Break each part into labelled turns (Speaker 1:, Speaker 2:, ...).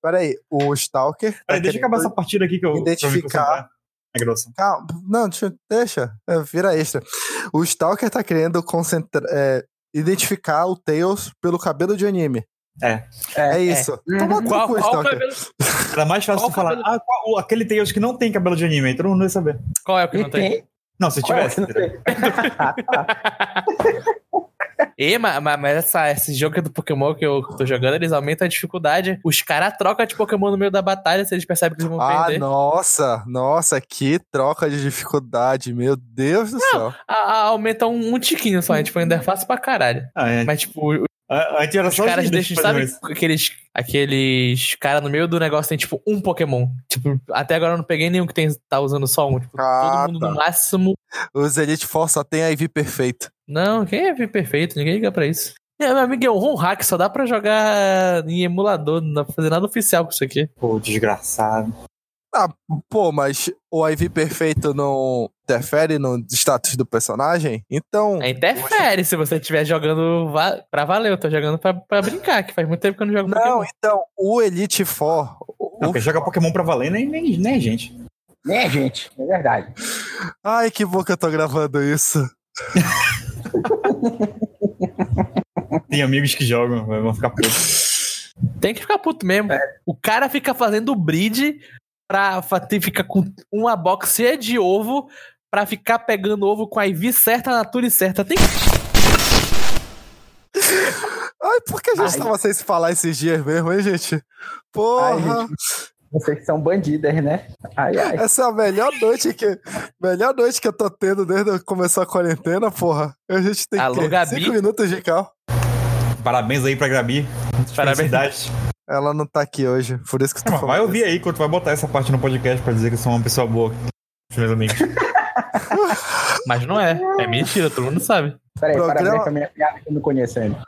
Speaker 1: Peraí, o Stalker. tá
Speaker 2: Peraí, deixa eu acabar essa
Speaker 1: querendo
Speaker 2: partida aqui que eu. um pra eu me
Speaker 1: identificar-
Speaker 2: concentrar na graduação.
Speaker 1: Calma, não, deixa, deixa, é, vira extra. O Stalker tá querendo concentrar, é, identificar o Tails pelo cabelo de anime.
Speaker 2: É.
Speaker 1: É, isso. Toma no
Speaker 3: Qual,
Speaker 1: cu,
Speaker 3: qual, o
Speaker 1: Stalker.
Speaker 3: cabelo,
Speaker 2: Era mais fácil
Speaker 3: Qual
Speaker 2: tu falar.
Speaker 3: cabelo?
Speaker 2: Ah, qual- o- aquele Tails que não tem cabelo de anime, aí todo mundo vai saber.
Speaker 3: qual é o que
Speaker 4: E
Speaker 3: não tem?
Speaker 4: tem.
Speaker 2: Não, se
Speaker 4: Qual é o
Speaker 2: tivesse.
Speaker 4: que não
Speaker 2: entendeu?
Speaker 4: tem?
Speaker 3: E, mas, mas essa, esse jogo do Pokémon que eu tô jogando, eles aumentam a dificuldade. Os caras trocam de Pokémon no meio da batalha se eles percebem que eles vão
Speaker 1: Ah,
Speaker 3: perder.
Speaker 1: nossa, nossa, que troca de dificuldade, meu Deus do céu.
Speaker 3: A, a- Ah, aumenta um, um tiquinho só, tipo, ainda é fácil pra caralho.
Speaker 2: Ah, é.
Speaker 3: Mas, tipo, os
Speaker 2: A- Antes
Speaker 1: É
Speaker 2: era só
Speaker 3: caras
Speaker 2: lindos
Speaker 3: deixam,
Speaker 2: fazendo
Speaker 3: sabe?
Speaker 2: isso.
Speaker 3: Aqueles, aqueles caras no meio do negócio tem, tipo, um Pokémon. Tipo, até agora eu não peguei nenhum que tem, tá usando só um. Tipo,
Speaker 1: Ah,
Speaker 3: todo mundo
Speaker 1: tá.
Speaker 3: no máximo.
Speaker 1: Os Elite Force só tem a IV perfeito.
Speaker 3: Não, quem é perfeito? Ninguém liga pra isso. É, meu amigão, ROM hack só dá pra jogar em emulador, não dá pra fazer nada oficial com isso aqui.
Speaker 2: Pô, desgraçado.
Speaker 1: Pô, mas o IV perfeito não interfere no status do personagem? Então,
Speaker 3: É, interfere se você estiver jogando va- pra valer. Eu tô jogando pra, pra brincar, que faz muito tempo que eu não jogo
Speaker 1: não,
Speaker 3: Pokémon.
Speaker 1: então, o Elite Four, o-
Speaker 2: Não,
Speaker 1: o
Speaker 2: quem joga Pokémon pra valer nem, nem, nem a gente.
Speaker 4: É, gente, é verdade.
Speaker 1: Ai, que bom que eu tô gravando isso.
Speaker 2: Tem amigos que jogam, vão ficar putos.
Speaker 3: Tem que ficar puto mesmo. O cara fica fazendo bridge pra fa- ter- fica com uma box cheia de ovo pra ficar pegando ovo com a IV certa, a natura certa. Tem que
Speaker 1: Ai, por que a gente
Speaker 4: Ai.
Speaker 1: tava sem se falar esses dias mesmo, hein, gente? Porra,
Speaker 4: Ai, gente. Vocês são bandidas, né? Ai, ai.
Speaker 1: essa é a melhor noite que melhor noite que eu tô tendo desde que começou a quarentena, porra. A gente tem
Speaker 3: Alô,
Speaker 1: que
Speaker 3: Gabi?
Speaker 1: cinco minutos de cal.
Speaker 2: Parabéns aí pra Grabi.
Speaker 3: Parabéns.
Speaker 2: Felicidades.
Speaker 1: Ela não tá aqui hoje, por isso que eu
Speaker 2: É,
Speaker 1: tô
Speaker 2: mas
Speaker 1: falando.
Speaker 2: vai ouvir aí quando tu vai botar essa parte no podcast pra dizer que eu sou uma pessoa boa. Os meus amigos.
Speaker 3: Mas não é. É mentira, todo mundo sabe.
Speaker 4: Peraí,
Speaker 1: Programa-
Speaker 4: parabéns pra minha piada que eu não conheço ainda.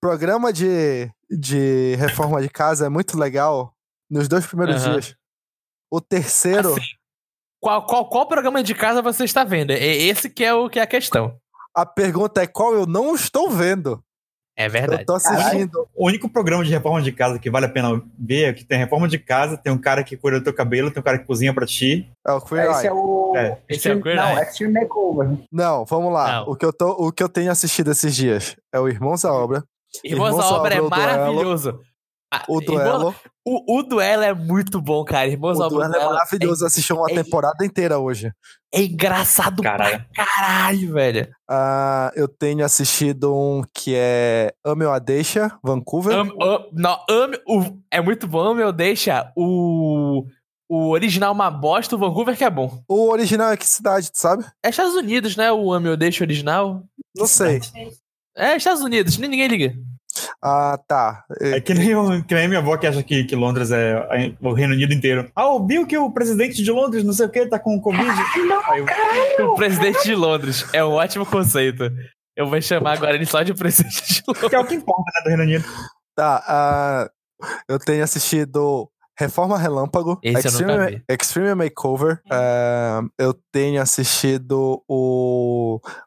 Speaker 1: Programa de, de reforma de casa é muito legal nos dois primeiros
Speaker 3: Aham.
Speaker 1: dias. O terceiro,
Speaker 3: Assim, qual, qual, qual programa de casa você está vendo? É esse que é, o, que é a questão.
Speaker 1: a pergunta é qual eu não estou vendo.
Speaker 3: É verdade.
Speaker 1: Eu tô
Speaker 4: Caralho.
Speaker 1: assistindo.
Speaker 2: O único programa de reforma de casa que vale a pena ver é que tem reforma de casa, tem um cara que cura o teu cabelo, tem um cara que cozinha pra ti.
Speaker 1: É o Queer
Speaker 4: Esse
Speaker 1: Eye.
Speaker 4: é o.
Speaker 2: É,
Speaker 3: esse é o Queer
Speaker 4: Não,
Speaker 3: Eye.
Speaker 4: Extreme Makeover.
Speaker 1: Não, vamos lá.
Speaker 3: Não.
Speaker 1: O que, eu tô, o que eu tenho assistido esses dias é o Irmãos à Obra,
Speaker 3: Irmãos à
Speaker 1: Irmãos à
Speaker 3: Obra é
Speaker 1: Obra, o duelo.
Speaker 3: maravilhoso. Ah,
Speaker 1: o
Speaker 3: Irmãos-
Speaker 1: Duelo.
Speaker 3: O, o duelo é muito bom, cara. Irmãos à
Speaker 1: O
Speaker 3: Obra,
Speaker 1: Duelo é maravilhoso, assisti uma
Speaker 3: é-
Speaker 1: temporada inteira hoje.
Speaker 3: É engraçado
Speaker 2: Caralho.
Speaker 3: pra caralho, velho.
Speaker 1: Ah, eu tenho assistido um que é Ame ou a Deixa, Vancouver.
Speaker 3: Am, am- não, am, o, é muito bom, meu. Deixa o, o original uma bosta, o Vancouver que é bom.
Speaker 1: O original é que cidade, tu sabe?
Speaker 3: É Estados Unidos, né? O Ame ou Deixa original.
Speaker 1: Não sei.
Speaker 3: É Estados Unidos, nem ninguém liga.
Speaker 1: Ah, tá.
Speaker 2: É que nem, o- que nem minha avó que acha que, que Londres é é o Reino Unido inteiro. Ah, ouviu que o presidente de Londres, não sei o que, tá com Covid? Aí eu-
Speaker 3: O presidente de Londres é um ótimo conceito. Eu vou chamar agora ele só de presidente de Londres.
Speaker 2: que é o que importa, né, do Reino Unido.
Speaker 1: Tá, ah, eu tenho assistido Reforma Relâmpago,
Speaker 3: Esse eu nunca
Speaker 1: Extreme,
Speaker 3: vi. Hum.
Speaker 1: Extreme Makeover. ah, eu tenho assistido o.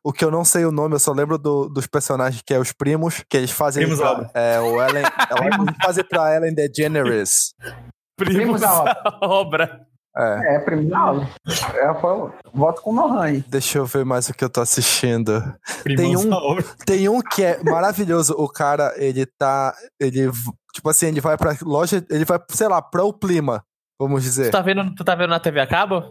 Speaker 1: O que eu não sei o nome, eu só lembro do- dos personagens que é os primos, que eles fazem.
Speaker 2: Primos
Speaker 1: pra-
Speaker 2: Obra.
Speaker 1: é, o Ellen. eles fazem pra Ellen DeGeneres.
Speaker 3: Primos
Speaker 4: da obra.
Speaker 3: à obra.
Speaker 1: É.
Speaker 4: É, primeiro aula. Eu falo, voto com É, o Nohan.
Speaker 1: Deixa eu ver mais o que eu tô assistindo.
Speaker 2: Irmãos
Speaker 1: um-
Speaker 2: à obra.
Speaker 1: Tem um que é maravilhoso. O cara, ele tá. Ele. v- Tipo assim, ele vai pra loja. Ele vai, sei lá, pra o Plima, vamos
Speaker 3: Tu
Speaker 1: dizer.
Speaker 3: tá, vendo, tu tá vendo na TV a cabo?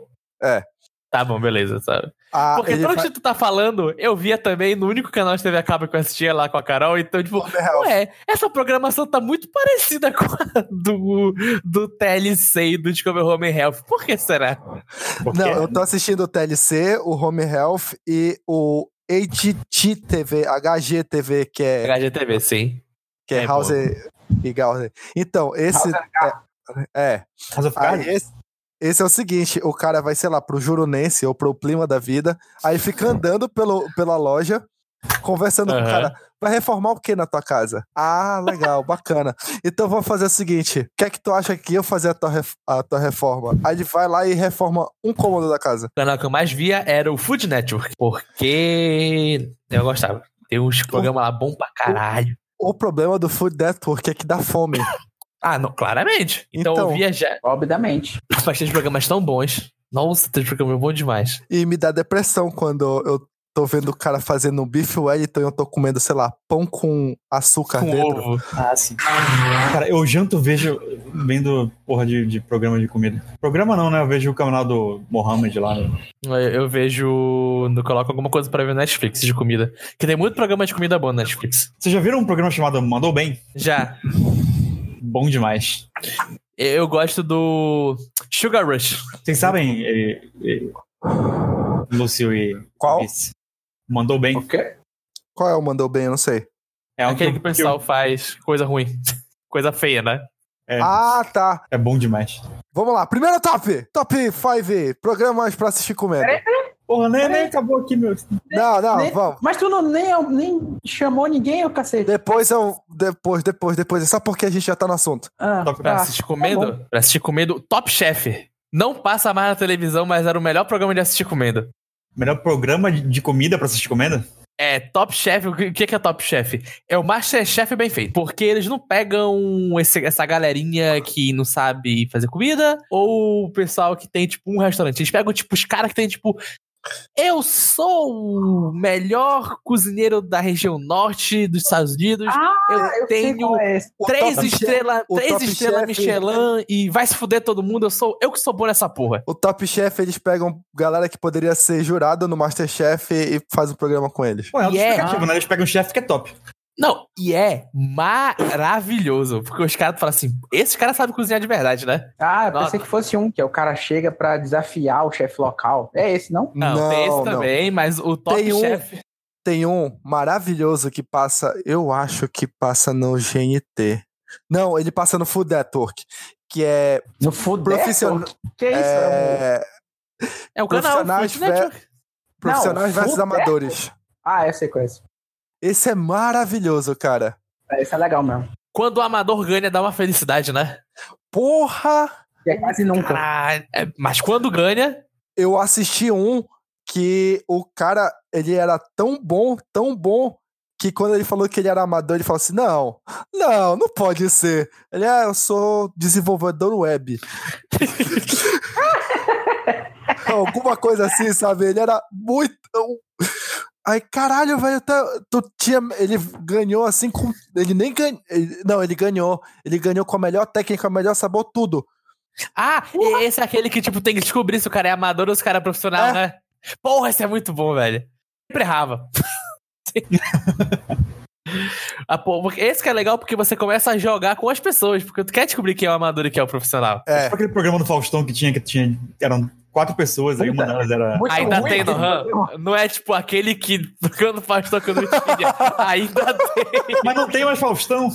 Speaker 1: É.
Speaker 3: Tá bom, beleza, sabe?
Speaker 1: Ah,
Speaker 3: Porque
Speaker 1: ele
Speaker 3: tudo
Speaker 1: vai-
Speaker 3: que tu tá falando, eu via também no único canal de TV a cabo que eu assistia lá com a Carol, então, tipo, ué, essa programação tá muito parecida com a do, do TLC e do Discover Home and Health. Por que será?
Speaker 2: Porque
Speaker 1: Não, eu tô assistindo o TLC, o Home Health e o HGTV, HGTV, que é,
Speaker 3: HGTV, sim.
Speaker 1: que é,
Speaker 3: é
Speaker 1: House e Garden. Então, esse. É. é.
Speaker 2: Mas eu
Speaker 1: Ah,
Speaker 2: ficar-
Speaker 1: esse, esse é o seguinte: o cara vai, sei lá, pro Jurunense ou pro Plima da vida, aí fica andando pelo, pela loja, conversando com o
Speaker 3: Aham.
Speaker 1: cara. Vai reformar o que na tua casa? Ah, legal, bacana. Então vamos fazer o seguinte: o que é que tu acha que eu fazer a tua, ref- a tua reforma? Aí ele vai lá e reforma um cômodo da casa.
Speaker 3: O canal que eu mais via era o Food Network, porque eu gostava. Tem uns programas lá bom pra caralho.
Speaker 1: O problema do Food Network é que dá fome.
Speaker 3: Ah, não, claramente. Então,
Speaker 1: Então.
Speaker 3: eu via já.
Speaker 4: Obviamente.
Speaker 3: Mas tem uns programas tão bons. Nossa, tem uns programas bons demais.
Speaker 1: e me dá depressão quando eu tô vendo o cara fazendo um bife Wellington e eu tô comendo, sei lá, pão com açúcar
Speaker 3: Com
Speaker 1: Tá dentro.
Speaker 3: ovo.
Speaker 2: Ah, sim. Cara, eu janto vejo vendo porra de, de programa de comida. Programa não, né? Eu vejo o canal do Mohamed lá. né?
Speaker 3: Eu, É, eu vejo. No, coloco alguma coisa pra ver no Netflix de comida. Que tem muito programa de comida bom no Netflix.
Speaker 2: Vocês já viram um programa chamado Mandou Bem?
Speaker 3: Já.
Speaker 2: Bom demais.
Speaker 3: Eu gosto do. Sugar Rush.
Speaker 2: Vocês sabem, eh, eh, Lúcio e
Speaker 1: Qual?
Speaker 2: Vice? Mandou Bem.
Speaker 4: O quê?
Speaker 1: Qual é o mandou bem? Eu não sei.
Speaker 2: É, um
Speaker 3: Aquele que o
Speaker 2: eu-
Speaker 3: pessoal faz coisa ruim. Coisa feia, né?
Speaker 2: É.
Speaker 1: Ah, tá.
Speaker 2: É bom demais.
Speaker 1: Vamos lá. Primeiro top. Top 5. Programas pra assistir comendo.
Speaker 2: Porra, nem, nem acabou aqui, meu.
Speaker 1: Não, não,
Speaker 4: né?
Speaker 1: vamos.
Speaker 4: Mas tu não nem, nem chamou ninguém, o cacete.
Speaker 1: Depois eu. Depois, depois, depois. É só porque a gente já tá no assunto.
Speaker 4: Ah,
Speaker 2: Top
Speaker 3: Pra
Speaker 4: tá.
Speaker 3: assistir comendo? pra assistir comendo, Top Chef. Não passa mais na televisão, mas era o melhor programa de assistir comendo.
Speaker 2: Melhor programa de, de comida pra assistir comendo?
Speaker 3: É, Top Chef, o que o que que é Top Chef? É o Masterchef bem feito. Porque eles não pegam esse- essa galerinha que não sabe fazer comida, ou o pessoal que tem, tipo, um restaurante. Eles pegam, tipo, os caras que tem, tipo. Eu sou o melhor cozinheiro da região norte dos Estados Unidos.
Speaker 4: Ah,
Speaker 3: eu,
Speaker 4: eu sei
Speaker 3: tenho
Speaker 4: qual é esse.
Speaker 1: O
Speaker 3: três
Speaker 1: top chef-
Speaker 3: estrelas,
Speaker 1: o
Speaker 3: três
Speaker 1: Top
Speaker 3: estrelas
Speaker 1: Chef-
Speaker 3: Michelin e vai se fuder todo mundo. Eu sou eu que sou bom nessa porra.
Speaker 1: O Top Chef, eles pegam galera que poderia ser jurado no Masterchef e faz um programa com eles.
Speaker 2: Pô, é
Speaker 3: E é.
Speaker 2: auto-explicativo, né? Eles pegam um chefe que é top.
Speaker 3: Não, e é maravilhoso porque os caras falam assim, esse cara sabe cozinhar de verdade, né?
Speaker 4: Ah, eu
Speaker 3: Nota.
Speaker 4: pensei que fosse um, que é o cara chega pra desafiar o chefe local. É esse, não?
Speaker 3: Não, tem esse também, mas o Top
Speaker 1: Tem um-
Speaker 3: Chef.
Speaker 1: Tem um maravilhoso que passa, eu acho que passa no GNT. Não, ele passa no Food Network, que é
Speaker 4: No futebol.
Speaker 1: Profissional-
Speaker 4: Que isso? amor?
Speaker 1: é,
Speaker 3: É o canal
Speaker 1: Profissionais
Speaker 3: Food Network.
Speaker 1: profissionais versus
Speaker 4: Food
Speaker 1: amadores.
Speaker 4: Ah, eu sei qual é esse.
Speaker 1: Esse é maravilhoso, cara.
Speaker 4: É, Esse é legal mesmo.
Speaker 3: Quando o amador ganha, dá uma felicidade, né?
Speaker 1: Porra!
Speaker 4: Que é quase nunca.
Speaker 3: Caralho. É, Mas quando ganha,
Speaker 1: Eu assisti um que o cara, ele era tão bom, tão bom, que quando ele falou que ele era amador, ele falou assim: não, não, não pode ser. Ele é, eu sou desenvolvedor web. Alguma coisa assim, sabe? Ele era muito. Ai, caralho, velho, tá, tu tinha, ele ganhou assim com. Ele nem ganhou. Não, ele ganhou. Ele ganhou com a melhor técnica, o melhor sabor, tudo.
Speaker 3: ah, e esse é aquele que tipo tem que descobrir se o cara é amador ou se o cara é profissional,
Speaker 1: É.
Speaker 3: né? Porra, esse é muito bom, velho. Sempre errava. Ah, pô, porque esse que é legal porque você começa a jogar com as pessoas, porque tu quer descobrir quem é o amador e quem é o profissional.
Speaker 1: É.
Speaker 2: Tipo aquele programa do Faustão que tinha, que tinha. Eram quatro pessoas, aí uma
Speaker 4: Puta.
Speaker 2: delas era.
Speaker 4: Muito
Speaker 3: ainda
Speaker 4: ruim
Speaker 3: tem no
Speaker 4: aquele
Speaker 3: RAM.
Speaker 4: programa.
Speaker 3: Não é tipo aquele que quando faz tocando Wikipedia. ainda tem.
Speaker 2: Mas não tem mais Faustão.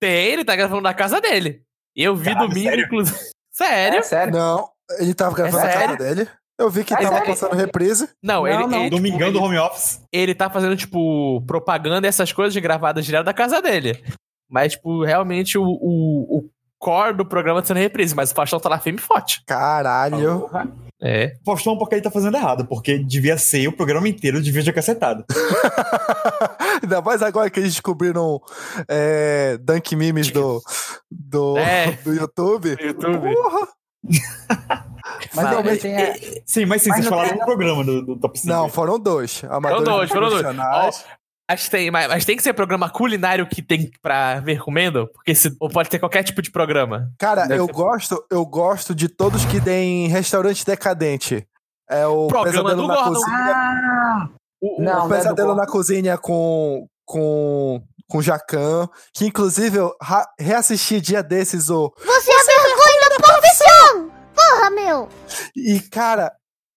Speaker 3: Tem, ele tá gravando na casa dele. Eu vi
Speaker 2: Caralho,
Speaker 3: domingo,
Speaker 2: sério?
Speaker 3: inclusive. Sério?
Speaker 4: É, sério.
Speaker 1: Não, ele tava gravando na casa
Speaker 3: sério?
Speaker 1: dele. Eu vi que
Speaker 4: É
Speaker 1: tava
Speaker 4: sério?
Speaker 1: passando reprise.
Speaker 3: Não, ele,
Speaker 4: É? Não, não.
Speaker 3: ele-
Speaker 2: Domingão do home office.
Speaker 3: ele tá fazendo, tipo, propaganda e essas coisas gravadas direto da casa dele. Mas, tipo, realmente o, o, o core do programa tá sendo reprise, mas o Faustão tá lá firme e forte.
Speaker 4: Tá
Speaker 1: Caralho.
Speaker 3: É.
Speaker 2: Faustão porque ele tá fazendo errado, porque devia ser o programa inteiro de vídeo cacetado.
Speaker 1: Ainda mais agora que eles descobriram é, Dunk Memes do, do,
Speaker 3: É.
Speaker 1: do YouTube.
Speaker 3: YouTube.
Speaker 1: Porra!
Speaker 4: Mas
Speaker 3: Fala.
Speaker 4: talvez tenha.
Speaker 2: Sim, mas sim,
Speaker 4: Mas
Speaker 2: vocês
Speaker 4: não
Speaker 2: falaram
Speaker 4: tem-
Speaker 2: do programa do, do Top 5.
Speaker 1: Não, foram dois. Amadores
Speaker 3: dois,
Speaker 1: e
Speaker 3: foram dois.
Speaker 1: profissionais.
Speaker 3: Mas tem, mas, mas tem que ser programa culinário que tem pra ver comendo? Porque se, ou pode ter qualquer tipo de programa.
Speaker 1: Cara,
Speaker 3: Deve
Speaker 1: eu
Speaker 3: ser-
Speaker 1: gosto, eu gosto de todos que tem restaurante decadente. É o
Speaker 3: Programa
Speaker 1: Pesadelo
Speaker 3: do
Speaker 1: na
Speaker 3: Gordon.
Speaker 1: Cozinha.
Speaker 4: Ah!
Speaker 3: O- o-
Speaker 4: Não,
Speaker 5: é
Speaker 1: o
Speaker 4: né,
Speaker 1: Pesadelo
Speaker 4: do-
Speaker 1: na Cozinha com. com. com Jacan. Que inclusive eu ra- reassisti dia desses o
Speaker 5: Você é vergonha da profissão! Porra, meu!
Speaker 1: E, cara,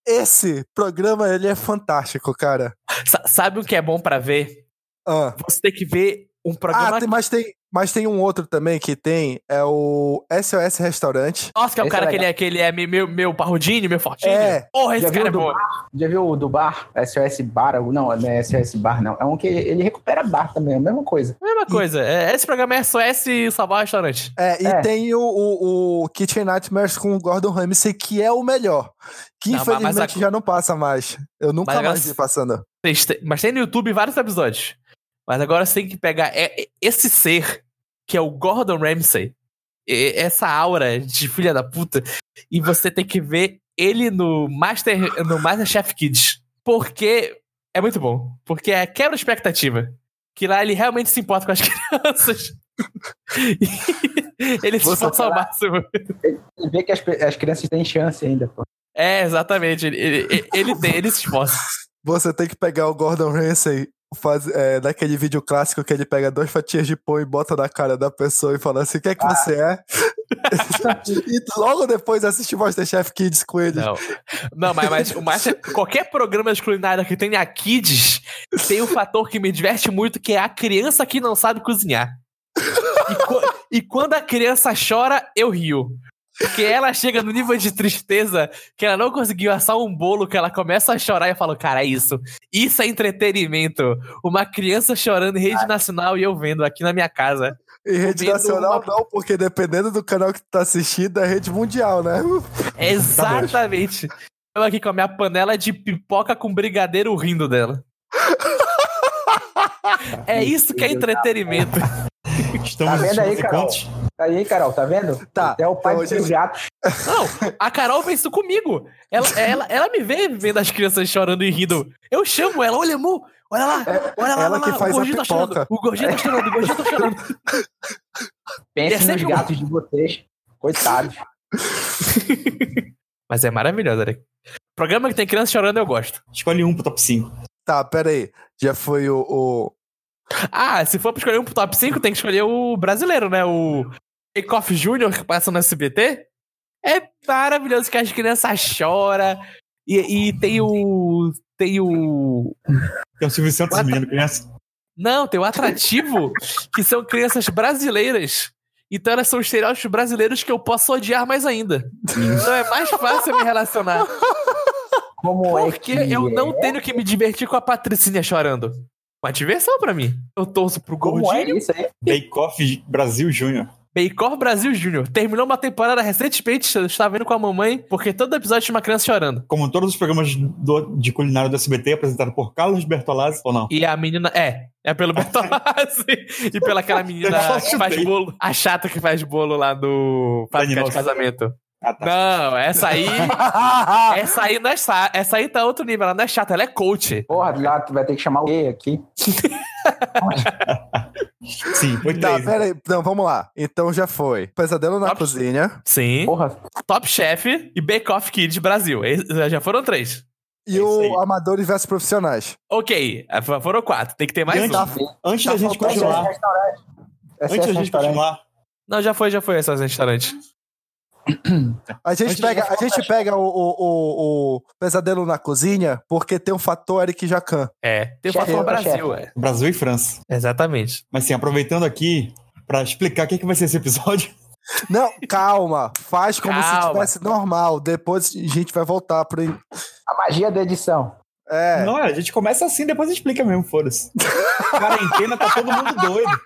Speaker 1: esse programa, ele é fantástico, cara.
Speaker 3: sa- sabe o que é bom pra ver?
Speaker 1: Ah,
Speaker 3: Você tem que ver um programa.
Speaker 1: Ah, tem- mas, tem, mas tem um outro também que tem, é o SOS Restaurante.
Speaker 3: Nossa, que é o
Speaker 4: Esse
Speaker 3: cara
Speaker 4: é
Speaker 3: que, ele é, que ele é me- meu, meu parrudinho, meu fortinho.
Speaker 1: É.
Speaker 3: Porra, esse
Speaker 4: Já viu
Speaker 3: cara é
Speaker 4: do
Speaker 3: bom.
Speaker 4: Já viu o do bar? SOS Bar? algo- Não, não é SOS Bar, não. É um que ele recupera bar também, é a mesma coisa.
Speaker 3: Mesma coisa. é, esse programa é SOS e salvar restaurante.
Speaker 1: É, e
Speaker 4: É.
Speaker 1: tem o, o, o Kitchen Nightmares com o Gordon Ramsay, que é o melhor. Que
Speaker 3: Não, mas- mas
Speaker 1: infelizmente
Speaker 3: a-
Speaker 1: já não passa mais. Eu nunca
Speaker 3: Mas agora-
Speaker 1: mais vi passando.
Speaker 3: Vocês te- Mas tem no YouTube vários episódios. Mas agora você tem que pegar é- é- esse ser, que é o Gordon Ramsay, e- essa aura de filha da puta, e você tem que ver ele no Master no Masterchef Kids. Porque é muito bom. Porque é quebra expectativa. Que lá ele realmente se importa com as crianças. E ele se
Speaker 4: Vou
Speaker 3: esforça ao
Speaker 4: procurar.
Speaker 3: máximo.
Speaker 4: Ele vê que as, pe- as crianças têm chance ainda, pô.
Speaker 3: É, exatamente. Ele, ele, ele tem, ele se esforça.
Speaker 1: Você tem que pegar o Gordon Ramsay faz, é, daquele vídeo clássico que ele pega duas fatias de pão e bota na cara da pessoa e fala assim: o que é
Speaker 2: Ah.
Speaker 1: que você é? e logo depois assiste Masterchef Kids com ele.
Speaker 3: Não. Não, mas, mas o Master, qualquer programa de culinária que tenha kids tem um fator que me diverte muito, que é a criança que não sabe cozinhar. E, co- e quando a criança chora, eu rio. Porque ela chega no nível de tristeza que ela não conseguiu assar um bolo, que ela começa a chorar e eu falo, cara, é isso. Isso é entretenimento. Uma criança chorando em rede nacional e eu vendo aqui na minha casa.
Speaker 1: Em rede
Speaker 3: Vendo
Speaker 1: nacional,
Speaker 3: uma-
Speaker 1: não, porque dependendo do canal que tu tá assistindo, é rede mundial, né?
Speaker 3: Exatamente. Eu aqui com a minha panela de pipoca com brigadeiro rindo dela. É isso que é entretenimento.
Speaker 2: Estamos
Speaker 4: Tá vendo aí,
Speaker 2: assistindo
Speaker 4: Carol?
Speaker 2: contos.
Speaker 4: Tá aí, Carol, tá vendo?
Speaker 1: Tá,
Speaker 4: Até o pai
Speaker 1: então,
Speaker 4: do
Speaker 1: gente-
Speaker 4: gato.
Speaker 3: Não, a Carol fez isso comigo. Ela, ela, ela me vê vendo as crianças chorando e rindo. Eu chamo ela, olha, amor, olha lá, olha lá,
Speaker 1: É, ela
Speaker 3: olha lá,
Speaker 1: que faz
Speaker 3: o
Speaker 1: a
Speaker 3: gordinho tá
Speaker 1: pipoca. É.
Speaker 3: chorando, o gordinho tá chorando, o gordinho tá chorando. É
Speaker 4: Pensem nos
Speaker 3: sempre um-
Speaker 4: gatos de vocês. Coitados.
Speaker 3: Mas é maravilhoso, Eric. Programa que tem criança chorando, eu gosto.
Speaker 2: Escolhe um pro top 5.
Speaker 1: Tá, pera aí. Já foi o. o-
Speaker 3: Ah, se for pra escolher um pro top 5, tem que escolher o brasileiro, né? O Take Off Júnior que passa no SBT. É maravilhoso que as crianças choram. E, e tem o. Tem o.
Speaker 2: Tem o Silvio Santos,
Speaker 3: What?
Speaker 2: menino criança.
Speaker 3: Não, tem o atrativo, que são crianças brasileiras. Então elas são estereótipos brasileiros que eu posso odiar mais ainda. Então é mais fácil eu me relacionar.
Speaker 4: Como é
Speaker 3: Porque
Speaker 4: que
Speaker 3: eu
Speaker 4: é?
Speaker 3: não tenho que me divertir com a Patricinha chorando. Uma diversão pra mim. Eu torço pro
Speaker 4: Como é
Speaker 3: gordinho.
Speaker 4: isso aí?
Speaker 2: Bake Off Brasil Júnior.
Speaker 3: Bacor Brasil Júnior. Terminou uma temporada recentemente, eu estava vendo com a mamãe, porque todo episódio tinha uma criança chorando.
Speaker 2: Como todos os programas do- de culinária do SBT, apresentado por Carlos Bertolazzi, ou não?
Speaker 3: E a menina. É, é pelo Bertolazzi e pela aquela menina
Speaker 2: Eu
Speaker 3: que faz
Speaker 2: chutei.
Speaker 3: bolo. A chata que faz bolo lá do. Fábrica de
Speaker 2: Daniel.
Speaker 3: casamento.
Speaker 2: Ah, tá.
Speaker 3: Não, essa aí.
Speaker 1: Tá,
Speaker 3: essa aí não é chata. Essa aí tá outro nível, ela não é chata, ela é coach.
Speaker 4: Porra, lá tu vai ter que chamar o gay aqui.
Speaker 2: Sim, foi
Speaker 1: Tá,
Speaker 2: três. né?
Speaker 1: pera aí. Não, vamos lá. Então já foi. Pesadelo na
Speaker 3: Ops.
Speaker 1: cozinha.
Speaker 3: Sim.
Speaker 4: Porra,
Speaker 3: Top Chef e Bake Off Kids Brasil. Esses Já foram três.
Speaker 1: E
Speaker 2: É isso aí.
Speaker 1: o Amadores versus Profissionais.
Speaker 3: Ok, ah, foram quatro. Tem que ter mais
Speaker 2: Antes-
Speaker 3: um.
Speaker 2: Antes
Speaker 1: Tá
Speaker 2: da
Speaker 1: faltando
Speaker 2: gente continuar,
Speaker 4: restaurante. Essa
Speaker 2: antes da
Speaker 4: é
Speaker 2: gente
Speaker 4: restaurante.
Speaker 2: continuar,
Speaker 3: Não, já foi, já foi essas restaurantes.
Speaker 1: A gente
Speaker 2: Antes de
Speaker 1: pega, a gente pega o, o- o- o Pesadelo na cozinha porque tem um fator Eric Jacan.
Speaker 3: É, tem o
Speaker 4: Chefe,
Speaker 3: fator
Speaker 4: eu sou
Speaker 3: Brasil, é.
Speaker 2: Brasil e França.
Speaker 3: Exatamente.
Speaker 2: Mas sim, aproveitando aqui pra explicar o que, é que vai ser esse episódio.
Speaker 1: Não, calma. Faz como se
Speaker 3: Calma.
Speaker 1: tivesse normal. Depois a gente vai voltar pro. in-
Speaker 4: A magia da edição.
Speaker 1: É.
Speaker 2: Não, a gente começa assim, depois explica mesmo, foda-se. Quarentena, tá todo mundo doido.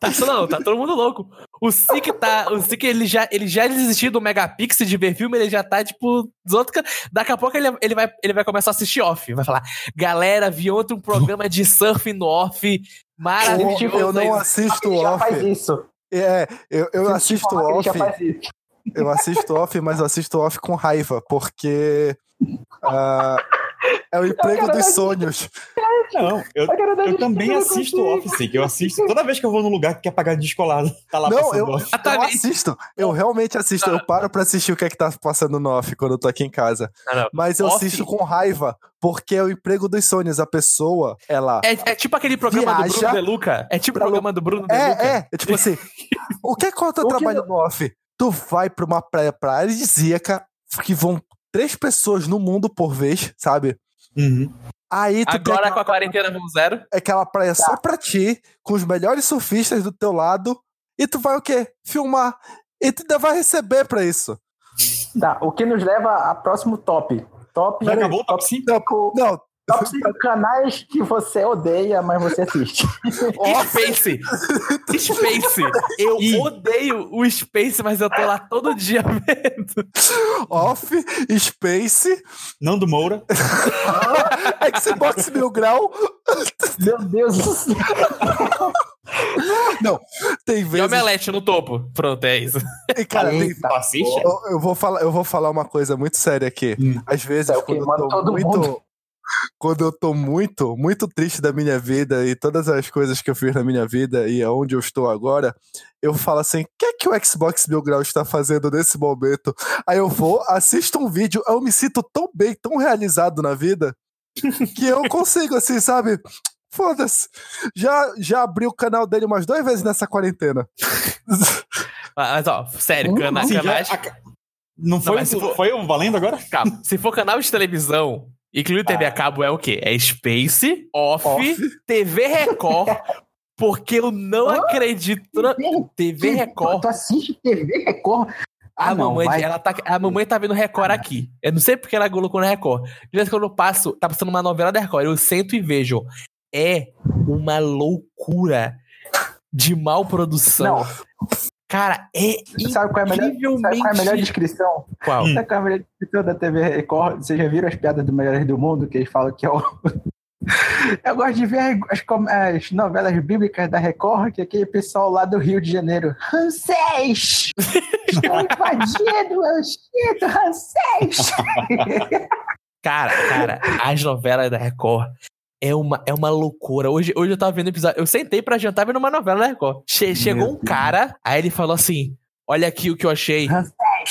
Speaker 3: Tá, não, tá todo mundo louco. O Sick tá. O Sick, ele já, ele já desistiu do Megapixel de ver filme, ele já tá, tipo, dos outros. can- Daqui a pouco ele, ele, vai, ele vai começar a assistir off. Vai falar: galera, vi ontem um programa de surf no off. Maravilhoso.
Speaker 1: Eu, eu não assisto
Speaker 4: Ele já
Speaker 1: off.
Speaker 4: faz isso.
Speaker 1: É, eu, eu assisto
Speaker 4: Ele
Speaker 1: off.
Speaker 4: já faz isso.
Speaker 1: Eu assisto off, mas eu assisto off com raiva, porque. ah, é o emprego dos sonhos.
Speaker 2: Não, eu,
Speaker 4: A cara da
Speaker 2: eu
Speaker 4: gente que
Speaker 2: também
Speaker 4: não
Speaker 2: assisto
Speaker 4: consegue.
Speaker 2: Office, que eu assisto toda vez que eu vou num lugar que quer pagar de descolado. Tá lá
Speaker 1: Não,
Speaker 2: passando
Speaker 1: eu-
Speaker 2: Office.
Speaker 1: Eu
Speaker 3: Exatamente.
Speaker 1: assisto, eu realmente assisto, eu paro pra assistir o que é que tá passando no off quando eu tô aqui em casa.
Speaker 3: Não, não.
Speaker 1: Mas eu
Speaker 3: Off?
Speaker 1: assisto com raiva, porque é o emprego dos sonhos. A pessoa, ela.
Speaker 3: É, é tipo aquele programa do
Speaker 1: Viaja
Speaker 3: Bruno Deluca. É tipo o
Speaker 1: pra
Speaker 3: programa do Bruno
Speaker 1: É,
Speaker 3: Deluca.
Speaker 1: é, é tipo assim. o que é quando eu tô
Speaker 4: O que-
Speaker 1: trabalhando no off? Tu vai pra uma praia paradisíaca que vão três pessoas no mundo por vez, sabe?
Speaker 2: Uhum.
Speaker 1: Aí tu tem
Speaker 3: Agora Tá.
Speaker 1: aquela,
Speaker 3: com a quarentena vamos zero.
Speaker 1: aquela praia só pra ti, com os melhores surfistas do teu lado, e tu vai o quê? Filmar. E tu ainda vai receber pra isso.
Speaker 4: Tá, o que nos leva a próximo top. Top,
Speaker 2: Já acabou o top 5?
Speaker 4: cinco-
Speaker 1: Não, tá
Speaker 4: top cinco canais que você odeia, mas você assiste.
Speaker 3: Space! Space! Eu
Speaker 2: Ih.
Speaker 3: odeio o Space, mas eu tô lá todo dia vendo.
Speaker 1: off, space,
Speaker 2: Nando Moura.
Speaker 1: Xbox mil grau.
Speaker 4: Meu Deus do céu.
Speaker 1: Não, tem
Speaker 3: E
Speaker 1: vezes.
Speaker 3: omelete no topo. Pronto, é isso.
Speaker 1: E, cara, tem-
Speaker 4: Eita,
Speaker 2: Assiste?
Speaker 1: eu, eu vou falar, eu vou falar uma coisa muito séria aqui.
Speaker 2: Hum.
Speaker 1: Às vezes,
Speaker 4: Tá, eu
Speaker 1: quando
Speaker 4: queimando
Speaker 1: eu tô
Speaker 4: todo
Speaker 1: muito.
Speaker 4: mundo.
Speaker 1: Quando eu tô muito, muito triste da minha vida e todas as coisas que eu fiz na minha vida e aonde eu estou agora, eu falo assim: o que é que o Xbox Mil Grau está fazendo nesse momento? Aí eu vou, assisto um vídeo, eu me sinto tão bem, tão realizado na vida, que eu consigo, assim, sabe? Foda-se. Já, já abri o canal dele umas duas vezes nessa quarentena.
Speaker 3: Ah, Mas, ó, sério,
Speaker 4: Hum,
Speaker 3: cana,
Speaker 2: Sim, já
Speaker 3: canais.
Speaker 2: aca- Não
Speaker 3: Não,
Speaker 2: foi,
Speaker 3: mas se for-
Speaker 2: foi o valendo agora?
Speaker 3: Calma. Se for canal de televisão, incluindo TV a
Speaker 4: Ah.
Speaker 3: cabo, é o quê? É Space, Off, TV Record. Porque eu não
Speaker 4: Hã?
Speaker 3: acredito na TV Record.
Speaker 4: Tu assiste TV Record? Então, Ah,
Speaker 3: a,
Speaker 4: não,
Speaker 3: mamãe,
Speaker 4: vai.
Speaker 3: ela tá, a mamãe tá vendo Record aqui. Eu não sei porque ela colocou no Record. De vez em quando eu passo, tá passando uma novela da Record. Eu sento e vejo. É uma loucura de mal produção.
Speaker 4: Não,
Speaker 3: Cara, é
Speaker 4: sabe qual é a melhor, sabe qual é a melhor
Speaker 3: incrivelmente...
Speaker 4: descrição?
Speaker 3: Qual?
Speaker 2: Hum.
Speaker 4: Sabe qual é a melhor descrição da TV Record? Vocês já viram as piadas do Melhores do Mundo, que eles falam que é o... Eu gosto de ver as, com- as novelas bíblicas da Record, que é aquele pessoal lá do Rio de Janeiro. Rancés! Estou invadindo, é eu sinto Rancés!
Speaker 3: Cara, cara, as novelas da Record é uma, é uma loucura. Hoje, hoje eu tava vendo episódio. Eu sentei pra jantar vendo uma novela da Record. Che- chegou um cara, aí ele falou assim: Olha aqui o que eu achei.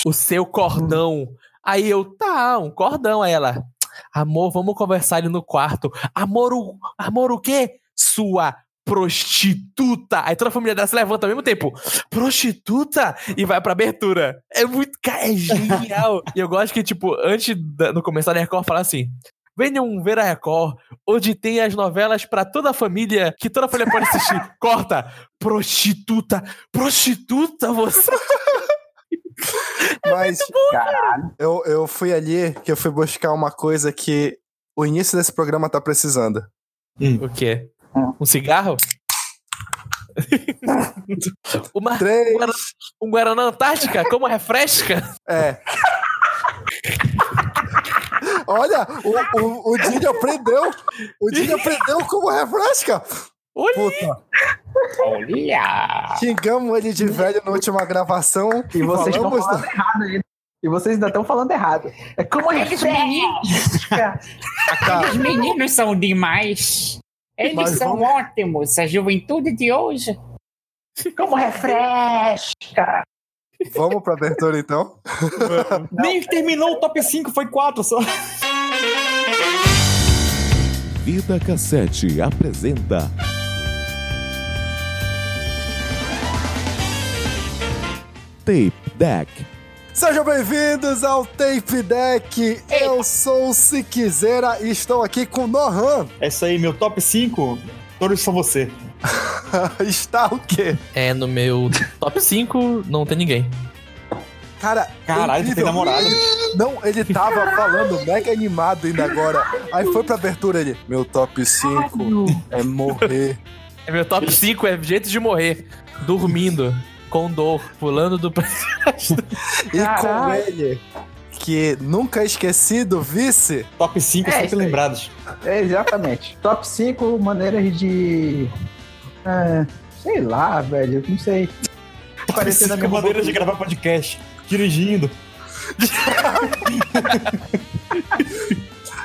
Speaker 3: O seu cordão. Aí eu, tá, um cordão. Aí ela, amor, vamos conversar ali no quarto. Amor, o, amor, o quê? Sua prostituta. Aí toda a família dela se levanta ao mesmo tempo. Prostituta? E vai pra abertura. É muito. Cara, é genial. e eu gosto que, tipo, antes da- no começar da Record, falar assim. Venham ver a Record, onde tem as novelas pra toda a família, que toda a família pode assistir. Corta! Prostituta! Prostituta, você!
Speaker 1: Mas eu, eu fui ali que eu fui buscar uma coisa que o início desse programa tá precisando.
Speaker 3: O quê?
Speaker 4: Hum.
Speaker 3: Um cigarro? Uma,
Speaker 1: Três.
Speaker 3: um Guaraná Antártica? Como refresca?
Speaker 1: É. Olha, o, o, o Dini aprendeu. O Dini aprendeu como refresca.
Speaker 3: Olha!
Speaker 1: Puta,
Speaker 4: Olha!
Speaker 1: xingamos ele de velho na última gravação.
Speaker 4: E vocês estão
Speaker 1: Falamos
Speaker 4: falando errado ainda. E vocês ainda estão falando errado. É como é que isso
Speaker 1: Cara, Tá,
Speaker 6: Os meninos são demais. Eles
Speaker 1: Mas
Speaker 6: são
Speaker 1: vamos-
Speaker 6: ótimos, a juventude de hoje.
Speaker 4: Como refresca!
Speaker 1: vamos pra abertura então.
Speaker 2: Nem terminou o top 5, foi 4 só.
Speaker 7: Vida Cassete apresenta Tape Deck.
Speaker 1: Sejam bem-vindos ao Tape Deck. Eu sou o Siquizera e estou aqui com o Nohan.
Speaker 2: É isso aí, meu top 5. Todos são você.
Speaker 1: Está o quê?
Speaker 3: É, no meu top 5 não tem ninguém.
Speaker 1: Cara, é
Speaker 2: Caralho, tu tem
Speaker 1: incrível.
Speaker 2: namorado.
Speaker 1: Não, ele tava falando mega animado ainda agora. Aí foi pra abertura ele. Meu top 5 é morrer.
Speaker 3: É meu top 5 é jeito de morrer. Dormindo, com dor, pulando do.
Speaker 1: E com
Speaker 4: Caralho.
Speaker 1: ele, que nunca é esquecido, vice.
Speaker 2: Top 5
Speaker 4: É isso
Speaker 2: sempre
Speaker 4: aí.
Speaker 2: lembrados.
Speaker 4: É, exatamente. Top 5 maneiras de. é, sei lá, velho. Não sei.
Speaker 2: Top 5
Speaker 4: Parecendo a minha
Speaker 2: maneiras de gravar podcast. Dirigindo.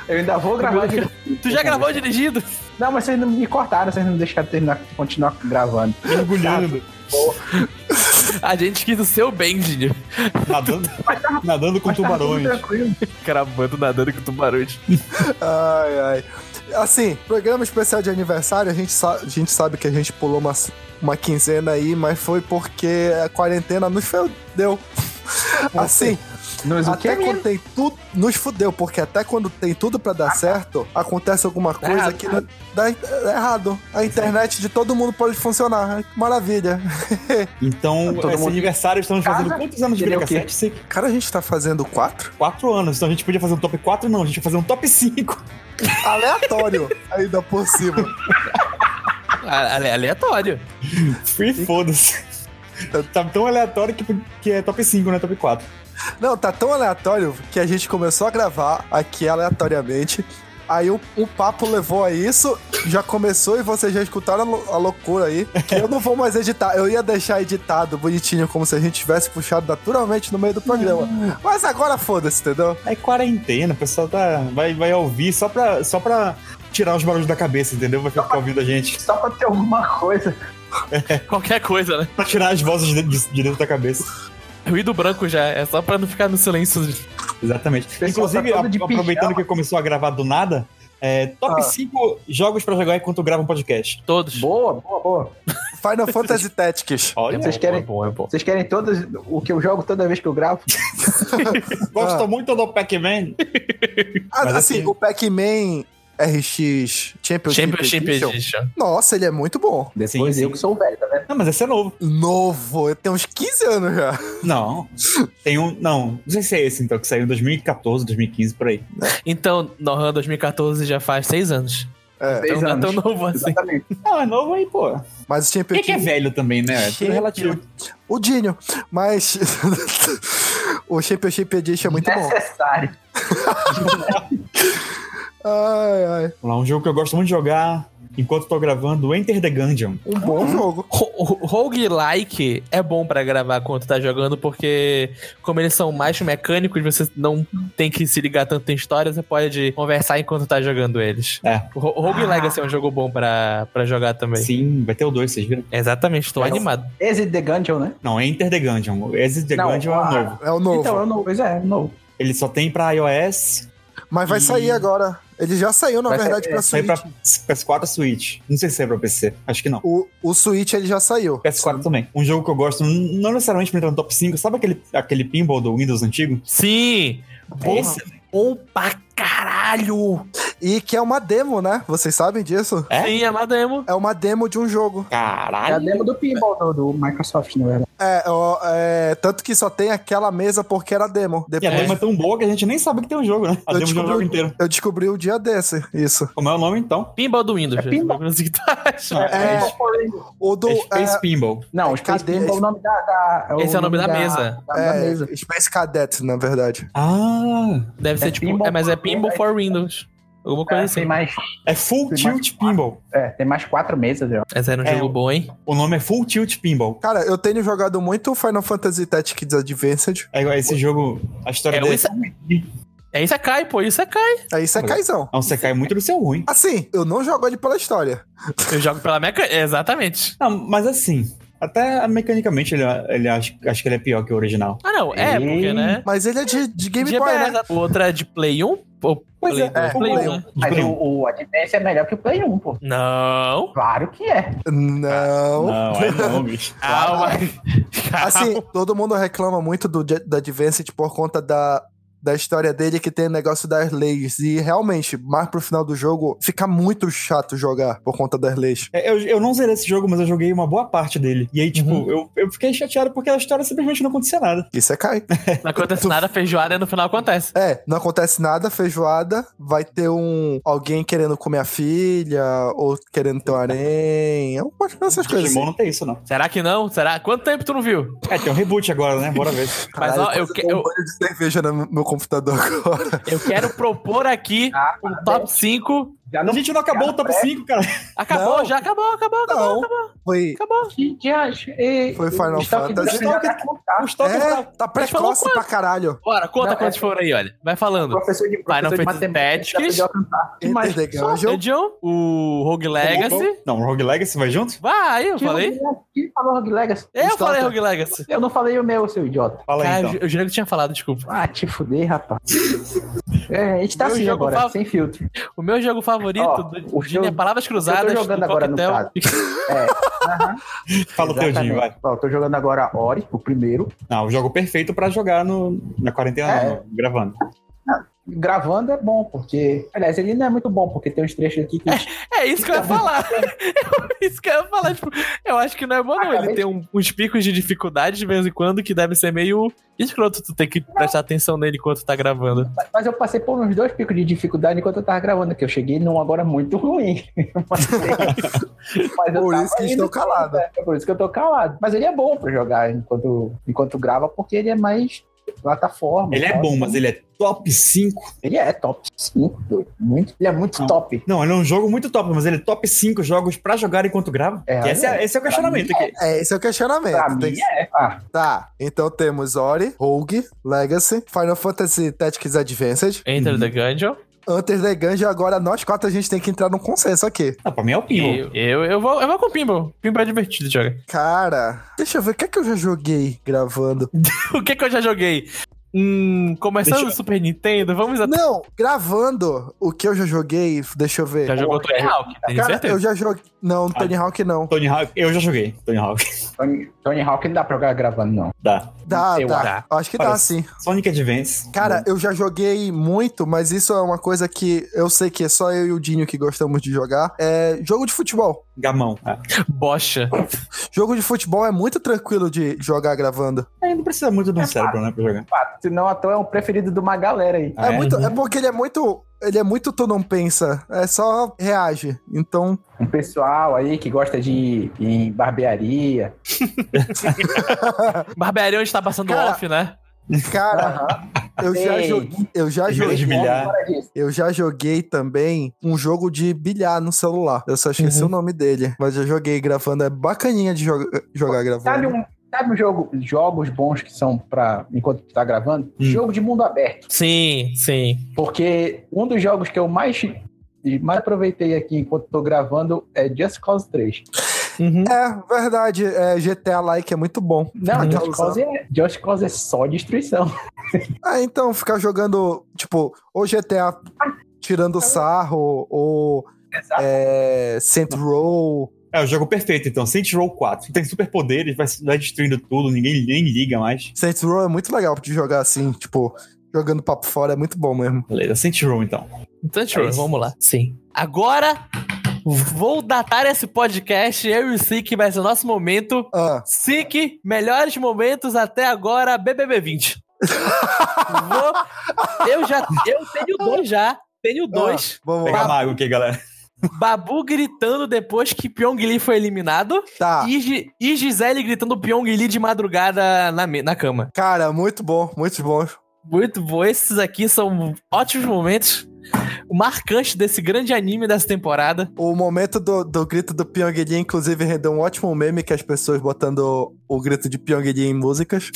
Speaker 4: Eu ainda vou gravar. de-
Speaker 3: Tu já gravou dirigindo?
Speaker 4: Não, mas vocês não me cortaram, vocês não me deixaram terminar, continuar gravando.
Speaker 2: Mergulhando.
Speaker 3: A gente quis o seu bem, Dinho.
Speaker 2: Nadando, nadando com
Speaker 4: Mas tá né? tava tudo
Speaker 2: tubarões.
Speaker 4: tranquilo.
Speaker 3: Gravando, nadando com tubarões.
Speaker 1: Ai, ai. Assim, programa especial de aniversário, a gente, sa- a gente sabe que a gente pulou uma, uma quinzena aí, mas foi porque a quarentena nos deu. Assim,
Speaker 4: Nos o
Speaker 1: até
Speaker 4: quê,
Speaker 1: quando
Speaker 4: menino?
Speaker 1: tem tudo. Nos fudeu, porque até quando tem tudo pra dar certo, acontece alguma coisa
Speaker 4: errado.
Speaker 1: que não- dá dá errado. A internet de todo mundo pode funcionar. Maravilha.
Speaker 2: Então,
Speaker 4: Tá Todo
Speaker 2: esse
Speaker 4: mundo-
Speaker 2: aniversário estamos fazendo
Speaker 4: Casa?
Speaker 2: quantos anos de
Speaker 4: Queria o quê?
Speaker 2: Videocassete? Sim,
Speaker 1: Cara, a gente tá fazendo quatro?
Speaker 2: Quatro anos. Então a gente podia fazer um top 4, não. A gente vai fazer um top 5.
Speaker 1: Aleatório, ainda por cima.
Speaker 3: A- ale- Aleatório.
Speaker 2: E foda-se. Tá tão aleatório que, que é top 5, não é top 4.
Speaker 1: Não, tá tão aleatório que a gente começou a gravar aqui aleatoriamente. Aí o, o papo levou a isso, já começou e vocês já escutaram a, lou- a loucura aí. Que eu não vou mais editar. Eu ia deixar editado bonitinho, como se a gente tivesse puxado naturalmente no meio do programa. Mas agora foda-se, entendeu?
Speaker 2: É quarentena, o pessoal tá, vai, vai ouvir só pra, só pra tirar os barulhos da cabeça, entendeu? Vai ficar ouvindo a gente.
Speaker 4: Só pra ter alguma coisa.
Speaker 3: Qualquer coisa, né?
Speaker 2: Pra tirar as vozes de, de- de dentro da cabeça.
Speaker 3: Ruído branco já. É só pra não ficar no silêncio.
Speaker 2: Exatamente.
Speaker 4: pessoal
Speaker 2: Inclusive,
Speaker 4: tá todo
Speaker 2: a-
Speaker 4: de
Speaker 2: aproveitando
Speaker 4: pijama.
Speaker 2: que começou a gravar do nada, é, top
Speaker 1: Ah.
Speaker 2: 5 jogos pra jogar enquanto grava um podcast.
Speaker 3: Todos.
Speaker 4: Boa, boa, boa.
Speaker 1: Final Fantasy Tactics.
Speaker 2: Olha,
Speaker 4: Vocês querem-
Speaker 3: É bom, é bom.
Speaker 4: Vocês querem todos o que eu jogo toda vez que eu gravo?
Speaker 2: gosto
Speaker 1: Ah.
Speaker 2: muito do Pac-Man.
Speaker 1: Ah,
Speaker 2: Mas
Speaker 1: assim,
Speaker 2: assim-
Speaker 1: o Pac-Man RX Championship,
Speaker 3: Championship
Speaker 1: Edition.
Speaker 3: Edition.
Speaker 1: Nossa, ele é muito bom.
Speaker 4: Depois
Speaker 2: sim.
Speaker 4: eu que sou o velho, tá vendo?
Speaker 2: Não, mas esse é novo.
Speaker 1: Novo, ele tem uns 15 anos já.
Speaker 2: Não. Tem um. Não, não sei se é esse então, que saiu em 2014, 2015, por aí.
Speaker 3: Então, Nohan 2014 já faz seis anos.
Speaker 1: É,
Speaker 4: Seis
Speaker 3: Então não é
Speaker 4: anos.
Speaker 3: tão novo assim.
Speaker 4: Exatamente.
Speaker 2: Não, é novo aí, pô. O
Speaker 1: mas o
Speaker 2: que,
Speaker 1: Championship
Speaker 2: que é velho também, né? É tudo relativo.
Speaker 1: O Dinho, mas o Championship Edition é muito bom.
Speaker 4: Necessário.
Speaker 1: Ai, ai.
Speaker 2: Vamos lá, um jogo que eu gosto muito de jogar enquanto tô gravando, Enter the Gungeon.
Speaker 1: Um bom jogo.
Speaker 3: Ro- ro- Roguelike é bom pra gravar quando tá jogando, porque como eles são mais mecânicos, você não tem que se ligar tanto em história, você pode conversar enquanto tá jogando eles.
Speaker 2: É.
Speaker 3: O ro- Roguelike assim, é um jogo bom pra, pra jogar também.
Speaker 2: Sim, vai ter o 2, vocês viram?
Speaker 3: Exatamente, tô
Speaker 4: Mas-
Speaker 3: animado.
Speaker 4: Exit the Gungeon, né?
Speaker 2: Não, Enter the Gungeon. Exit the
Speaker 4: Não,
Speaker 2: Gungeon é o
Speaker 4: ah.
Speaker 2: novo.
Speaker 1: É o novo.
Speaker 4: Então, eu não. Pois é, não.
Speaker 2: Ele só tem pra iOS,
Speaker 1: mas vai sair agora. Ele já saiu, na
Speaker 4: Vai
Speaker 1: verdade,
Speaker 4: sair-
Speaker 1: pra
Speaker 2: saiu
Speaker 1: Switch.
Speaker 2: é, pra PS4 Switch. Não sei se é pra PC, acho que não.
Speaker 1: O, o Switch ele já saiu.
Speaker 2: PS4 também. Um jogo que eu gosto, n- não necessariamente pra entrar no top 5, sabe aquele, aquele pinball do Windows antigo?
Speaker 3: Sim! Bom,
Speaker 2: É Esse?
Speaker 3: bom pra caralho!
Speaker 1: E que é uma demo, né? Vocês sabem disso?
Speaker 2: É?
Speaker 3: Sim, amado emo.
Speaker 1: É uma demo de um jogo.
Speaker 4: É a
Speaker 2: Caralho.
Speaker 4: demo do pinball do, do Microsoft, na verdade.
Speaker 1: É, ó, é, tanto que só tem aquela mesa porque era demo.
Speaker 2: E a
Speaker 1: Depois
Speaker 2: demo é tão boa que a gente nem sabe que tem um jogo, né? A
Speaker 1: Eu
Speaker 2: demo já é o
Speaker 1: descobri-
Speaker 2: jogo inteiro.
Speaker 1: eu descobri um dia desse, isso.
Speaker 2: Como é o nome, então?
Speaker 3: Pinball do Windows.
Speaker 4: É
Speaker 3: gente.
Speaker 4: pinball.
Speaker 3: Não consigo achar.
Speaker 1: É, O do
Speaker 2: É
Speaker 1: é,
Speaker 2: Space Pinball.
Speaker 4: Não,
Speaker 1: É,
Speaker 4: o Space
Speaker 1: cadê-
Speaker 4: Pinball é o nome da. da-
Speaker 3: Esse é o nome da mesa.
Speaker 4: da- da
Speaker 1: é,
Speaker 4: mesa.
Speaker 1: Space Cadet, na verdade.
Speaker 2: Ah!
Speaker 3: Deve ser
Speaker 4: é
Speaker 3: tipo.
Speaker 4: pinball
Speaker 3: é, mas é
Speaker 4: for-
Speaker 3: pinball for Windows. Alguma coisa
Speaker 4: É,
Speaker 3: assim.
Speaker 4: tem, mais,
Speaker 2: É Full
Speaker 4: Tem mais
Speaker 2: Tilt Pinball.
Speaker 4: é, tem mais quatro mesas, eu.
Speaker 3: Mas era um
Speaker 2: É,
Speaker 3: jogo
Speaker 2: o-
Speaker 3: bom, hein?
Speaker 2: O nome é Full Tilt Pinball.
Speaker 1: Cara, eu tenho jogado muito Final Fantasy Tactics Advanced.
Speaker 2: É igual esse jogo, a história
Speaker 3: É,
Speaker 2: dele.
Speaker 3: isso É isso é Kai, pô, isso é Kai.
Speaker 1: Aí isso é caizão.
Speaker 2: Não, você cai muito do seu ruim.
Speaker 1: Assim, eu não jogo ele pela história.
Speaker 3: Eu jogo pela mecânica. Exatamente.
Speaker 2: Não, mas assim, até mecanicamente ele, ele acho, acho que ele é pior que o original.
Speaker 3: Ah, não, é,
Speaker 4: Ei.
Speaker 3: porque, né?
Speaker 1: Mas ele é de, de Game
Speaker 3: GBA,
Speaker 1: Boy, né?
Speaker 3: exato. Outra é de Play 1? Ou
Speaker 2: Pois
Speaker 3: Play
Speaker 2: é,
Speaker 3: dois?
Speaker 2: é,
Speaker 3: Play
Speaker 1: Play
Speaker 3: 1, né?
Speaker 4: Mas
Speaker 2: Tipo,
Speaker 4: o, o Advance é melhor que o Play 1, pô.
Speaker 3: Não.
Speaker 4: Claro que é.
Speaker 1: Não.
Speaker 2: Não, é não, bicho.
Speaker 3: Calma.
Speaker 1: Assim, todo mundo reclama muito do, J- da Advanced por conta da, da história dele que tem o negócio das leis. E realmente, mais pro final do jogo, fica muito chato jogar por conta das leis.
Speaker 2: É, Eu, eu não zerei esse jogo, mas eu joguei uma boa parte dele. E aí, tipo,
Speaker 1: Uhum.
Speaker 2: eu, eu fiquei chateado porque a história simplesmente não acontecia nada.
Speaker 1: Isso é cai.
Speaker 3: Não acontece nada, feijoada e no final acontece.
Speaker 1: É, não acontece nada, feijoada. Vai ter um alguém querendo comer a filha, ou querendo ter um harém. Eu acho que essas um coisas.
Speaker 2: Digimon
Speaker 1: assim.
Speaker 2: não tem isso, não.
Speaker 3: Será que não? Será? Quanto tempo tu não viu?
Speaker 2: É, tem um reboot agora, né? Bora ver.
Speaker 3: Mas, ó, eu
Speaker 1: quase
Speaker 3: que-
Speaker 1: dei um
Speaker 3: eu-
Speaker 1: banho de cerveja no meu computador agora.
Speaker 3: Eu quero propor aqui
Speaker 4: Ah,
Speaker 3: um top 5.
Speaker 4: Já
Speaker 2: A
Speaker 4: não
Speaker 2: gente não acabou o top 5, cara.
Speaker 3: Acabou,
Speaker 1: Não.
Speaker 3: já acabou, acabou, acabou,
Speaker 1: Não.
Speaker 3: acabou,
Speaker 1: Foi
Speaker 3: acabou.
Speaker 4: que diacho. E-
Speaker 1: Foi Final
Speaker 4: o estoque do
Speaker 1: Fantasy.
Speaker 4: Brasil já tá
Speaker 2: O
Speaker 4: contado.
Speaker 2: estoque
Speaker 1: É,
Speaker 2: tá
Speaker 1: tá
Speaker 3: falou
Speaker 1: precoce
Speaker 3: quanto?
Speaker 1: pra caralho.
Speaker 3: Bora, conta
Speaker 4: Não,
Speaker 3: quantos
Speaker 4: é-
Speaker 3: foram aí, olha. Vai falando.
Speaker 4: Professor de,
Speaker 3: Final
Speaker 4: professor de
Speaker 3: Fantasy
Speaker 4: matemática já
Speaker 3: Tactics.
Speaker 4: aprendeu a cantar. Que mais?
Speaker 1: Enter the Gungeon.
Speaker 3: Dungeon, o Rogue Legacy.
Speaker 2: Não, Rogue Legacy vai junto?
Speaker 3: Vai, eu
Speaker 4: Que um?
Speaker 3: falei.
Speaker 4: Rogue Legacy? Quem falou Rogue Legacy?
Speaker 3: Eu
Speaker 1: Starter.
Speaker 3: falei Rogue Legacy.
Speaker 4: Eu não falei o meu, seu idiota.
Speaker 2: Fala aí,
Speaker 3: Cara,
Speaker 2: então.
Speaker 3: eu, eu jurei que eu tinha falado, desculpa.
Speaker 4: Ah, te fudei, rapaz. É, a gente tá
Speaker 3: Meu
Speaker 4: assim
Speaker 3: jogo
Speaker 4: agora,
Speaker 3: fav-
Speaker 4: sem filtro.
Speaker 3: O meu jogo favorito
Speaker 4: Ó,
Speaker 3: do
Speaker 4: o
Speaker 3: Dini
Speaker 4: que
Speaker 3: é
Speaker 4: eu-
Speaker 3: Palavras Cruzadas,
Speaker 4: jogando
Speaker 3: do
Speaker 4: agora no
Speaker 3: Coquetel.
Speaker 4: caso. É, aham,
Speaker 2: Fala o teu
Speaker 4: exatamente.
Speaker 2: Dinho, vai.
Speaker 4: Ó, eu tô jogando agora Ori, o primeiro.
Speaker 2: Não, o jogo perfeito pra jogar no, na quarentena,
Speaker 4: É.
Speaker 2: não, gravando.
Speaker 4: Gravando é bom, porque. Aliás, ele não é muito bom, porque tem uns trechos aqui que.
Speaker 3: É isso que eu ia
Speaker 4: Então,
Speaker 3: falar. É isso que eu ia falar. Tipo, eu acho que não é bom, não. Ele tem um- uns picos de dificuldade de vez em quando que deve ser meio escroto. Tu tem que prestar atenção nele enquanto tá gravando.
Speaker 4: Mas eu passei por uns dois picos de dificuldade enquanto eu tava gravando, que eu cheguei num agora muito ruim. Mas- mas eu
Speaker 1: Por
Speaker 4: tava
Speaker 1: isso que eles
Speaker 4: indo
Speaker 1: estão calados.
Speaker 4: É, por isso que eu tô calado. Mas ele é bom pra jogar enquanto, enquanto grava, porque ele é mais plataforma.
Speaker 2: Ele é
Speaker 4: tal.
Speaker 2: bom, mas ele é top 5.
Speaker 4: Ele é top 5, doido. Muito, ele é muito
Speaker 2: Não.
Speaker 4: top.
Speaker 2: Não, ele é um jogo muito top, mas ele é top 5 jogos pra jogar enquanto grava.
Speaker 4: É,
Speaker 2: Que esse, é,
Speaker 4: é.
Speaker 2: esse é o questionamento aqui.
Speaker 1: É, esse é o questionamento.
Speaker 4: Pra
Speaker 1: Tem
Speaker 4: mim
Speaker 1: que-
Speaker 4: é. Ah,
Speaker 1: Tá, então temos Ori, Rogue, Legacy, Final Fantasy Tactics Advanced,
Speaker 3: Enter the Gungeon.
Speaker 1: Hunter the Gungeon, agora nós quatro a gente tem que entrar num consenso aqui.
Speaker 2: Ah, pra mim é o
Speaker 3: E
Speaker 2: Pinho.
Speaker 4: Uhum.
Speaker 3: eu, eu, vou, eu vou com o Pimble. Pimble é divertido de jogar.
Speaker 1: Cara, deixa eu ver, o que é que eu já joguei gravando?
Speaker 3: O que que eu já joguei? Hum, começando
Speaker 2: Deixa
Speaker 3: no Super Nintendo, vamos até.
Speaker 1: Não, gravando, o que eu já joguei, deixa eu ver.
Speaker 3: Já jogou Tony Hawk, tenho
Speaker 1: Cara,
Speaker 3: certeza. Ah.
Speaker 1: eu já joguei... Não, Tony Hawk não.
Speaker 2: Tony Hawk, eu já joguei Tony Hawk.
Speaker 4: Tony, Tony Hawk não dá pra jogar gravando, não.
Speaker 2: Dá.
Speaker 1: Dá,
Speaker 4: Eu
Speaker 1: dá. Acho que dá,
Speaker 2: Parece.
Speaker 1: sim.
Speaker 2: Sonic Advance.
Speaker 1: Cara, eu já joguei muito, mas isso é uma coisa que eu sei que é só eu e o Dinho que gostamos de jogar. É jogo de futebol.
Speaker 2: Gamão. Ah,
Speaker 3: Bocha.
Speaker 1: Jogo de futebol é muito tranquilo de jogar gravando.
Speaker 2: aí não precisa muito de um cérebro, né, pra jogar.
Speaker 4: Senão a Tom é um preferido de uma galera aí.
Speaker 1: É,
Speaker 2: Ah,
Speaker 1: muito, é porque ele é muito, ele é muito tu não pensa, é só reage. Então,
Speaker 4: Um pessoal aí que gosta de ir em barbearia.
Speaker 3: Barbearia onde tá passando
Speaker 1: Cara,
Speaker 3: off, né?
Speaker 1: cara, eu já
Speaker 4: Ei.
Speaker 1: joguei, eu
Speaker 3: É.
Speaker 1: já
Speaker 2: Primeiro de
Speaker 1: joguei,
Speaker 2: bilhar.
Speaker 4: Fora disso.
Speaker 1: eu já joguei também um jogo de bilhar no celular. Eu só esqueci
Speaker 2: Uhum.
Speaker 1: o nome dele, mas eu joguei gravando, é bacaninha de joga- jogar
Speaker 4: Sabe
Speaker 1: gravando.
Speaker 4: um, sabe um jogo, jogos bons que são pra. enquanto tu tá gravando?
Speaker 2: Hum.
Speaker 4: Jogo de mundo aberto.
Speaker 3: Sim, sim.
Speaker 4: Porque um dos jogos que eu mais, mais aproveitei aqui enquanto tô gravando é Just Cause 3.
Speaker 3: Uhum.
Speaker 1: É, verdade, é, GTA Like é muito bom.
Speaker 4: Não,
Speaker 2: Uhum.
Speaker 1: Pra
Speaker 3: então,
Speaker 4: Just
Speaker 1: usar.
Speaker 4: Cause, é, Just Cause é só destruição.
Speaker 1: Ah, então ficar jogando, tipo, ou GTA tirando sarro, ou
Speaker 4: Exato.
Speaker 1: é, Saint Row.
Speaker 2: É o jogo perfeito, então. Saints Row 4. Tem superpoderes, vai, vai destruindo tudo, ninguém nem liga mais.
Speaker 1: Saints Row é muito legal de jogar assim, tipo, jogando papo fora, é muito bom mesmo.
Speaker 2: Beleza, Saints Row, então.
Speaker 3: Então, deixa eu-
Speaker 2: É isso.
Speaker 3: vamos lá. Sim. Agora, vou datar esse podcast, eu e o Sik, vai ser o nosso momento.
Speaker 1: Ah,
Speaker 3: Sik, melhores momentos até agora, BBB20. Vou- eu já, eu tenho dois já.
Speaker 2: Ah.
Speaker 3: Tenho dois.
Speaker 1: vamos
Speaker 2: Pegar
Speaker 1: lá.
Speaker 2: mago aqui, galera.
Speaker 3: Babu gritando depois que Pyong Lee foi eliminado.
Speaker 1: Tá.
Speaker 2: Ah.
Speaker 3: E, Gi- e Gisele gritando Pyong Lee de madrugada na, me- na cama.
Speaker 1: Cara, muito bom, muito bom.
Speaker 3: Muito bom. Esses aqui são ótimos momentos. O marcante desse grande anime dessa temporada.
Speaker 1: O momento do, do grito do Pyong Lee, inclusive, rendeu um ótimo meme que é as pessoas botando o grito de Pyong Lee em músicas.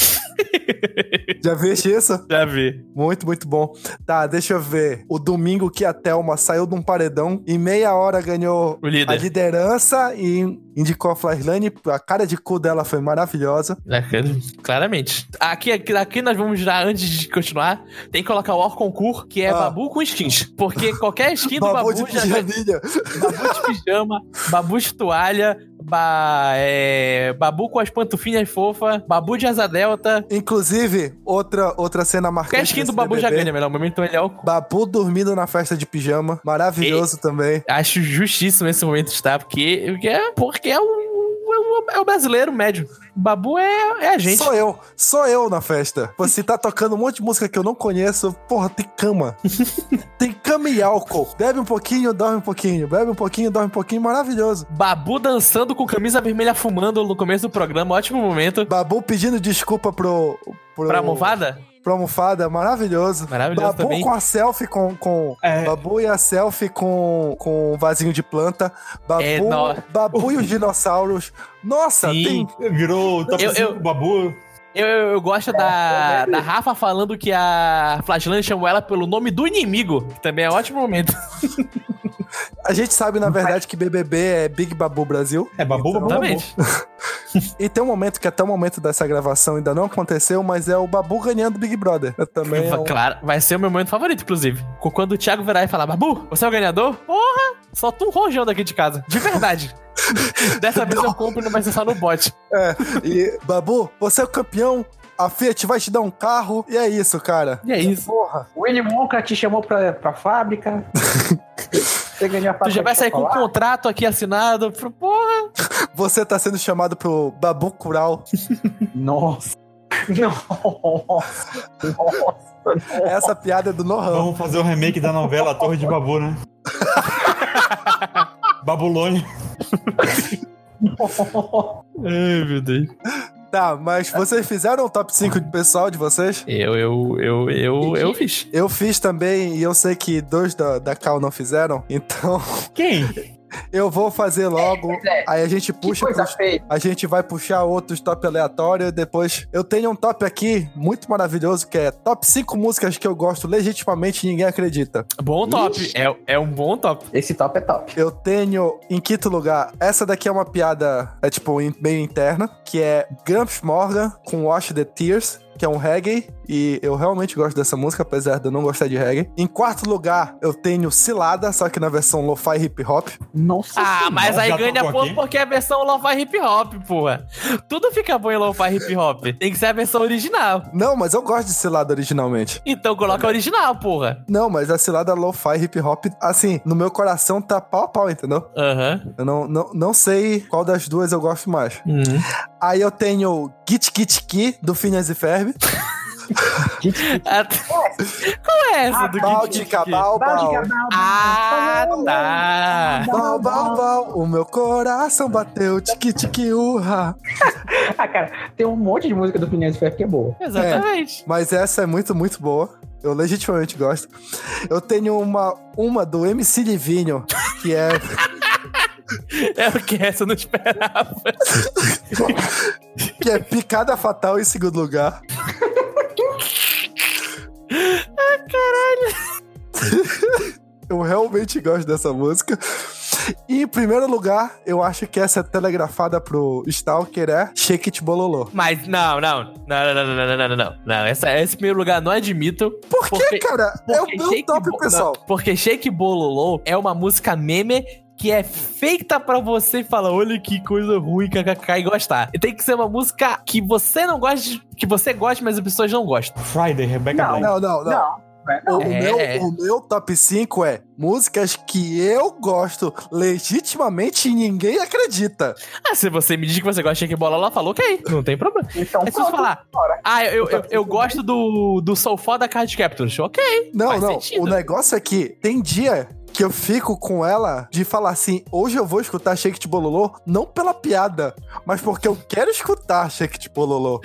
Speaker 1: Já viste isso?
Speaker 3: Já vi.
Speaker 1: Muito, muito bom. Tá, deixa eu ver. O domingo que a Thelma saiu de um paredão, em meia hora ganhou
Speaker 3: O
Speaker 1: a
Speaker 3: líder.
Speaker 1: liderança e indicou a Flaslane. A cara de cu dela foi maravilhosa.
Speaker 3: É, Claramente. Aqui, aqui, aqui nós vamos já, antes de continuar, tem que colocar o Or Concur, que é
Speaker 1: Ah.
Speaker 3: Babu com skins. Porque qualquer skin do
Speaker 1: Babu
Speaker 3: Babu,
Speaker 1: de
Speaker 3: já,
Speaker 1: pijaminha.
Speaker 3: Babu de pijama, babu de toalha, ba- é, babu com as pantufinhas fofas, babu de asa delta.
Speaker 1: Inclusive, outra, outra cena marcante.
Speaker 3: Qualquer skin do
Speaker 1: desse
Speaker 3: babu já
Speaker 1: BBB.
Speaker 3: ganha, melhor. Momento ele é o.
Speaker 1: Babu dormindo na festa de pijama. Maravilhoso também.
Speaker 3: Acho justíssimo esse momento estar, porque, porque é, porque é, o, é o- é o brasileiro médio. Babu é, é a gente.
Speaker 1: Sou eu, sou eu na festa. Você tá tocando um monte de música que eu não conheço. Porra, tem cama. tem cama e álcool. Bebe um pouquinho, dorme um pouquinho. Bebe um pouquinho, dorme um pouquinho. Maravilhoso.
Speaker 3: Babu dançando com camisa vermelha fumando no começo do programa, ótimo momento.
Speaker 1: Babu pedindo desculpa pro. pro
Speaker 3: Pra almofada?
Speaker 1: Pra almofada, maravilhoso.
Speaker 3: Maravilhoso
Speaker 1: Babu
Speaker 3: também.
Speaker 1: com a selfie com. com...
Speaker 2: É,
Speaker 1: Babu e a selfie com, com um vasinho de planta. Babu,
Speaker 3: É, nó.
Speaker 1: Babu e os dinossauros. Nossa,
Speaker 3: Sim.
Speaker 1: tem.
Speaker 2: virou top
Speaker 3: Eu-
Speaker 2: 5
Speaker 3: eu-
Speaker 2: Babu.
Speaker 3: Eu, eu- eu gosto da, da Rafa falando que a Flagelante chamou ela pelo nome do inimigo, que também é ótimo momento.
Speaker 1: A gente sabe, na verdade, que BBB é Big Babu Brasil.
Speaker 2: É Babu,
Speaker 1: Então-
Speaker 2: Babu, Babu.
Speaker 3: Exatamente.
Speaker 1: E tem um momento que até o momento dessa gravação ainda não aconteceu, mas é o Babu ganhando Big Brother. Eu também. é um-
Speaker 3: Claro, vai ser o meu momento favorito, inclusive. Co- Quando o Thiago virar e falar, Babu, você é o ganhador? Porra, Solta um rojão daqui de casa. De verdade. Dessa vez eu compro e não vai ser só no bot.
Speaker 1: E, Babu, você é o campeão. A Fiat vai te dar um carro. E é isso, cara.
Speaker 3: E é isso.
Speaker 1: Porra.
Speaker 4: O Willy Wonka te chamou pra, pra fábrica. Você ganhou a fábrica.
Speaker 3: Tu já vai
Speaker 4: de
Speaker 3: sair com um
Speaker 4: chocolate.
Speaker 3: contrato aqui assinado. Porra.
Speaker 1: Você tá sendo chamado pro Babu Cural.
Speaker 4: Nossa. Nossa. Nossa.
Speaker 1: Essa piada é do Nohan.
Speaker 2: Vamos fazer o remake da novela A Torre de Babu, né? Babulônia.
Speaker 3: Ai, meu Deus.
Speaker 1: Tá, mas vocês fizeram o top 5 de pessoal de vocês?
Speaker 3: Eu, eu, eu, eu, eu fiz.
Speaker 1: Eu fiz também e eu sei que dois da, da Cal não fizeram. Então
Speaker 2: Quem?
Speaker 1: eu vou fazer logo.
Speaker 4: Pois é.
Speaker 1: Aí a gente
Speaker 4: Que
Speaker 1: puxa.
Speaker 4: coisa
Speaker 1: pros-
Speaker 4: feia.
Speaker 1: A gente vai puxar outros top aleatório e depois. Eu tenho um top aqui muito maravilhoso que é top 5 músicas que eu gosto legitimamente e ninguém acredita.
Speaker 3: Bom top. É, é um bom top.
Speaker 4: Esse top é top.
Speaker 1: Eu tenho em quinto lugar. Essa daqui é uma piada, é tipo in- meio interna, que é Gramps Morgan com Wash the Tears. Que é um reggae, e eu realmente gosto dessa música, apesar de eu não gostar de reggae. Em quarto lugar, eu tenho Cilada, só que na versão lo-fi hip hop.
Speaker 4: Nossa.
Speaker 3: Ah,
Speaker 2: Sim,
Speaker 3: mas
Speaker 2: não,
Speaker 3: aí
Speaker 2: já
Speaker 3: ganha
Speaker 2: tocou
Speaker 3: ponto
Speaker 2: aqui.
Speaker 3: porque é a versão lo-fi hip hop, porra. Tudo fica bom em lo-fi hip hop. Tem que ser a versão original.
Speaker 1: Não, mas eu gosto de Cilada originalmente.
Speaker 3: Então coloca a original, porra.
Speaker 1: Não, mas a cilada lo-fi hip hop, assim, no meu coração tá pau a pau, entendeu?
Speaker 3: Aham.
Speaker 1: Eu não, não, não sei qual das duas eu gosto mais.
Speaker 3: Uhum.
Speaker 1: Aí eu tenho Git Git Ki, do Phineas e Ferb.
Speaker 3: Ah, t- Qual é essa do
Speaker 1: Balde,
Speaker 3: que
Speaker 1: cabal, bal.
Speaker 3: Ah, tá.
Speaker 1: Bal, bal, bal. O meu coração bateu, tiki tiki urra.
Speaker 4: Ah, cara, tem um monte de música do Phineas e Ferb que é boa.
Speaker 3: Exatamente.
Speaker 1: Mas essa é muito, muito boa. Eu legitimamente gosto. Eu tenho uma, uma do MC Livinho, que é
Speaker 3: É o que essa eu não esperava.
Speaker 1: que é Picada Fatal em segundo lugar. Ai, caralho. Eu realmente gosto dessa música. E em primeiro lugar, eu acho que essa é telegrafada pro Stalker é Shake It Bololô.
Speaker 3: Mas não, não. Não, não, não, não, não, não, não. Não, essa, esse primeiro lugar não admito.
Speaker 1: Por que,
Speaker 3: Porque-
Speaker 1: cara? é o
Speaker 3: Porque
Speaker 1: meu
Speaker 3: Shake
Speaker 1: top,
Speaker 3: Bo-
Speaker 1: pessoal.
Speaker 3: não, porque Shake Bololô é uma música meme que é feita pra você falar, olha que coisa ruim, kkk, e gostar. E tem que ser uma música que você não gosta, que você gosta, mas as pessoas não gostam.
Speaker 2: Friday, Rebecca
Speaker 4: Não,
Speaker 2: Black.
Speaker 1: Não, não, não.
Speaker 4: vai,
Speaker 1: O,
Speaker 4: não.
Speaker 1: o
Speaker 3: É.
Speaker 1: meu, o meu top 5 é músicas que eu gosto legitimamente e ninguém acredita.
Speaker 3: Ah, se você me diz que você gosta de Shake Bololô, falou, ok, não tem problema.
Speaker 4: Então,
Speaker 1: Tá
Speaker 3: É se você
Speaker 4: pronto.
Speaker 3: falar, ah, eu, eu, eu, eu gosto do, do Soulfall da Card Captors, ok.
Speaker 1: Não,
Speaker 3: Faz
Speaker 1: não.
Speaker 3: sentido.
Speaker 1: O negócio é que tem dia que eu fico com ela de falar assim: hoje eu vou escutar Shake de Bololô, não pela piada, mas porque eu quero escutar Shake de Bololô.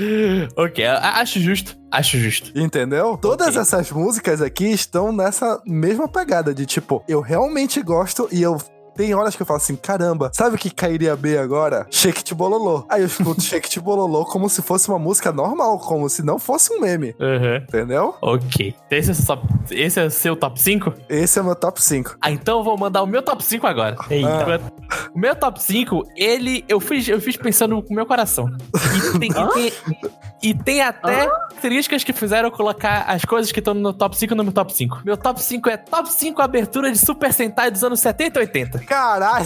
Speaker 3: Ok, a- acho justo, acho justo.
Speaker 1: Entendeu? Todas
Speaker 3: Ok.
Speaker 1: essas músicas aqui estão nessa mesma pegada de tipo, eu realmente gosto e eu. Tem horas que eu falo assim, caramba, sabe o que cairia bem agora? Shake de Bololô. Aí eu escuto Shake de Bololô como se fosse uma música normal, como se não fosse um meme,
Speaker 3: Aham.
Speaker 1: entendeu?
Speaker 3: Uhum, Ok. Esse é, só, esse é seu top 5?
Speaker 1: Esse é meu top 5.
Speaker 3: Ah, então eu vou mandar o meu top 5 agora.
Speaker 2: Eita.
Speaker 3: O meu top 5, ele. Eu fiz, eu fiz pensando com o meu coração. E tem, e tem- e tem até características que fizeram eu colocar as coisas que estão no top 5 no meu top 5. Meu top 5 é top 5 abertura de Super Sentai dos anos 70 e 80.
Speaker 1: Caralho!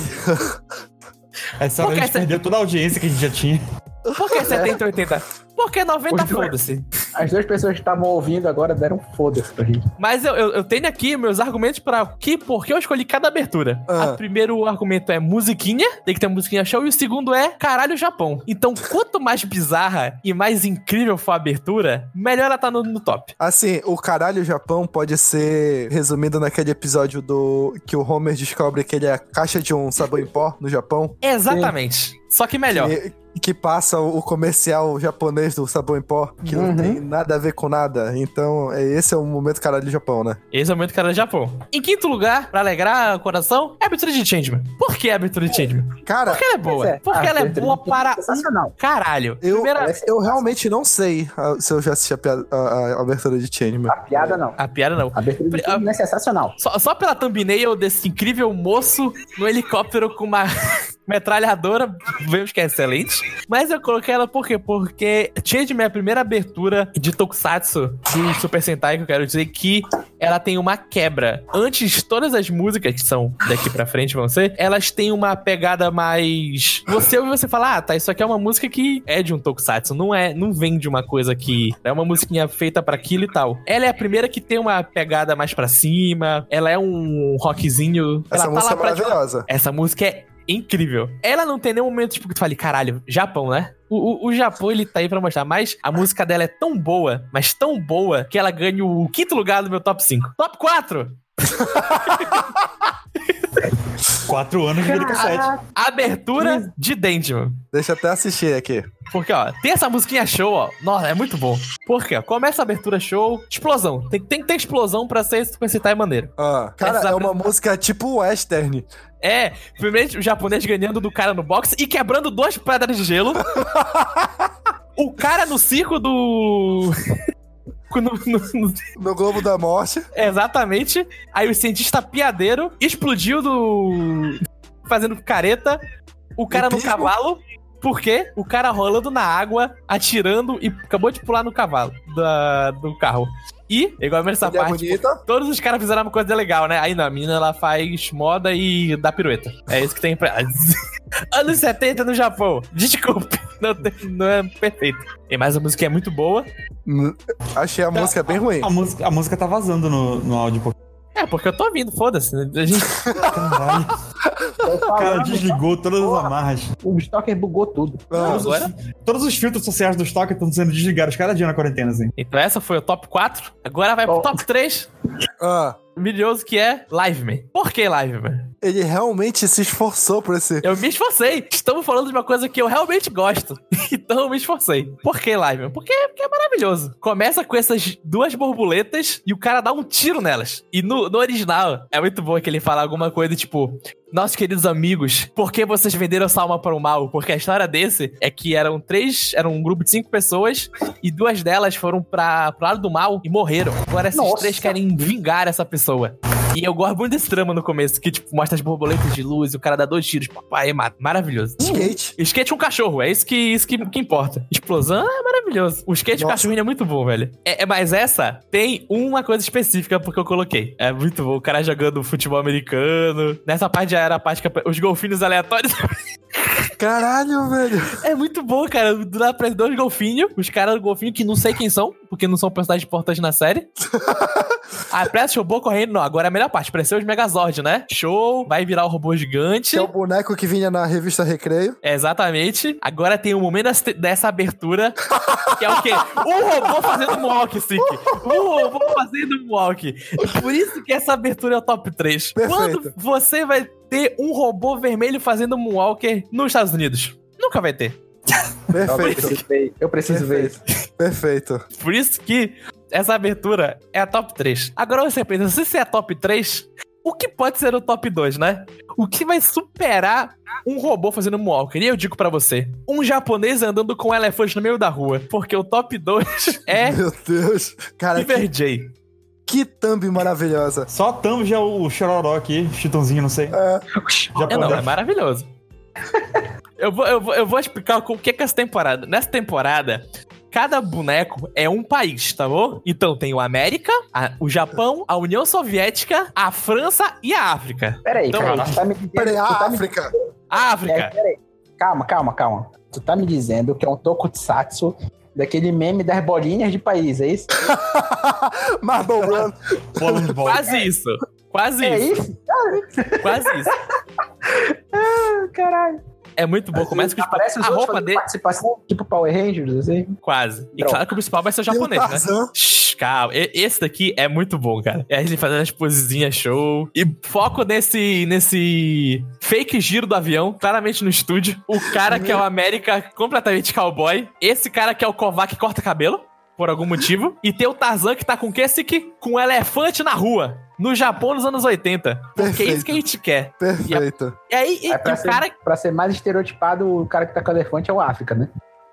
Speaker 2: Essa hora a
Speaker 3: Ah. Porque
Speaker 2: gente
Speaker 3: essa-
Speaker 2: perdeu toda a audiência que a gente já tinha.
Speaker 3: Por que 70 e 80? Por que 90?
Speaker 4: Os dois.
Speaker 3: Foda-se.
Speaker 4: As duas pessoas que estavam ouvindo agora deram um foda-se pra gente.
Speaker 3: Mas eu, eu, eu tenho aqui meus argumentos pra que, por que eu escolhi cada abertura.
Speaker 1: Ah.
Speaker 3: O primeiro argumento é musiquinha, tem que ter musiquinha show, e o segundo é caralho Japão. Então, quanto mais bizarra e mais incrível for a abertura, melhor ela tá no, no top.
Speaker 1: Assim, o caralho Japão pode ser resumido naquele episódio do que o Homer descobre que ele é a caixa de um sabão em pó no Japão,
Speaker 3: Exatamente. Só que melhor.
Speaker 1: que, que passa o comercial japonês do sabão em pó, que não
Speaker 4: Uhum.
Speaker 1: tem nada a ver com nada. Então, é- esse é o momento caralho Japão, né?
Speaker 3: Esse é o momento caralho Japão. Em quinto lugar, pra alegrar o coração, é a abertura de Changeman. Por que a abertura de Changeman?
Speaker 1: Cara,
Speaker 3: Porque ela é boa.
Speaker 4: Pois é.
Speaker 3: Porque
Speaker 4: Ah,
Speaker 3: ela é
Speaker 4: abertura
Speaker 3: boa
Speaker 4: de
Speaker 3: para um
Speaker 4: Sensacional.
Speaker 3: caralho.
Speaker 1: eu, é,
Speaker 3: Primeira...
Speaker 1: eu realmente não sei ah, se eu já assisti a, piada- a- a abertura de Changeman.
Speaker 4: A piada não.
Speaker 3: A piada não.
Speaker 4: A abertura de
Speaker 3: Pre-
Speaker 4: filme é sensacional.
Speaker 3: Só, só pela thumbnail desse incrível moço no helicóptero com uma, Metralhadora, vemos que é excelente. Mas eu coloquei ela por quê? Porque tinha de minha primeira abertura de Tokusatsu do Super Sentai, que eu quero dizer que ela tem uma quebra. Antes, todas as músicas que são daqui pra frente vão ser, elas têm uma pegada mais. Você ouve você falar, ah, tá, isso aqui é uma música que é de um Tokusatsu. Não é, não vem de uma coisa que. É uma musiquinha feita pra aquilo e tal. Ela é a primeira que tem uma pegada mais pra cima, ela é um rockzinho.
Speaker 1: Essa
Speaker 3: ela
Speaker 1: música é
Speaker 3: lá pra-
Speaker 1: maravilhosa.
Speaker 3: essa música é incrível. Ela não tem nenhum momento tipo, que tu fale, caralho, Japão, né? O, o, o Japão, ele tá aí pra mostrar, mas a música dela é tão boa, mas tão boa, que ela ganha o quinto lugar do meu top 5. Top 4!
Speaker 2: Quatro anos de videocassete.
Speaker 3: Abertura de Dendman.
Speaker 1: Deixa eu até assistir aqui.
Speaker 3: Porque, ó, tem essa musiquinha show, ó. Nossa, é muito bom. Porque, ó, começa a abertura show, explosão. Tem, tem que ter explosão pra ser esse Sentai é maneiro.
Speaker 1: Ah, cara,
Speaker 3: Essa-
Speaker 1: é uma música tipo western.
Speaker 3: É, primeiro o japonês ganhando do cara no boxe e quebrando duas pedras de gelo. o cara no circo do. no- no- no-
Speaker 1: No Globo da Morte.
Speaker 3: exatamente. Aí o cientista piadeiro explodiu do. fazendo careta. O cara no
Speaker 1: pisco?
Speaker 3: cavalo. Por quê? O cara rolando na água, atirando e acabou de pular no cavalo da- do carro. E, igual
Speaker 1: Essa
Speaker 3: essa
Speaker 1: é
Speaker 3: parte,
Speaker 1: bonita.
Speaker 3: Todos os caras fizeram uma coisa legal, né? Aí não, a menina ela faz moda e dá pirueta. É isso que tem pra ela. Anos 70 no Japão. Desculpe, não, tem- não é perfeito. E mais uma música que é muito boa.
Speaker 1: Hum, Achei a música bem ruim.
Speaker 2: A música, a música tá vazando no, no áudio. pô.
Speaker 3: É, porque eu tô ouvindo, foda-se. né? A gente-
Speaker 2: Caralho. O
Speaker 3: Ah,
Speaker 2: cara desligou todas as amarras.
Speaker 4: O Stalker bugou tudo.
Speaker 1: Ah,
Speaker 2: Todos os- Todos os filtros sociais do estoque estão sendo desligados cada dia na quarentena, assim.
Speaker 3: Então essa foi o top 4. Agora vai pro
Speaker 4: Oh.
Speaker 3: top 3.
Speaker 1: ah,
Speaker 3: Milhoso que é Live Man. Por que Live Man?
Speaker 1: ele realmente se esforçou por esse.
Speaker 3: Eu me esforcei. Estamos falando de uma coisa que eu realmente gosto. Então eu me esforcei. Por que Live Man? Porque, porque é maravilhoso. Começa com essas duas borboletas e o cara dá um tiro nelas. E no, no original, é muito bom que ele fala alguma coisa tipo. Nossos queridos amigos, por que vocês venderam essa alma para o mal? Porque a história desse é que eram três, era um grupo de cinco pessoas e duas delas foram para pro lado do mal e morreram. Agora esses
Speaker 4: Nossa.
Speaker 3: três querem vingar essa pessoa. E eu gosto muito desse trama no começo, que tipo, mostra as borboletas de luz e o cara dá dois tiros, papai, é mata. Maravilhoso.
Speaker 1: Skate.
Speaker 3: Skate é um cachorro, é isso que, isso que, que importa. Explosão é maravilhoso. O skate
Speaker 1: Nossa.
Speaker 3: cachorrinho é muito bom, velho. É, é- mas essa tem uma coisa específica porque eu coloquei. É muito bom. O cara jogando futebol americano. Nessa parte já era a parte que ap- os golfinhos aleatórios.
Speaker 1: Caralho, velho.
Speaker 3: é muito bom, cara. Do nada aparecem dois golfinhos. Os caras do golfinho que não sei quem são, porque não são personagens importantes na série. Aí aparece o robô correndo. Não, agora é a melhor parte. Apareceu os Megazord, né? Show. Vai virar o robô gigante.
Speaker 1: Que é o boneco que vinha na revista Recreio.
Speaker 3: É, Exatamente. Agora tem o momento das- dessa abertura, que é o quê? Um robô fazendo moonwalk, Sick. Um robô fazendo moonwalk. Por isso que essa abertura é o top 3.
Speaker 1: Perfeito.
Speaker 3: Quando você vai ter um robô vermelho fazendo moonwalker nos Estados Unidos? Nunca vai ter.
Speaker 4: Eu
Speaker 1: Perfeito,
Speaker 4: preciso ver, eu preciso ver isso.
Speaker 1: perfeito.
Speaker 3: Por isso que essa abertura é a top 3. Agora você pensa, se isso é a top 3, o que pode ser o top 2, né? O que vai superar um robô fazendo Moonwalker? E eu digo pra você, um japonês andando com um elefante no meio da rua. Porque o top 2 é
Speaker 1: Meu Deus. Cara, que,
Speaker 3: River J.
Speaker 1: que thumb maravilhosa.
Speaker 2: Só estamos já é o chororó aqui, chitãozinho, não sei.
Speaker 1: É,
Speaker 2: Já
Speaker 3: É, não, é
Speaker 2: pode.
Speaker 3: maravilhoso. Eu vou, eu, vou, eu vou explicar o que é essa temporada. Nessa temporada, cada boneco é um país, tá bom? Então tem o América, a- o Japão, a União Soviética, a França e a África.
Speaker 4: Peraí,
Speaker 3: Então,
Speaker 4: peraí. Tu tá me dizendo,
Speaker 1: peraí,
Speaker 4: tu
Speaker 1: a
Speaker 4: tá me-
Speaker 1: África.
Speaker 3: África.
Speaker 4: peraí. Calma, calma, calma. Tu tá me dizendo que é um tokusatsu daquele meme das bolinhas de país, é isso?
Speaker 3: Ah,
Speaker 1: Marble Run.
Speaker 2: Bola de bola.
Speaker 3: Quase isso. Quase
Speaker 4: É
Speaker 3: isso.
Speaker 4: isso?
Speaker 3: Quase isso.
Speaker 4: Caralho.
Speaker 3: É muito bom. Começa com os
Speaker 4: Aparece os
Speaker 3: A
Speaker 4: outros
Speaker 3: roupa
Speaker 4: fazendo
Speaker 3: dele.
Speaker 4: participação, tipo Power Rangers, assim.
Speaker 3: Quase. E
Speaker 4: Não.
Speaker 3: claro que o principal vai ser o
Speaker 1: Tem o
Speaker 3: japonês, né?
Speaker 1: Tarzan.
Speaker 3: Shhh, Calma, E- esse daqui é muito bom, cara. É ele fazendo as posezinhas show. E foco nesse, nesse fake giro do avião, claramente no estúdio. O cara que é o América completamente cowboy. Esse cara que é o Kovac que corta cabelo, por algum motivo. E tem o Tarzan que tá com o que, Siki? Com um elefante na rua. No Japão nos anos 80. Porque é isso
Speaker 1: Perfeito.
Speaker 3: que a gente quer.
Speaker 1: Perfeito.
Speaker 3: E aí, e
Speaker 4: É
Speaker 3: que
Speaker 4: pra,
Speaker 3: o
Speaker 4: ser,
Speaker 3: cara
Speaker 4: pra ser mais estereotipado, o cara que tá com o elefante é o África, né?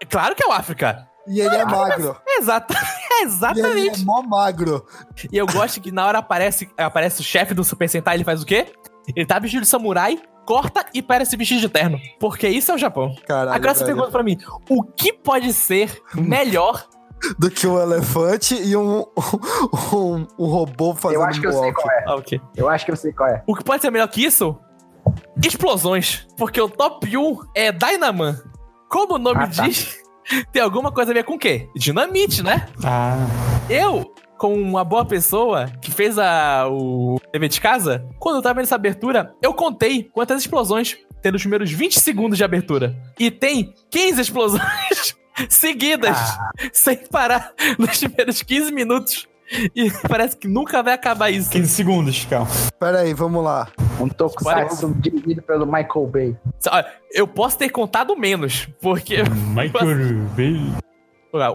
Speaker 3: Claro que é o África.
Speaker 1: E ele é magro.
Speaker 3: Exata,
Speaker 1: E ele é
Speaker 3: Ah, exatamente.
Speaker 1: mó magro.
Speaker 3: E eu gosto que na hora aparece, aparece o chefe do Super Sentai, ele faz o quê? Ele tá vestido de samurai corta e parece vestido de terno. Porque isso é o Japão.
Speaker 1: Caralho,
Speaker 3: Agora você
Speaker 1: velho.
Speaker 3: pergunta pra mim, o que pode ser melhor?
Speaker 1: Do que um elefante e um, um, um robô fazendo um
Speaker 4: Eu acho que eu sei
Speaker 1: walk.
Speaker 4: qual é.
Speaker 3: ah, ok.
Speaker 4: Eu acho que eu sei qual é.
Speaker 3: O que pode ser melhor que isso? Explosões. Porque o top 1 é Dynaman. Como o nome
Speaker 4: Ah, tá.
Speaker 3: diz, tem alguma coisa a ver com o quê? Dinamite, né?
Speaker 2: Ah,
Speaker 3: Eu, com uma boa pessoa que fez a, o TV de casa, quando eu tava nessa abertura, eu contei quantas explosões tem nos primeiros 20 segundos de abertura. E tem 15 explosões seguidas,
Speaker 4: Ah.
Speaker 3: sem parar, nos primeiros 15 minutos. E parece que nunca vai acabar isso.
Speaker 2: 15 segundos, calma.
Speaker 1: Pera aí, vamos lá.
Speaker 4: Um tokusatsu dirigido pelo Michael Bay.
Speaker 3: Olha, Eu posso ter contado menos, porque
Speaker 2: Michael Bay.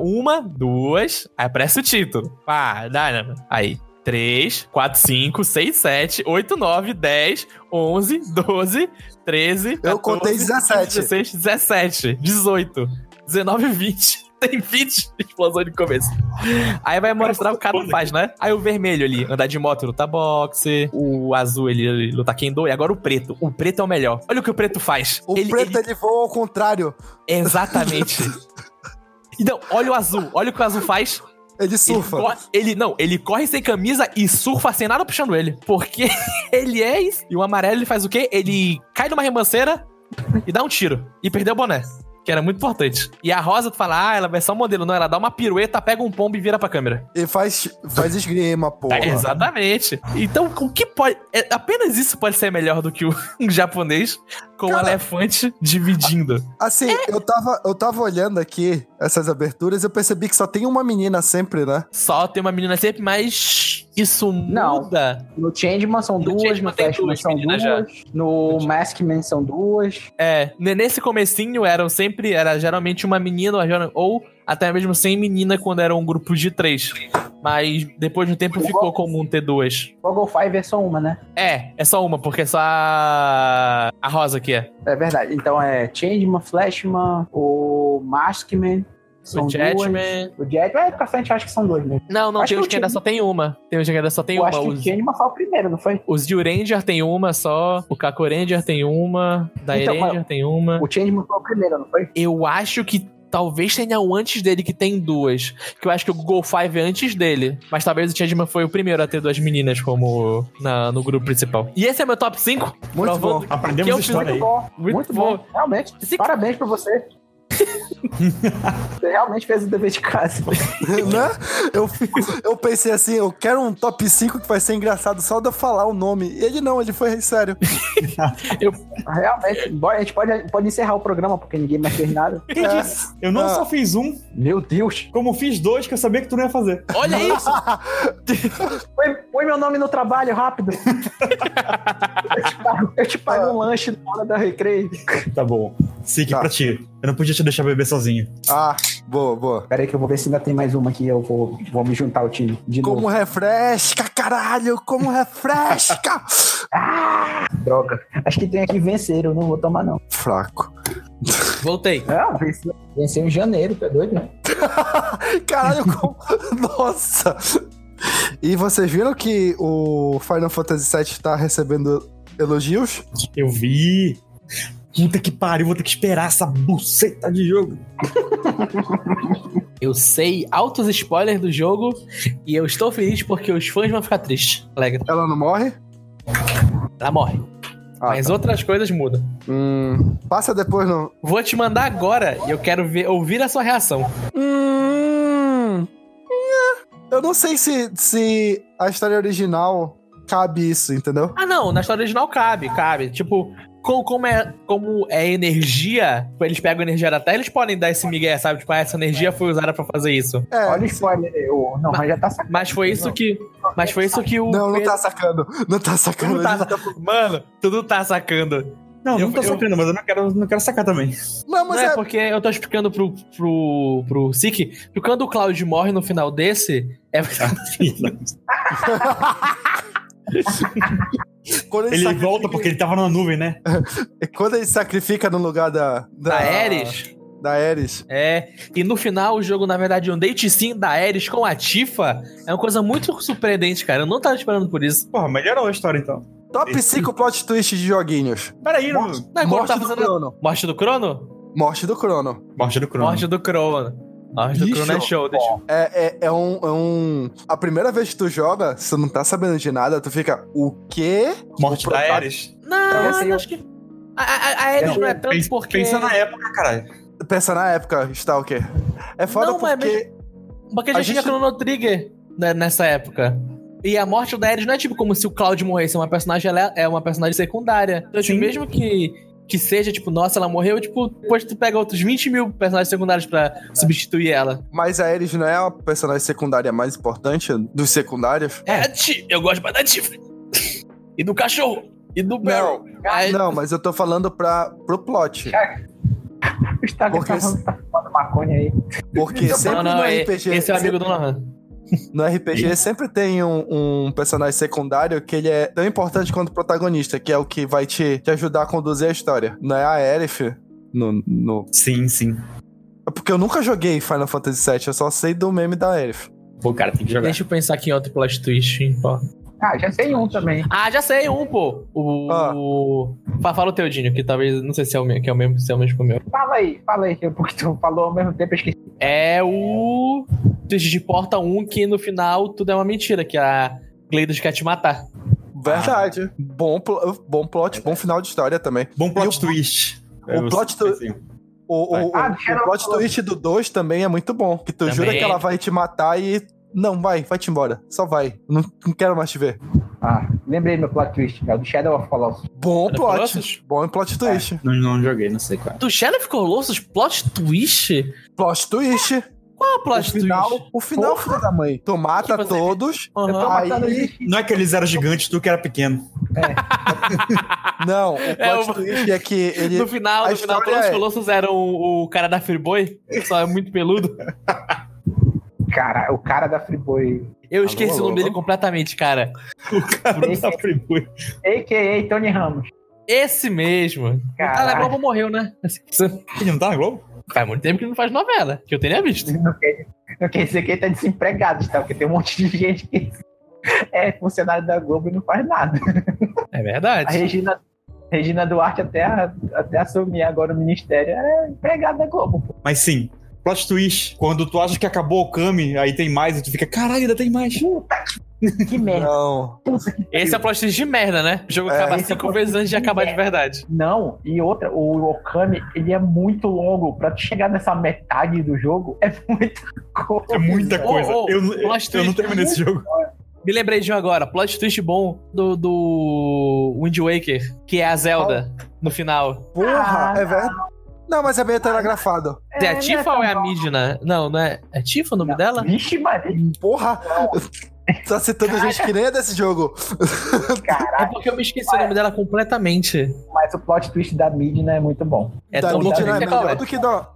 Speaker 3: uma, duas, aí aparece o título. Ah, Dynamo. Aí, três, quatro, cinco, seis, sete, oito, nove, dez, onze, doze, treze.
Speaker 1: Eu
Speaker 3: 14,
Speaker 1: contei 17.
Speaker 3: 16, 17, 18, 19, 20. Tem 20 explosões de começo. Aí vai mostrar o que cada um faz, né? Aí o vermelho ali, andar de moto e lutar boxe. O azul, ele, ele luta kendo. E agora o preto. O preto é o melhor. Olha o que o preto faz.
Speaker 1: O
Speaker 3: Ele-
Speaker 1: preto
Speaker 3: ele-
Speaker 1: ele... voa ao contrário.
Speaker 3: Exatamente. Então, olha o azul. Olha o que o azul faz.
Speaker 1: Ele surfa.
Speaker 3: Ele, corre- ele- não, ele corre sem camisa e surfa sem nada puxando ele. Porque ele é isso. E o amarelo ele faz o quê? Ele cai numa ribanceira e dá um tiro. E perdeu o boné. Que era muito importante. E a Rosa, tu fala, ah, ela vai ser um modelo. Não, ela dá uma pirueta, pega um pombo e vira pra câmera.
Speaker 1: E faz, faz esgrima, porra.
Speaker 3: Tá, Exatamente. Então, o que pode. é, apenas isso pode ser melhor do que o- um japonês com um
Speaker 1: Cara-
Speaker 3: elefante dividindo.
Speaker 1: Assim,
Speaker 3: É.
Speaker 1: eu, tava, eu tava olhando aqui essas aberturas e eu percebi que só tem uma menina sempre, né?
Speaker 3: Só tem uma menina sempre, mas isso
Speaker 4: Não.
Speaker 3: muda.
Speaker 4: No Changeman são
Speaker 3: No
Speaker 4: duas,
Speaker 3: Changeman
Speaker 4: no
Speaker 3: tem
Speaker 4: Flashman
Speaker 3: duas
Speaker 4: são
Speaker 3: meninas já.
Speaker 4: duas, no Maskman são duas.
Speaker 3: É, ne- nesse comecinho eram sempre, era geralmente uma menina ou gera- ou até mesmo sem menina quando era um grupo de três. Mas depois de um tempo ficou comum ter duas.
Speaker 4: Google Five é só uma, né?
Speaker 3: É, é só uma, porque é só a, a Rosa que é.
Speaker 4: É verdade. Então é Changeman, Flashman, o Maskman. São
Speaker 3: O
Speaker 4: duas.
Speaker 3: Jetman.
Speaker 4: O Jetman é pra frente, eu acho que são dois mesmo.
Speaker 3: Não, não,
Speaker 4: Acho
Speaker 3: tem
Speaker 4: que
Speaker 3: uns
Speaker 4: o
Speaker 3: que ainda
Speaker 4: Jet-
Speaker 3: só tem uma. Tem uns que ainda só tem
Speaker 4: eu
Speaker 3: uma.
Speaker 4: acho que o
Speaker 3: Os,
Speaker 4: Changeman foi o primeiro, não foi?
Speaker 3: os Yu Ranger tem uma só. O Kako Ranger tem uma. Dai
Speaker 4: Então, mas-
Speaker 3: Ranger tem uma.
Speaker 4: O Changeman foi o primeiro, não foi?
Speaker 3: Eu acho que talvez tenha um antes dele que tem duas. Que eu acho que o Google Five é antes dele. Mas talvez o Changeman foi o primeiro a ter duas meninas como na- no grupo principal. E esse é meu top 5.
Speaker 1: Muito
Speaker 3: Provando-
Speaker 2: Aprendemos
Speaker 3: Que eu
Speaker 2: história
Speaker 3: fiz um
Speaker 2: aí.
Speaker 4: Muito bom.
Speaker 3: Muito
Speaker 4: Muito,
Speaker 3: bom.
Speaker 4: bom. Realmente.
Speaker 3: Se-
Speaker 4: Parabéns pra você. você realmente fez o dever de casa.
Speaker 1: né? Eu, eu pensei assim, eu quero um top 5 que vai ser engraçado só de eu falar o nome. E ele não, ele foi sério.
Speaker 4: Realmente. Bora, a gente pode, pode encerrar o programa, porque ninguém mais fez nada.
Speaker 2: Quem
Speaker 1: É.
Speaker 2: disse? Eu não
Speaker 1: Ah.
Speaker 2: só fiz um,
Speaker 4: Meu Deus.
Speaker 2: como fiz dois que eu sabia que tu não ia fazer.
Speaker 3: Olha isso!
Speaker 4: Põe, põe meu nome no trabalho, rápido. eu te pago, eu te pago um lanche na hora da recreio.
Speaker 2: Tá bom. Sique
Speaker 1: Tá.
Speaker 2: pra ti. Eu não podia te deixar beber sozinho.
Speaker 1: Ah, boa, boa.
Speaker 4: Pera aí que eu vou ver se ainda tem mais uma aqui. Eu vou, vou me juntar ao time de
Speaker 1: Como
Speaker 4: novo.
Speaker 1: refresca, caralho, como refresca!
Speaker 4: é? Droga. Acho que tem aqui vencer, eu não vou tomar, não.
Speaker 1: Fraco.
Speaker 3: Voltei.
Speaker 4: Ah, venceu, venceu em janeiro, tá doido, né?
Speaker 1: Caralho, como... Nossa! E vocês viram que o Final Fantasy VII tá recebendo elogios?
Speaker 2: Eu vi. Puta que pariu, vou ter que esperar essa buceta de jogo.
Speaker 3: Eu sei altos spoilers do jogo e eu estou feliz porque os fãs vão ficar tristes. Alegra.
Speaker 1: Ela não morre?
Speaker 3: Ela morre.
Speaker 1: Ah,
Speaker 3: Mas outras coisas mudam.
Speaker 1: Hum, passa depois no.
Speaker 3: Vou te mandar agora e eu quero ver, ouvir a sua reação.
Speaker 1: Hum. É, Eu não sei se, se a história original cabe isso, entendeu?
Speaker 3: Ah, não, na história original cabe, cabe. Tipo, com- como, é, como é energia, tipo, eles pegam a energia da Terra, eles podem dar esse migué, sabe? Tipo, ah, essa energia foi usada pra fazer isso.
Speaker 1: É.
Speaker 4: Olha o spoiler. Eu, não, mas já tá sacando.
Speaker 3: Mas foi isso que. Mas foi isso que o.
Speaker 1: Não, não
Speaker 3: Pedro-
Speaker 1: tá sacando. Não tá
Speaker 3: tu
Speaker 1: sacando.
Speaker 3: não tá sa- Mano, tu não tá sacando.
Speaker 2: Não,
Speaker 3: Eu-
Speaker 2: não tô
Speaker 3: eu-
Speaker 2: sacando, mas eu não quero, não quero sacar também.
Speaker 1: Não,
Speaker 3: Não
Speaker 1: mas
Speaker 3: é,
Speaker 1: é.
Speaker 3: porque eu tô explicando pro, pro, pro Sik que quando o Cláudio morre no final desse. É...
Speaker 1: Quando ele,
Speaker 2: ele
Speaker 1: sacrifica,
Speaker 2: volta porque ele tava na nuvem, né?
Speaker 1: quando ele sacrifica no lugar da.
Speaker 3: da Ares.
Speaker 1: Da Ares.
Speaker 3: É, e no final o jogo, na verdade, é um date sim da Ares com a Tifa é uma coisa muito surpreendente, cara. Eu não tava esperando por isso.
Speaker 2: Porra, melhorou a história então.
Speaker 1: Top 5 plot twist de joguinhos.
Speaker 2: Peraí, não.
Speaker 1: Morte,
Speaker 3: Não, agora
Speaker 1: morte
Speaker 3: tá
Speaker 1: do
Speaker 3: fazendo.
Speaker 1: Crono.
Speaker 3: Morte do Crono?
Speaker 1: Morte do Crono.
Speaker 2: Morte do Crono.
Speaker 3: Morte do Crono. Morte do
Speaker 1: Ixi,
Speaker 3: Crono é show, deixa eu-
Speaker 1: É, é, é, um, é um. A primeira vez que tu joga, você não tá sabendo de nada, tu fica, o quê?
Speaker 2: Morte
Speaker 1: O
Speaker 2: da
Speaker 1: prota-
Speaker 2: Ares.
Speaker 3: Não,
Speaker 4: Essa aí eu-
Speaker 3: acho que. A, a, a Eris
Speaker 4: Não,
Speaker 3: não é tanto
Speaker 2: Pensa,
Speaker 3: porque.
Speaker 2: pensa na época, caralho.
Speaker 1: Pensa na época, Stalker. É foda
Speaker 3: Não, mas
Speaker 1: porque.
Speaker 3: Porque a
Speaker 1: A
Speaker 3: gente tinha
Speaker 1: gente-
Speaker 3: Chrono Trigger né, nessa época. E a morte da Ares não é tipo como se o Cloud morresse, é uma personagem, ela é uma personagem secundária. Então,
Speaker 2: Sim.
Speaker 3: tipo, mesmo que, que seja, tipo, nossa, ela morreu, tipo, depois tu pega outros 20 mil personagens secundários pra substituir ela.
Speaker 1: Mas a Ares não é a personagem secundária mais importante dos secundários?
Speaker 3: É, ti, eu gosto mais da Tiffany. e do cachorro. E do Barrel.
Speaker 1: Não,
Speaker 3: é-
Speaker 1: não, mas eu tô falando pra, pro plot.
Speaker 4: O Instagram
Speaker 1: Porque
Speaker 4: tá
Speaker 1: esse-
Speaker 4: falando- tá fumando maconha aí.
Speaker 1: Porque sempre no
Speaker 3: é-
Speaker 1: RPG.
Speaker 3: Esse é o amigo
Speaker 1: sempre-
Speaker 3: do Nohan.
Speaker 1: No RPG sempre tem um, um personagem secundário que ele é tão importante quanto o protagonista, que é o que vai te, te ajudar a conduzir a história. Não é a Aerith no, no...
Speaker 2: Sim, sim.
Speaker 1: É Porque eu nunca joguei Final Fantasy VII, eu só sei do meme da Aerith.
Speaker 2: Pô, cara, tem que jogar.
Speaker 3: Deixa eu pensar aqui em outro plot twist. hein, pô.
Speaker 4: Ah, já tem um também.
Speaker 3: Ah, já sei, um, pô.
Speaker 1: Ah.
Speaker 3: O. Fa- Fala o teu Dinho, que talvez. Não sei se é o mesmo, que é o mesmo, se é o mesmo que o meu.
Speaker 4: Fala aí, fala aí, que eu- porque tu falou ao mesmo tempo, eu esqueci.
Speaker 3: É o. Twist de porta 1, que no final tudo é uma mentira, que a Gleidos quer te matar.
Speaker 1: Verdade. Bom, pl- bom plot, bom final de história também.
Speaker 2: Bom
Speaker 1: E
Speaker 2: plot
Speaker 1: o-
Speaker 2: twist. É, eu
Speaker 1: plot
Speaker 2: sei,
Speaker 1: twi-
Speaker 2: sei.
Speaker 1: O, o, o,
Speaker 4: Ah,
Speaker 1: o
Speaker 4: Sherlock
Speaker 1: plot
Speaker 4: Holmes.
Speaker 1: twist do 2 também é muito bom. Que tu jura
Speaker 3: Também.
Speaker 1: que ela vai te matar e. Não, vai, vai-te embora. Só vai. Não, não quero mais te ver.
Speaker 4: Ah, lembrei meu plot twist, é o do Shadow of Colossus.
Speaker 1: Bom
Speaker 3: Era Colossus?
Speaker 1: plot. Bom plot twist.
Speaker 2: Não, não joguei, não sei qual. é.
Speaker 3: Do Sheriff Colossus, plot twist?
Speaker 1: Plot twist.
Speaker 3: Qual é o plot
Speaker 1: o final, é
Speaker 3: twist?
Speaker 1: o final, filho da mãe. Tu mata
Speaker 3: Tipo assim,
Speaker 1: todos.
Speaker 4: Eu tô
Speaker 3: Aham.
Speaker 1: Aí-
Speaker 4: matando ele.
Speaker 2: Não é aqueles era gigantes, tu que era pequeno.
Speaker 1: Não, o plot
Speaker 3: É, o-
Speaker 1: twist é que ele.
Speaker 3: No final,
Speaker 1: a
Speaker 3: no final,
Speaker 1: história
Speaker 3: todos os
Speaker 1: é-
Speaker 3: colossos eram o, o cara da Freeboy, que só é muito peludo.
Speaker 4: Cara, o cara da Friboi.
Speaker 3: Eu esqueci
Speaker 1: alô,
Speaker 3: o nome
Speaker 1: alô.
Speaker 3: dele completamente, cara.
Speaker 2: Tá Friboi.
Speaker 4: A.K.A. Tony Ramos.
Speaker 3: Esse mesmo. Ah, na
Speaker 4: Caralho.
Speaker 3: Globo morreu, né? Assim,
Speaker 2: Ele não tá na Globo?
Speaker 3: Faz muito tempo que ele não faz novela, que eu tenha visto.
Speaker 4: Não quer, não quer dizer que ele tá desempregado, tá? Porque tem um monte de gente que é funcionário da Globo e não faz nada.
Speaker 3: É
Speaker 4: A
Speaker 3: verdade.
Speaker 4: Regina, Regina Duarte até, até assumir agora o ministério era empregada da Globo. pô.
Speaker 2: Mas sim. Plot twist. Quando tu acha que acabou o Kami, aí tem mais, e tu fica, caralho, ainda tem mais.
Speaker 4: Que merda.
Speaker 1: Não.
Speaker 3: Esse é o plot twist de merda, né? O jogo
Speaker 1: É.
Speaker 3: acaba
Speaker 4: Esse é o
Speaker 3: cinco
Speaker 4: plot
Speaker 3: vezes
Speaker 4: twist
Speaker 3: antes de
Speaker 4: de
Speaker 3: acabar de
Speaker 4: merda.
Speaker 3: verdade.
Speaker 4: Não, e outra, o Okami, ele é muito longo. Pra tu chegar nessa metade do jogo, é muita coisa.
Speaker 2: É muita
Speaker 3: Ô,
Speaker 2: coisa.
Speaker 3: ô,
Speaker 2: eu, eu,
Speaker 3: plot
Speaker 2: eu não
Speaker 3: twist.
Speaker 2: terminei esse jogo.
Speaker 3: Me lembrei de um agora, plot twist bom do, do Wind Waker, que é a Zelda no final.
Speaker 1: Porra,
Speaker 4: Ah,
Speaker 1: é verdade. Não, mas é bem telegrafado.
Speaker 3: É, a
Speaker 4: não
Speaker 3: Tifa
Speaker 4: tão
Speaker 3: ou é a
Speaker 4: bom.
Speaker 3: Midna? Não, não é. É Tifa o nome dela?
Speaker 4: Vixe, Maria,
Speaker 1: Porra! Tá citando gente que nem é desse jogo.
Speaker 3: É
Speaker 4: caralho.
Speaker 3: porque eu me esqueci o nome dela completamente.
Speaker 4: Mas o plot twist da Midna é muito bom.
Speaker 3: É
Speaker 1: da
Speaker 3: tão louco
Speaker 1: Midna é
Speaker 3: que é
Speaker 1: melhor
Speaker 3: claro.
Speaker 1: do que da.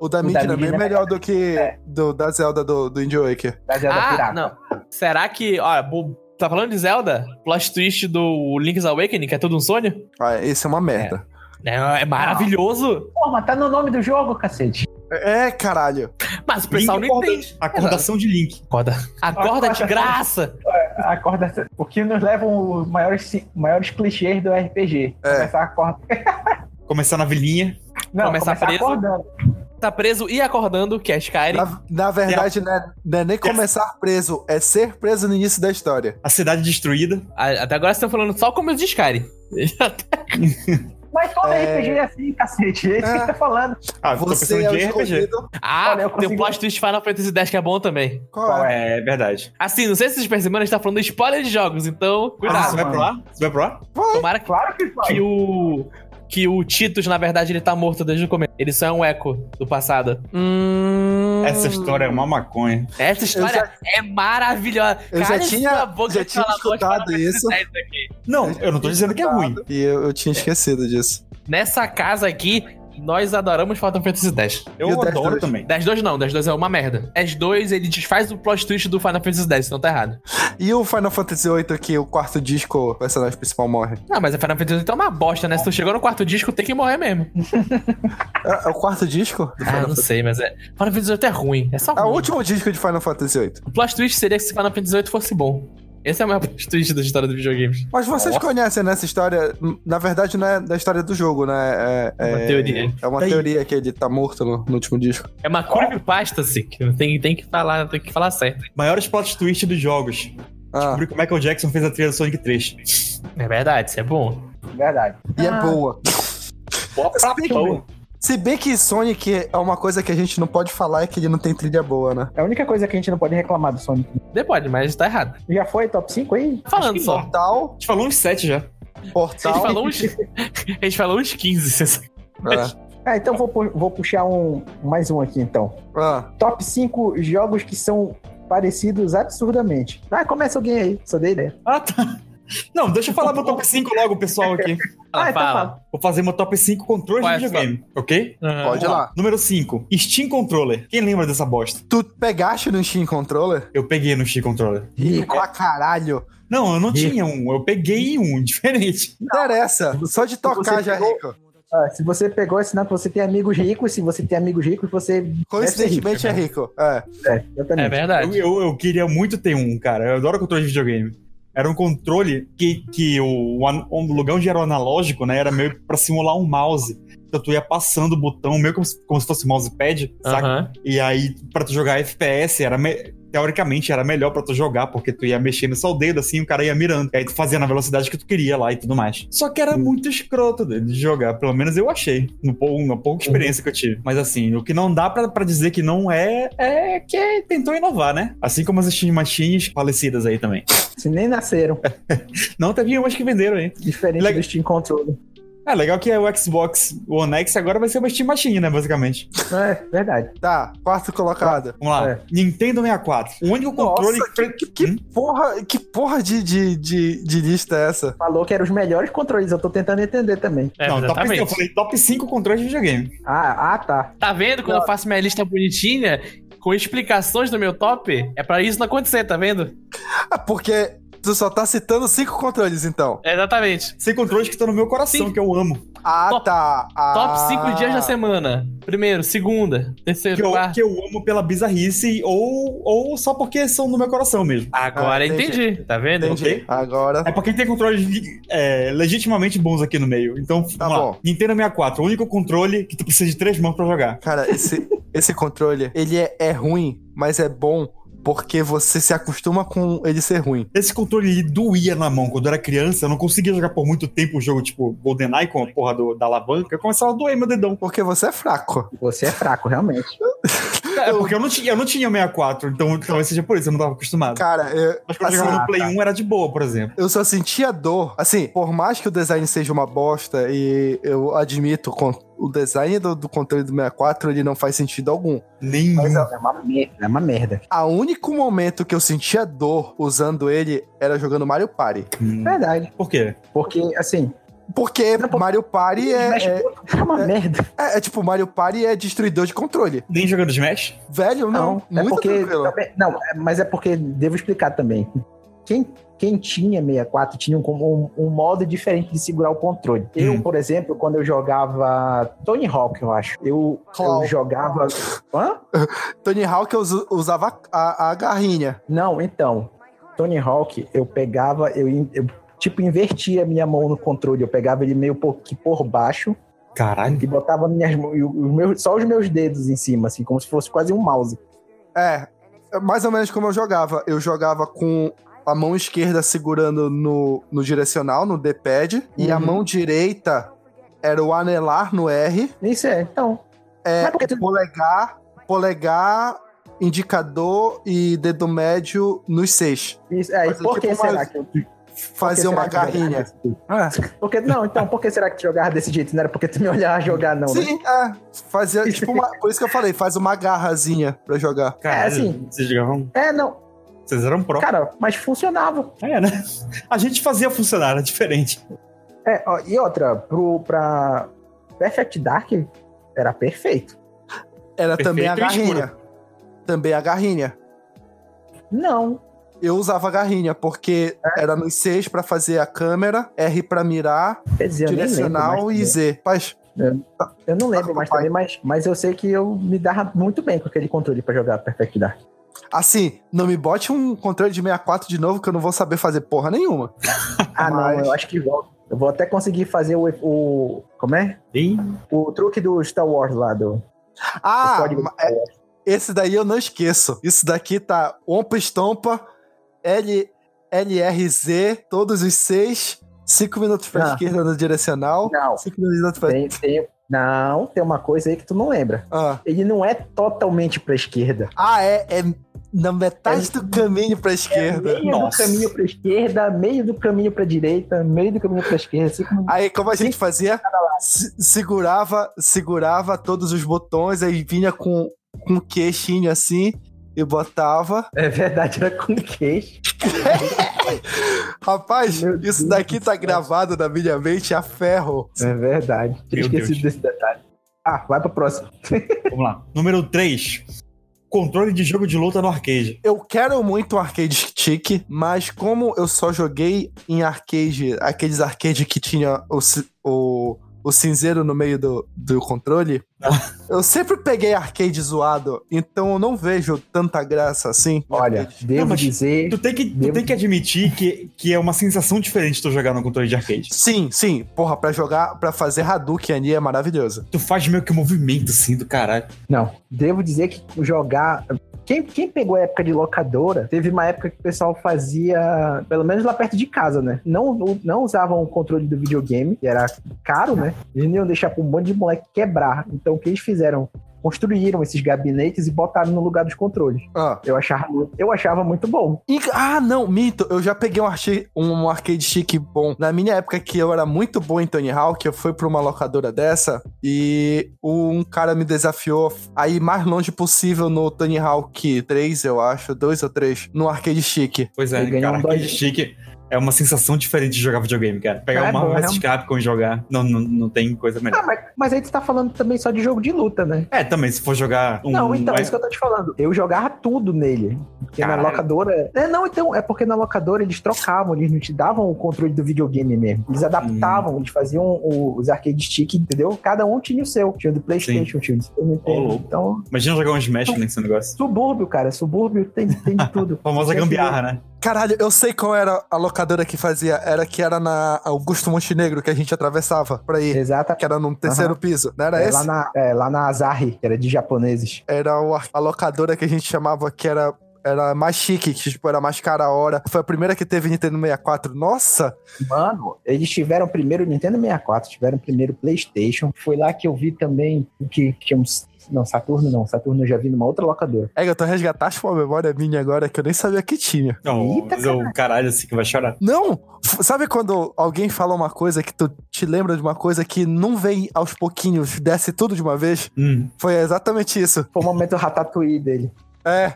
Speaker 1: O da
Speaker 4: da
Speaker 1: Midna é bem
Speaker 4: Midna é
Speaker 1: melhor do que
Speaker 4: É.
Speaker 1: do, da Zelda do, do Indie Waker.
Speaker 4: Da Zelda
Speaker 3: Ah,
Speaker 4: Pirata.
Speaker 3: não. Será que. Olha, bu- tá falando de Zelda? Plot twist do Link's Awakening, que é tudo um sonho?
Speaker 1: Ah, esse é uma merda.
Speaker 3: Não, é maravilhoso.
Speaker 4: Porra, mas tá no nome do jogo, cacete.
Speaker 1: É, caralho.
Speaker 3: Mas o pessoal
Speaker 2: Link
Speaker 3: não
Speaker 2: acorda-
Speaker 3: entende.
Speaker 2: Acordação de Link.
Speaker 3: Acorda. Acorda de
Speaker 4: Acorda.
Speaker 3: graça.
Speaker 4: Acorda. O que nos leva aos maiores, ci- maiores clichês do RPG.
Speaker 1: É.
Speaker 4: Começar a acordar.
Speaker 2: Começar na vilinha.
Speaker 4: Não,
Speaker 3: Começar
Speaker 4: começar,
Speaker 3: preso.
Speaker 4: acordando.
Speaker 3: Tá preso e acordando, que é Skyrim.
Speaker 1: Na, na verdade, não é, não é nem começar preso, é ser preso no início da história.
Speaker 2: A cidade destruída.
Speaker 3: A- Até agora vocês estão falando só o começo de Skyrim.
Speaker 4: Mas todo
Speaker 1: É.
Speaker 4: RPG é assim, cacete. É isso que
Speaker 1: É.
Speaker 4: ele tá falando.
Speaker 2: Ah, tô
Speaker 1: Você
Speaker 2: pensando
Speaker 1: é o
Speaker 2: de RPG.
Speaker 1: escolhido.
Speaker 3: Ah,
Speaker 4: Olha,
Speaker 3: tem
Speaker 4: eu
Speaker 3: o
Speaker 4: consigo-
Speaker 3: plot twist Final Fantasy X que é bom também.
Speaker 1: Qual é?
Speaker 2: É verdade.
Speaker 3: Assim, não sei se vocês perceberam, a gente tá falando de spoiler de jogos, então
Speaker 2: Ah,
Speaker 3: cuidado.
Speaker 2: você vai
Speaker 4: mano.
Speaker 2: pra lá? Você vai pra lá?
Speaker 1: Ah.
Speaker 3: Tomara que,
Speaker 4: Claro que
Speaker 3: que
Speaker 4: vai.
Speaker 3: o. Que o Titus, na verdade, ele tá morto desde o começo. Ele só é um eco do passado.
Speaker 2: Essa história é uma maconha.
Speaker 3: Essa história é maravilhosa.
Speaker 1: Eu já
Speaker 3: isso
Speaker 1: tinha-
Speaker 3: é uma boca
Speaker 1: já
Speaker 3: de
Speaker 1: tinha
Speaker 3: falar boa de Final
Speaker 1: escutado
Speaker 3: Fantasy
Speaker 1: isso.
Speaker 3: X aqui.
Speaker 2: Não, eu não tô dizendo que é ruim.
Speaker 1: E eu, eu tinha esquecido disso.
Speaker 3: Nessa casa aqui, nós adoramos Final Fantasy X.
Speaker 2: Eu
Speaker 1: E o Death
Speaker 2: adoro
Speaker 1: Note?
Speaker 2: também.
Speaker 3: 10-2 não, 10-2 é uma merda. 10-2 ele desfaz o plot twist do Final Fantasy X, então tá errado.
Speaker 1: E o Final Fantasy VIII, que o quarto disco, o personagem principal morre?
Speaker 3: Não, mas a Final Fantasy VIII é uma bosta, né? Se tu chegou no quarto disco, tem que morrer mesmo.
Speaker 1: É, é o quarto disco? do
Speaker 3: Ah,
Speaker 1: Final
Speaker 3: não
Speaker 1: Fantasy-
Speaker 3: sei, mas é. Final Fantasy VIII é ruim. É só
Speaker 1: É o
Speaker 3: ruim.
Speaker 1: último disco de Final Fantasy VIII.
Speaker 3: O plot twist seria que se Final Fantasy VIII fosse bom. Esse é o maior plot twist da história dos videogames.
Speaker 1: Mas vocês conhecem nessa história, na verdade não é da história do jogo, né? É, é-
Speaker 3: Uma teoria.
Speaker 1: É uma
Speaker 2: Tá aí.
Speaker 1: teoria que ele tá morto no, no último disco.
Speaker 3: É uma creepypasta, Sick. Tem, tem assim, que falar, tem que falar certo.
Speaker 2: Maiores plot twist dos jogos.
Speaker 1: Ah,
Speaker 2: Descobri que o Michael Jackson fez a trilha do Sonic 3.
Speaker 3: É verdade, isso é bom.
Speaker 4: Verdade.
Speaker 1: e é
Speaker 4: Ah.
Speaker 1: boa.
Speaker 3: Boa pra
Speaker 1: bem que-
Speaker 3: pão.
Speaker 1: Se bem que Sonic é uma coisa que a gente não pode falar é que ele não tem trilha boa, né?
Speaker 4: É a única coisa que a gente não pode reclamar do Sonic.
Speaker 3: Até pode, mas tá errado.
Speaker 4: Já foi top 5 aí?
Speaker 3: Falando
Speaker 2: que
Speaker 3: só.
Speaker 1: Portal,
Speaker 2: A gente falou uns 7 já.
Speaker 3: A gente,
Speaker 1: portal.
Speaker 3: falou um uns, a gente falou uns 15, você sabe.
Speaker 1: É.
Speaker 4: Ah, então vou, pu- vou puxar um mais um aqui então.
Speaker 1: Ah,
Speaker 4: Top 5 jogos que são parecidos absurdamente. Ah, começa alguém aí. Sou dei ideia.
Speaker 2: Ah, tá. Não, deixa eu falar meu top 5 logo, pessoal, aqui.
Speaker 3: Fala,
Speaker 4: Ah, então
Speaker 3: fala.
Speaker 2: Vou fazer meu top 5 controles
Speaker 3: Qual é
Speaker 2: de videogame, ok?
Speaker 3: Aham. É
Speaker 1: pode ir
Speaker 2: Vamos
Speaker 1: lá.
Speaker 2: Número 5, Steam Controller. Quem lembra dessa bosta?
Speaker 1: Tu pegaste no Steam Controller?
Speaker 2: Eu peguei no Steam Controller.
Speaker 1: Rico a caralho.
Speaker 2: Não, eu não tinha um. Eu peguei um, diferente.
Speaker 1: Não interessa. Só de tocar
Speaker 4: Você
Speaker 1: já, é
Speaker 4: pegou-
Speaker 1: Rico.
Speaker 4: Ah, se você pegou, é sinal que você tem amigos ricos. Se você tem amigos ricos, você.
Speaker 1: Coincidentemente é rico. É.
Speaker 4: É,
Speaker 3: É
Speaker 4: exatamente.
Speaker 2: Eu,
Speaker 3: verdade.
Speaker 2: eu, eu queria muito ter um, cara. Eu adoro controle de videogame. Era um controle que, que o, o an- o lugar onde era o analógico, né? Era meio pra simular um mouse. Então tu ia passando o botão, meio como se, como se fosse mousepad, saca?
Speaker 3: Aham.
Speaker 2: E aí, pra tu jogar FPS, era me- teoricamente era melhor pra tu jogar, porque tu ia mexendo só o dedo assim, o cara ia mirando. E aí tu fazia na velocidade que tu queria lá e tudo mais. Só que era muito escroto de de jogar, pelo menos eu achei, no pou- na pouca experiência que eu tive. Mas assim, o que não dá pra pra dizer que não é, é que tentou inovar, né? Assim como as Steam Machines falecidas aí também.
Speaker 4: Se nem nasceram.
Speaker 2: Não, teve umas que venderam aí.
Speaker 4: Diferente
Speaker 2: Legal.
Speaker 4: do Steam Control.
Speaker 2: É legal que o Xbox One X agora vai ser uma Steam Machine, né, basicamente.
Speaker 4: É, verdade.
Speaker 1: Tá, quarto colocado.
Speaker 2: Vamos lá.
Speaker 4: É.
Speaker 2: Nintendo 64. O único controle
Speaker 1: Nossa, que,
Speaker 2: que...
Speaker 1: que porra, que porra de, de, de, de lista é essa?
Speaker 4: Falou que eram os melhores controles. Eu tô tentando entender também.
Speaker 3: É,
Speaker 2: não, então top,
Speaker 3: exatamente.
Speaker 2: eu falei top 5 controles de videogame.
Speaker 4: Ah, ah tá.
Speaker 3: Tá vendo quando eu faço minha lista bonitinha com explicações do meu top? É pra isso não acontecer, tá vendo?
Speaker 1: Ah, porque tu só tá citando cinco controles, então.
Speaker 3: É exatamente.
Speaker 2: Sem controles que estão no meu coração,
Speaker 3: Sim.
Speaker 2: que eu amo.
Speaker 1: Ah,
Speaker 3: Top-
Speaker 1: tá. Ah,
Speaker 3: Top 5 dias da semana. Primeiro, segunda, terceiro,
Speaker 2: Que eu,
Speaker 3: quarto.
Speaker 2: que eu amo pela bizarrice ou, ou só porque são no meu coração mesmo.
Speaker 3: Agora
Speaker 1: Ah, entendi.
Speaker 3: entendi. tá vendo?
Speaker 1: Entendi.
Speaker 2: Ok.
Speaker 1: Agora.
Speaker 2: É pra quem tem controles é, legitimamente bons aqui no meio. Então,
Speaker 1: Tá
Speaker 2: vamos
Speaker 1: bom.
Speaker 2: lá. Nintendo 64, o único controle que tu precisa de três mãos pra jogar.
Speaker 1: Cara, esse, esse controle, ele é, é ruim, mas é bom porque você se acostuma com ele ser ruim.
Speaker 2: Esse controle ele doía na mão. Quando eu era criança, eu não conseguia jogar por muito tempo o jogo, tipo, GoldenEye com a porra do- da alavanca. Eu começava a doer meu dedão.
Speaker 1: Porque você é fraco.
Speaker 4: Você é fraco, realmente.
Speaker 2: É porque eu não tinha, eu não tinha 64, então talvez seja por isso, eu não tava acostumado.
Speaker 1: Cara, eu,
Speaker 2: Mas quando eu
Speaker 1: assim,
Speaker 2: jogava no Play 1 era de boa, por exemplo.
Speaker 1: eu só sentia dor. Assim, por mais que o design seja uma bosta, e eu admito, con- o design do, do controle do 64, ele não faz sentido algum.
Speaker 2: Nenhum.
Speaker 1: Mas a,
Speaker 4: É uma merda. É uma merda.
Speaker 1: a único momento que eu sentia dor usando ele era jogando Mario Party.
Speaker 2: Hum.
Speaker 4: Verdade.
Speaker 2: Por quê?
Speaker 4: Porque, assim.
Speaker 1: Porque
Speaker 4: Não, pô,
Speaker 1: Mario Party é,
Speaker 4: Smash
Speaker 1: é,
Speaker 4: Bros. é uma merda.
Speaker 1: é- é tipo, Mario Party é destruidor de controle.
Speaker 2: Nem jogando Smash?
Speaker 1: Velho, não.
Speaker 4: é
Speaker 1: muito
Speaker 4: porque.
Speaker 1: tranquilo.
Speaker 4: também- não, é- mas é porque devo explicar também. Quem, quem tinha 64 tinha um, um, um modo diferente de segurar o controle. Eu,
Speaker 2: Hum.
Speaker 4: por exemplo, quando eu jogava Tony Hawk, eu acho. Eu,
Speaker 1: Claw.
Speaker 4: eu jogava. Hã?
Speaker 1: Tony Hawk eu us- usava a, a garrinha.
Speaker 4: Não, então. Tony Hawk, eu pegava, eu, in- eu, tipo invertia a minha mão no controle. Eu pegava ele meio por, que por baixo
Speaker 2: Caralho.
Speaker 4: e botava minhas mãos, e o- os meus- só os meus dedos em cima, assim, como se fosse quase um mouse.
Speaker 1: É, é mais ou menos como eu jogava. Eu jogava com a mão esquerda segurando no, no direcional, no D-pad, e a
Speaker 4: Uhum.
Speaker 1: mão direita era o anelar no R,
Speaker 4: Isso é, então.
Speaker 1: é,
Speaker 4: Mas por que tu-
Speaker 1: polegar, polegar, indicador e dedo médio nos seis.
Speaker 4: Isso, é, e
Speaker 1: Mas é
Speaker 4: por que
Speaker 1: tipo uma-
Speaker 4: será que eu
Speaker 1: Fazer uma
Speaker 4: é
Speaker 1: garrinha.
Speaker 4: Porque, não, então, por que será que tu jogava desse jeito? Não era porque tu me olhava jogar, não. né?
Speaker 1: Sim, é. Fazia, tipo, uma- por isso que eu falei, faz uma garrazinha pra jogar.
Speaker 2: Caralho.
Speaker 4: assim.
Speaker 2: Vocês jogavam.
Speaker 4: É, não.
Speaker 2: Vocês eram pró.
Speaker 4: Cara, mas funcionava.
Speaker 2: É, né? A gente fazia funcionar, era diferente.
Speaker 4: É, ó, e outra, pro, pra Perfect Dark, era perfeito.
Speaker 1: Era também a
Speaker 2: Perfeito e escuro.
Speaker 1: garrinha. Também a garrinha.
Speaker 4: Não.
Speaker 1: Eu usava a garrinha, porque
Speaker 4: É?
Speaker 1: era nos seis pra fazer a câmera, R pra mirar,
Speaker 4: Quer dizer, eu nem lembro.
Speaker 1: direcional
Speaker 4: mais é.
Speaker 1: e
Speaker 4: também.
Speaker 1: Z. Paz,
Speaker 4: Eu não
Speaker 1: Ah,
Speaker 4: lembro mais
Speaker 1: papai.
Speaker 4: também, mas, mas eu sei que eu me dava muito bem com aquele controle pra jogar Perfect Dark.
Speaker 1: Assim, não me bote um controle de 64 de novo que eu não vou saber fazer porra nenhuma.
Speaker 4: Ah, não,
Speaker 1: Mas-
Speaker 4: eu acho que vou. Eu vou até conseguir fazer o, o. Como é?
Speaker 2: Ih,
Speaker 4: O truque do Star Wars lá do. do
Speaker 1: Ah,
Speaker 4: código do
Speaker 1: ma-
Speaker 4: Star Wars.
Speaker 1: esse daí eu não esqueço. Isso daqui tá ompa estompa, L, LRZ, todos os seis, cinco minutos pra
Speaker 4: Não.
Speaker 1: esquerda no direcional,
Speaker 4: Ah. Não.
Speaker 1: cinco minutos pra...
Speaker 4: Tem, tem- não, tem uma coisa aí que tu não lembra.
Speaker 1: Ah.
Speaker 4: Ele não é totalmente pra esquerda.
Speaker 1: Ah, é, é na metade do caminho pra esquerda.
Speaker 4: É Meio
Speaker 2: Nossa.
Speaker 4: do caminho pra esquerda, meio do caminho pra direita, meio do caminho pra esquerda. Assim como...
Speaker 1: Aí, como a gente fazia? Se- Segurava, segurava todos os botões, aí vinha com, com o queixinho assim e botava.
Speaker 4: É verdade, era com queixo.
Speaker 1: Rapaz,
Speaker 4: Meu
Speaker 1: isso
Speaker 4: Deus
Speaker 1: daqui
Speaker 4: do
Speaker 1: tá
Speaker 4: céu.
Speaker 1: gravado na minha mente a ferro.
Speaker 4: É verdade. Tinha
Speaker 2: Meu Deus.
Speaker 4: esquecido desse detalhe. Ah, vai pro próximo.
Speaker 2: vamos lá. Número 3. Controle de jogo de luta no arcade.
Speaker 1: Eu quero muito um arcade stick, mas como eu só joguei em arcade, aqueles arcade que tinha o, ci- o, o cinzeiro no meio do, do controle, eu sempre peguei arcade zoado, então eu não vejo tanta graça assim.
Speaker 4: Olha, devo
Speaker 2: mas-
Speaker 4: dizer.
Speaker 2: Tu tem que, tu
Speaker 4: Devo-
Speaker 2: tem que admitir que, que é uma sensação diferente tu jogar no controle de arcade.
Speaker 1: Sim, sim. Porra, pra jogar, pra fazer Hadouken ali é maravilhoso.
Speaker 2: Tu faz meio que um movimento assim do caralho.
Speaker 4: Não, devo dizer que jogar. Quem, quem pegou a época de locadora, teve uma época que o pessoal fazia, pelo menos lá perto de casa, né? Não, não usavam o controle do videogame, que era caro, né? Eles não iam deixar pra um bando de moleque quebrar. Então o que eles fizeram? Construíram esses gabinetes e botaram no lugar dos controles.
Speaker 1: Ah,
Speaker 4: Eu achava, eu achava muito bom.
Speaker 1: e- ah, não, minto. Eu já peguei um, archi- um arcade chique bom. Na minha época que eu era muito bom em Tony Hawk, eu fui pra uma locadora dessa e um cara me desafiou a ir mais longe possível no Tony Hawk 3, eu acho, 2 ou 3, no arcade chique.
Speaker 2: Pois é,
Speaker 4: Ele ganhou
Speaker 2: cara,
Speaker 4: um
Speaker 2: arcade
Speaker 4: dodge.
Speaker 2: chique é uma sensação diferente de jogar videogame, cara. Pegar
Speaker 4: É,
Speaker 2: uma
Speaker 4: bom,
Speaker 2: mais
Speaker 4: é um-
Speaker 2: Capcom e jogar, não, não, não tem coisa
Speaker 4: Ah,
Speaker 2: melhor.
Speaker 4: mas, mas aí tu tá falando também só de jogo de luta, né?
Speaker 2: É, também, se for jogar um...
Speaker 4: Não, então, é
Speaker 2: mais-
Speaker 4: isso que eu tô te falando. Eu jogava tudo nele. Porque na
Speaker 2: Caralho.
Speaker 4: locadora. É, não, então, é porque na locadora eles trocavam, eles não te davam o controle do videogame mesmo.
Speaker 2: Uhum.
Speaker 4: Eles adaptavam, eles faziam o- os arcade stick, entendeu? Cada um tinha o seu. Tinha o do Playstation, tinha o do Super
Speaker 2: Ô,
Speaker 4: Nintendo.
Speaker 2: louco.
Speaker 4: Então,
Speaker 2: Imagina jogar um Smash nesse negócio.
Speaker 4: subúrbio, cara. Subúrbio tem, tem de tudo.
Speaker 2: A famosa
Speaker 4: Tem
Speaker 2: gambiarra, né?
Speaker 1: Caralho, eu sei qual era a locadora que fazia. Era que era na Augusto Montenegro que a gente atravessava pra
Speaker 4: tudo.
Speaker 1: ir.
Speaker 4: Exata.
Speaker 1: Que era no terceiro piso. Não era
Speaker 4: É,
Speaker 1: esse?
Speaker 4: lá, na, é, lá na Azarre, que era de japoneses.
Speaker 1: era o ar- a locadora que a gente chamava que era era mais chique, que tipo, era mais cara a hora. Foi a primeira que teve Nintendo 64. Nossa!
Speaker 4: Mano, eles tiveram primeiro o Nintendo 64, tiveram primeiro o PlayStation. Foi lá que eu vi também que tinha uns. Não, Saturno não. Saturno eu já vi numa outra locadora.
Speaker 1: É, eu tô resgatando uma memória minha agora que eu nem sabia que tinha.
Speaker 2: Não,
Speaker 4: Eita,
Speaker 2: mas o caralho assim que vai chorar.
Speaker 1: Não! F- Sabe quando alguém fala uma coisa que tu te lembra de uma coisa que não vem aos pouquinhos, desce tudo de uma vez?
Speaker 2: Hum.
Speaker 1: Foi exatamente isso.
Speaker 4: Foi o momento ratatouille dele.
Speaker 1: É.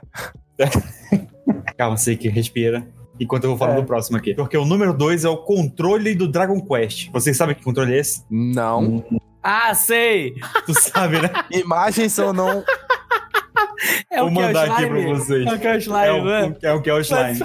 Speaker 2: Calma, sei que respira. Enquanto eu vou falar
Speaker 4: É.
Speaker 2: do próximo aqui. Porque o número 2 é o controle do Dragon Quest. Vocês sabem que controle é esse?
Speaker 1: Não.
Speaker 3: Ah, sei!
Speaker 2: Tu sabe, né?
Speaker 1: Imagens ou não.
Speaker 3: É
Speaker 2: Vou
Speaker 3: o que é o
Speaker 2: mandar aqui
Speaker 3: slime?
Speaker 2: pra vocês.
Speaker 3: É o que é o
Speaker 2: É
Speaker 3: slime, né?
Speaker 2: o, é o que é o slime.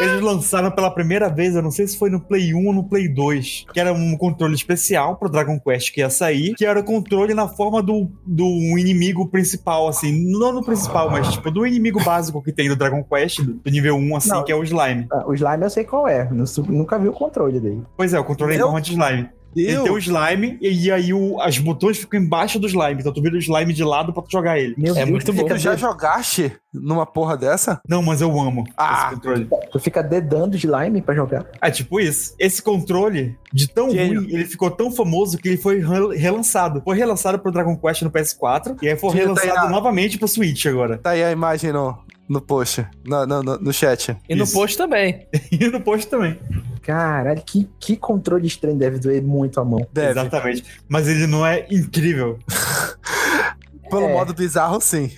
Speaker 2: Eles lançaram pela primeira vez, eu não sei se foi no Play 1 ou no Play 2, que era um controle especial pro Dragon Quest que ia sair, que era o controle na forma do, do inimigo principal, assim, não no principal, mas tipo, do inimigo básico que tem do Dragon Quest, do do nível 1, assim,
Speaker 4: Não.
Speaker 2: que é o slime.
Speaker 4: Ah, o slime eu sei qual é. nu- Nunca vi o controle dele.
Speaker 2: Pois é, o controle é em
Speaker 1: Meu
Speaker 2: forma de slime. Ele tem um o slime e aí o, as botões ficam embaixo do slime, então tu vira o slime de lado pra tu jogar ele.
Speaker 4: Meu
Speaker 3: É muito
Speaker 4: tu
Speaker 3: bom.
Speaker 1: Tu
Speaker 4: Fica
Speaker 1: já
Speaker 4: de-
Speaker 1: jogaste numa porra dessa?
Speaker 2: Não, mas eu amo
Speaker 1: Ah.
Speaker 2: esse controle.
Speaker 4: tu fica dedando slime pra jogar.
Speaker 2: É tipo isso. Esse controle, de tão
Speaker 3: Gênio.
Speaker 2: ruim, ele ficou tão famoso que ele foi rel- relançado. Foi relançado pro Dragon Quest no PS4 e aí foi
Speaker 1: Tinha
Speaker 2: relançado
Speaker 1: treinado.
Speaker 2: novamente pro Switch agora.
Speaker 1: Tá aí a imagem no, no post. No, no, no, no chat.
Speaker 3: E no
Speaker 2: Isso.
Speaker 3: post também.
Speaker 2: E no post também.
Speaker 4: Caralho, que, que controle estranho deve doer muito a mão.
Speaker 1: Deve.
Speaker 2: Exatamente. Mas ele não é incrível.
Speaker 1: Pelo
Speaker 4: É.
Speaker 1: modo bizarro, sim.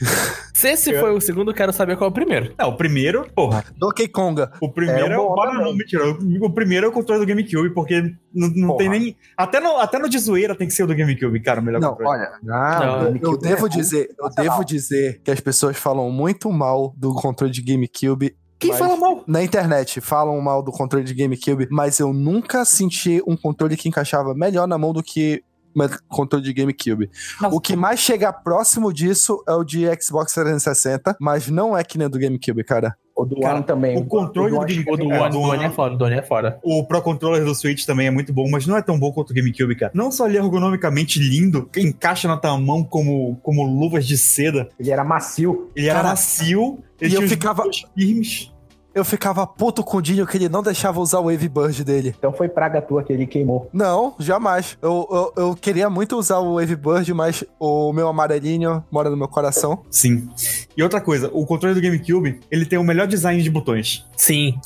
Speaker 3: Se esse
Speaker 2: Eu-
Speaker 3: foi o segundo, eu quero saber qual é o primeiro.
Speaker 2: Não, o primeiro, porra.
Speaker 1: Donkey Konga.
Speaker 2: O primeiro
Speaker 4: É,
Speaker 2: é,
Speaker 4: é um
Speaker 2: o.
Speaker 4: bom
Speaker 2: Bora
Speaker 4: também.
Speaker 2: não, mentira. O o primeiro é o controle do GameCube, porque não, não
Speaker 1: Porra.
Speaker 2: tem nem. Até no, até no de zoeira tem que ser o do GameCube, cara, o melhor
Speaker 1: Não,
Speaker 2: controle.
Speaker 1: olha,
Speaker 4: Ah,
Speaker 3: Não,
Speaker 4: o
Speaker 1: eu
Speaker 4: GameCube
Speaker 1: devo
Speaker 4: é
Speaker 1: dizer, eu
Speaker 4: nacional.
Speaker 1: devo dizer que as pessoas falam muito mal do controle de GameCube
Speaker 2: Quem
Speaker 1: mas-
Speaker 2: fala mal?
Speaker 1: na internet, falam mal do controle de GameCube, mas eu nunca senti um controle que encaixava melhor na mão do que mas controle de GameCube.
Speaker 6: Nossa.
Speaker 1: O que mais chega próximo disso é o de Xbox 360, mas não é que nem o do GameCube, cara.
Speaker 4: O do
Speaker 2: Cara,
Speaker 4: ano também.
Speaker 2: o controle
Speaker 4: do
Speaker 2: do
Speaker 4: Watch
Speaker 2: Game-
Speaker 3: O do
Speaker 2: É,
Speaker 3: One,
Speaker 2: do
Speaker 3: do One
Speaker 2: One.
Speaker 3: é fora, o do One é fora.
Speaker 2: O Pro Controller do Switch também é muito bom, mas não é tão bom quanto o GameCube, cara. Não só ele é ergonomicamente lindo, que encaixa na tua mão como, como luvas de seda.
Speaker 4: Ele era macio.
Speaker 2: Ele era
Speaker 1: Cara,
Speaker 2: macio,
Speaker 1: e
Speaker 2: ele tinha
Speaker 1: eu
Speaker 2: os
Speaker 1: ficava-
Speaker 2: dedos firmes.
Speaker 1: Eu ficava puto com o Dinho que ele não deixava usar o Wave Burst dele.
Speaker 4: Então foi praga tua que ele queimou.
Speaker 1: Não, jamais. Eu, eu, eu queria muito usar o Wave Burst, mas o meu amarelinho mora no meu coração.
Speaker 2: Sim. E outra coisa, o controle do GameCube, ele tem o melhor design de botões.
Speaker 3: Sim.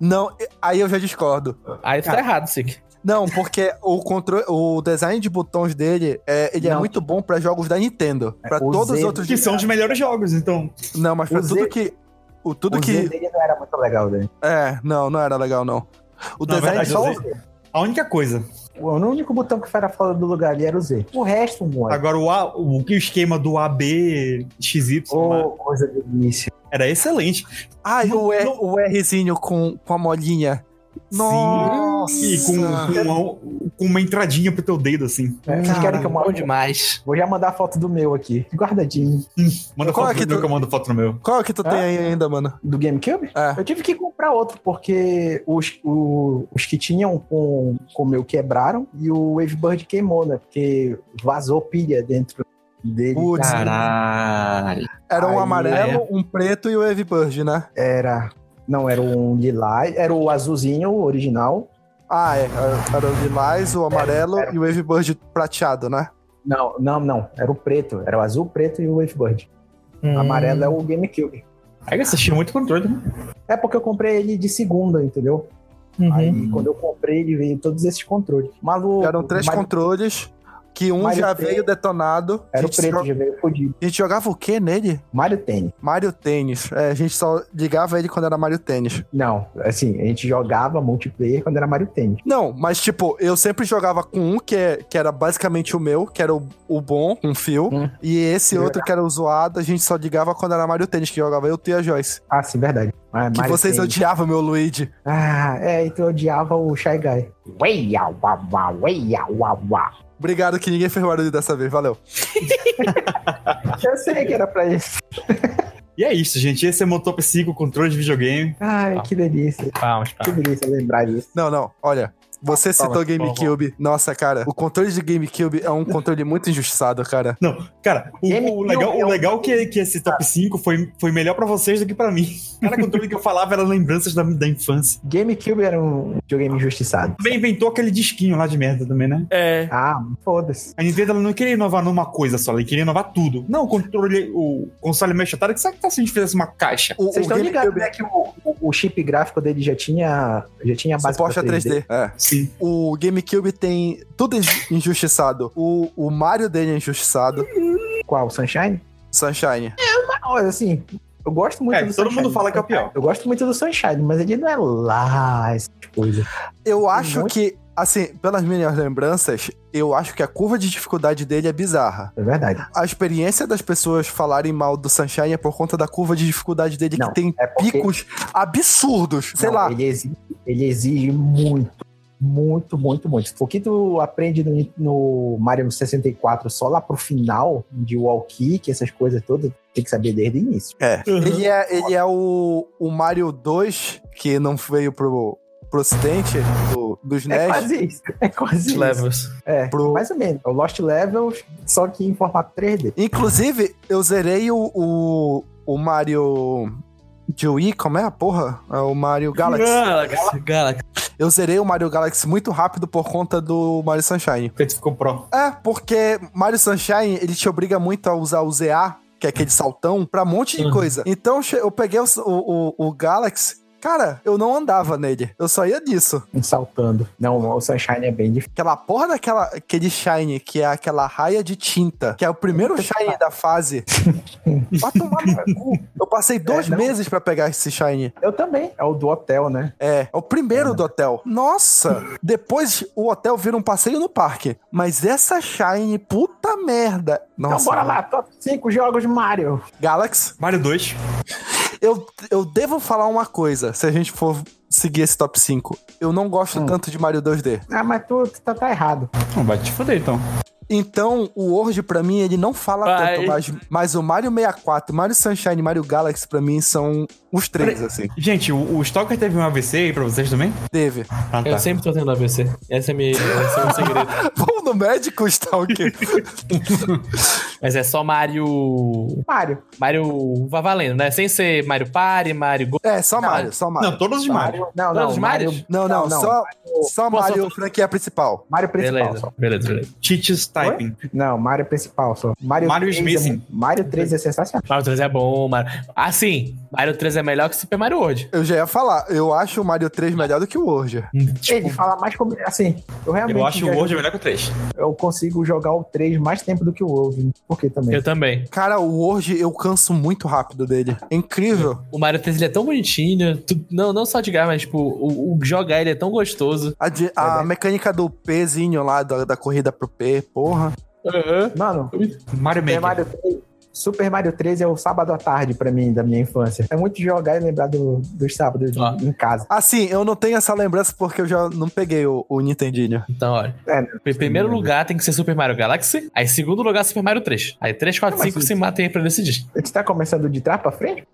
Speaker 1: Não, aí eu já discordo.
Speaker 3: Aí tu tá errado, Sik.
Speaker 1: Não, porque o controle, o design de botões dele, é, ele é
Speaker 4: Não.
Speaker 1: muito bom pra jogos da Nintendo, Pra
Speaker 4: É, o
Speaker 1: todos os
Speaker 4: Z-
Speaker 1: outros.
Speaker 2: Que são os melhores jogos, então.
Speaker 1: Não, mas pra
Speaker 4: o
Speaker 1: tudo
Speaker 4: Z-
Speaker 1: que o tudo
Speaker 4: o
Speaker 1: que
Speaker 4: Z dele não era muito legal, né?
Speaker 1: é, não, não era legal não. O
Speaker 2: Na
Speaker 1: design
Speaker 2: verdade,
Speaker 1: só
Speaker 2: o
Speaker 1: o-
Speaker 2: Z- A única coisa.
Speaker 4: O único botão que era fora do lugar ali era o Z. O resto, mano.
Speaker 2: Agora, o, A, o, que o esquema do AB, XY,
Speaker 1: Oh.
Speaker 4: Ô, coisa delícia.
Speaker 2: era excelente.
Speaker 1: Ah, e o, R,
Speaker 2: Não-
Speaker 1: o Rzinho com, com a molinha. Nossa.
Speaker 2: E com,
Speaker 4: um
Speaker 2: com uma, com uma entradinha pro teu dedo, assim.
Speaker 4: É, vocês querem que eu
Speaker 3: Bom
Speaker 4: mande?
Speaker 3: demais.
Speaker 4: Vou já mandar a foto do meu aqui. Guardadinho.
Speaker 2: Manda
Speaker 1: Qual
Speaker 2: foto
Speaker 1: é que
Speaker 2: no meu
Speaker 1: tu-
Speaker 2: que eu mando foto no meu.
Speaker 1: Qual é que tu tem aí ainda, mano?
Speaker 4: Do GameCube?
Speaker 1: É.
Speaker 4: Eu tive que comprar outro, porque os, o- os que tinham com, com o meu quebraram e o Wavebird queimou, né? Porque vazou pilha dentro dele.
Speaker 1: Putz,
Speaker 3: Caralho.
Speaker 1: era um
Speaker 4: aí,
Speaker 1: amarelo,
Speaker 2: é.
Speaker 1: um preto e o Wave Burst, né?
Speaker 4: Era. Não, era um lilás, era o azulzinho o original.
Speaker 1: Ah, é. era- Era o lilás, o amarelo e o Wave Burst prateado, né?
Speaker 4: Não, não, não. Era o preto. Era o azul, o preto e o Wavebird. O Amarelo é o GameCube.
Speaker 2: Aí você tinha muito controle, né?
Speaker 4: É porque eu comprei ele de segunda, entendeu? Aí quando eu comprei, ele veio todos esses controles. Maluco.
Speaker 1: Eram três
Speaker 4: mas-
Speaker 1: controles, que um
Speaker 4: Mario
Speaker 1: já
Speaker 4: Tênis.
Speaker 1: veio detonado.
Speaker 4: Era
Speaker 1: a,
Speaker 4: o
Speaker 1: gente
Speaker 4: preto,
Speaker 1: jo-
Speaker 4: já veio fodido.
Speaker 1: a gente jogava o que nele?
Speaker 4: Mario Tênis.
Speaker 1: Mario Tênis. É, a gente só ligava ele quando era Mario Tênis.
Speaker 4: Não, assim, a gente jogava multiplayer quando era Mario Tênis.
Speaker 1: Não, mas tipo, eu sempre jogava com um que, é- que era basicamente o meu, que era o, o bom, um fio.
Speaker 4: Hum.
Speaker 1: E esse outro que era o zoado, a gente só ligava quando era Mario Tênis, que jogava eu, tu e a Joyce.
Speaker 4: Ah, sim, verdade. Ah,
Speaker 1: Que
Speaker 4: Mario
Speaker 1: vocês
Speaker 4: Tênis.
Speaker 1: odiavam, meu Luigi.
Speaker 4: Ah, é, então eu odiava o Shy Guy.
Speaker 6: Ueia, uá, uá, ueia, uá, uá.
Speaker 1: Obrigado que ninguém fez barulho dessa vez, valeu.
Speaker 4: Eu sei que era pra isso.
Speaker 2: E é isso, gente. Esse é meu top 5 controle de videogame.
Speaker 4: Ai, que delícia.
Speaker 3: Vamos,
Speaker 4: Que delícia lembrar disso.
Speaker 1: Não, não, olha. Você citou GameCube. Nossa, cara, o controle de GameCube é um controle muito injustiçado, cara.
Speaker 2: Cara, o,
Speaker 4: Game
Speaker 2: o legal,
Speaker 4: Cube é
Speaker 2: o
Speaker 4: um-
Speaker 2: legal que, que esse top 5 foi, foi melhor pra vocês do que pra mim. Cada controle que eu falava era lembranças da, da infância.
Speaker 4: GameCube era um videogame injustiçado.
Speaker 2: Também inventou aquele disquinho lá de merda também, né?
Speaker 3: É.
Speaker 4: Ah, foda-se.
Speaker 2: A Nintendo ela não queria inovar numa coisa só, ela queria inovar tudo. Não, o controle, o console meio chatado, que sabe que tá se a gente fizesse uma caixa?
Speaker 1: O,
Speaker 4: Vocês
Speaker 1: o
Speaker 4: estão ligados,
Speaker 1: GameCube
Speaker 4: né, que o, o- o chip gráfico dele já tinha, já tinha base
Speaker 1: suporte a
Speaker 4: pra
Speaker 1: 3D. É.
Speaker 2: Sim.
Speaker 1: O GameCube tem tudo inju- injustiçado. O, o Mario dele é injustiçado.
Speaker 4: Qual? Sunshine?
Speaker 1: Sunshine.
Speaker 4: Ah, olha, assim, eu gosto muito
Speaker 2: É,
Speaker 4: do
Speaker 2: todo
Speaker 4: Sunshine. né?
Speaker 2: mundo fala que é o pior.
Speaker 4: Eu gosto muito do Sunshine, mas ele não é lá tipo essas coisas.
Speaker 1: Eu acho
Speaker 4: muito.
Speaker 1: que, assim, pelas minhas lembranças, eu acho que a curva de dificuldade dele é bizarra.
Speaker 4: É verdade.
Speaker 1: A experiência das pessoas falarem mal do Sunshine é por conta da curva de dificuldade dele,
Speaker 4: Não,
Speaker 1: que tem
Speaker 4: é porque-
Speaker 1: picos absurdos. Sei
Speaker 4: Não,
Speaker 1: lá.
Speaker 4: Ele exige, ele exige muito, muito, muito, muito. O que tu aprende no, no Mario 64 só lá pro final, de wall kick, essas coisas todas, tem que saber desde o início.
Speaker 1: É. Ele é, ele é o, o Mario 2, que não veio pro, pro ocidente do, dos
Speaker 4: É
Speaker 1: NES.
Speaker 4: quase isso. É quase isso.
Speaker 3: Levels.
Speaker 4: É,
Speaker 1: Pro-
Speaker 4: mais ou menos. É o Lost Levels, só que em formato 3D.
Speaker 1: Inclusive, eu zerei o, o, o Mario de Wii, como é a porra? É o Mario Galaxy.
Speaker 3: Galaxy. Galaxy.
Speaker 1: Eu zerei o Mario Galaxy muito rápido por conta do Mario Sunshine.
Speaker 2: Porque tu ficou pro.
Speaker 1: É, porque Mario Sunshine, ele te obriga muito a usar o ZA, que é aquele saltão, pra um monte de
Speaker 3: Uhum.
Speaker 1: coisa. Então, che- eu peguei o, o, o- o Galaxy... Cara, eu não andava nele. Eu só ia nisso.
Speaker 4: um Saltando. Não, o Sunshine é bem difícil.
Speaker 1: Aquela porra daquela aquele shine, que é aquela raia de tinta, que é o primeiro shine da fase. Vai tomar no cu. Eu passei dois
Speaker 4: não.
Speaker 1: meses pra pegar esse shine.
Speaker 4: Eu também. É o do hotel, né?
Speaker 1: É, é o primeiro do hotel. Nossa! Depois o hotel vira um passeio no parque. Mas essa shine, puta merda. Nossa,
Speaker 4: então bora lá, top 5 jogos de Mario.
Speaker 1: Galaxy.
Speaker 2: Mario 2.
Speaker 1: Eu, eu devo falar uma coisa, se a gente for seguir esse top 5. Eu não gosto
Speaker 4: Hum.
Speaker 1: tanto de Mario 2D.
Speaker 4: Ah, mas tu, tu tá, tá errado.
Speaker 2: Não, vai te fuder então.
Speaker 1: Então, o Word, pra mim, ele não fala
Speaker 3: Vai.
Speaker 1: tanto, mas, mas o Mario 64, Mario Sunshine e Mario Galaxy, pra mim, são os três,
Speaker 2: Peraí.
Speaker 1: assim.
Speaker 2: Gente, o, o Stalker teve um AVC aí pra vocês também?
Speaker 1: Teve.
Speaker 2: Ah,
Speaker 3: Eu
Speaker 2: tá.
Speaker 3: sempre tô tendo AVC. Esse é, minha, esse é o meu segredo.
Speaker 1: Vamos no médico, Stalker.
Speaker 3: Mas é só Mario.
Speaker 4: Mário,
Speaker 3: Mario. Vá valendo, né? Sem ser Mario Party, Mario Go.
Speaker 1: É, só
Speaker 3: Não,
Speaker 1: Mario, só Mario.
Speaker 2: Não, todos os Mario.
Speaker 4: não,
Speaker 3: Todos
Speaker 4: não.
Speaker 3: os
Speaker 4: Mário,
Speaker 3: Marios?
Speaker 1: Não, não,
Speaker 4: Não, não.
Speaker 1: só, só
Speaker 3: Pô, só
Speaker 1: Mario
Speaker 3: tô-
Speaker 1: franquia principal.
Speaker 4: Mário principal
Speaker 3: Beleza,
Speaker 4: só.
Speaker 3: beleza, beleza.
Speaker 2: Cheats typing.
Speaker 4: Não, Mário principal só. Mário,
Speaker 2: Mário
Speaker 4: 3
Speaker 2: Smith.
Speaker 4: É, mu- Mário 3 é sensacional.
Speaker 3: Mario 3 é bom, Mario. Assim, Mario 3 é melhor que Super Mario World.
Speaker 1: Eu já ia falar, eu acho o Mario 3 melhor do que o Word.
Speaker 4: Ele fala mais como. Assim, eu realmente.
Speaker 2: Tipo, Eu acho o
Speaker 4: já-
Speaker 2: World melhor que o 3.
Speaker 4: Eu consigo jogar o 3 mais tempo do que o World. Por que também?
Speaker 3: Eu também.
Speaker 1: Cara, o Word eu canso muito rápido dele. É incrível.
Speaker 3: O Mario 3 ele é tão bonitinho. tu- não, não só de ganhar, mas tipo, o, o jogar ele é tão gostoso.
Speaker 1: A, de- a mecânica do Pzinho lá, da, da corrida pro P, porra.
Speaker 4: Mano,
Speaker 2: Mario
Speaker 4: Super
Speaker 2: Maker.
Speaker 4: Mario 3. Super Mario 3 é o sábado à tarde pra mim, da minha infância. É muito jogar e lembrar do- dos sábados
Speaker 2: Ah.
Speaker 3: Ó.
Speaker 4: em casa.
Speaker 1: Assim, eu não tenho essa lembrança porque eu já não peguei o, o Nintendinho.
Speaker 3: Então, olha.
Speaker 4: É,
Speaker 3: Em primeiro lugar tem que ser Super Mario Galaxy. Aí, em segundo lugar, Super Mario 3. Aí, 3, 4,
Speaker 4: Não, mas
Speaker 3: 5
Speaker 4: isso-
Speaker 3: se matem aí pra decidir.
Speaker 4: A gente tá começando de trás pra frente?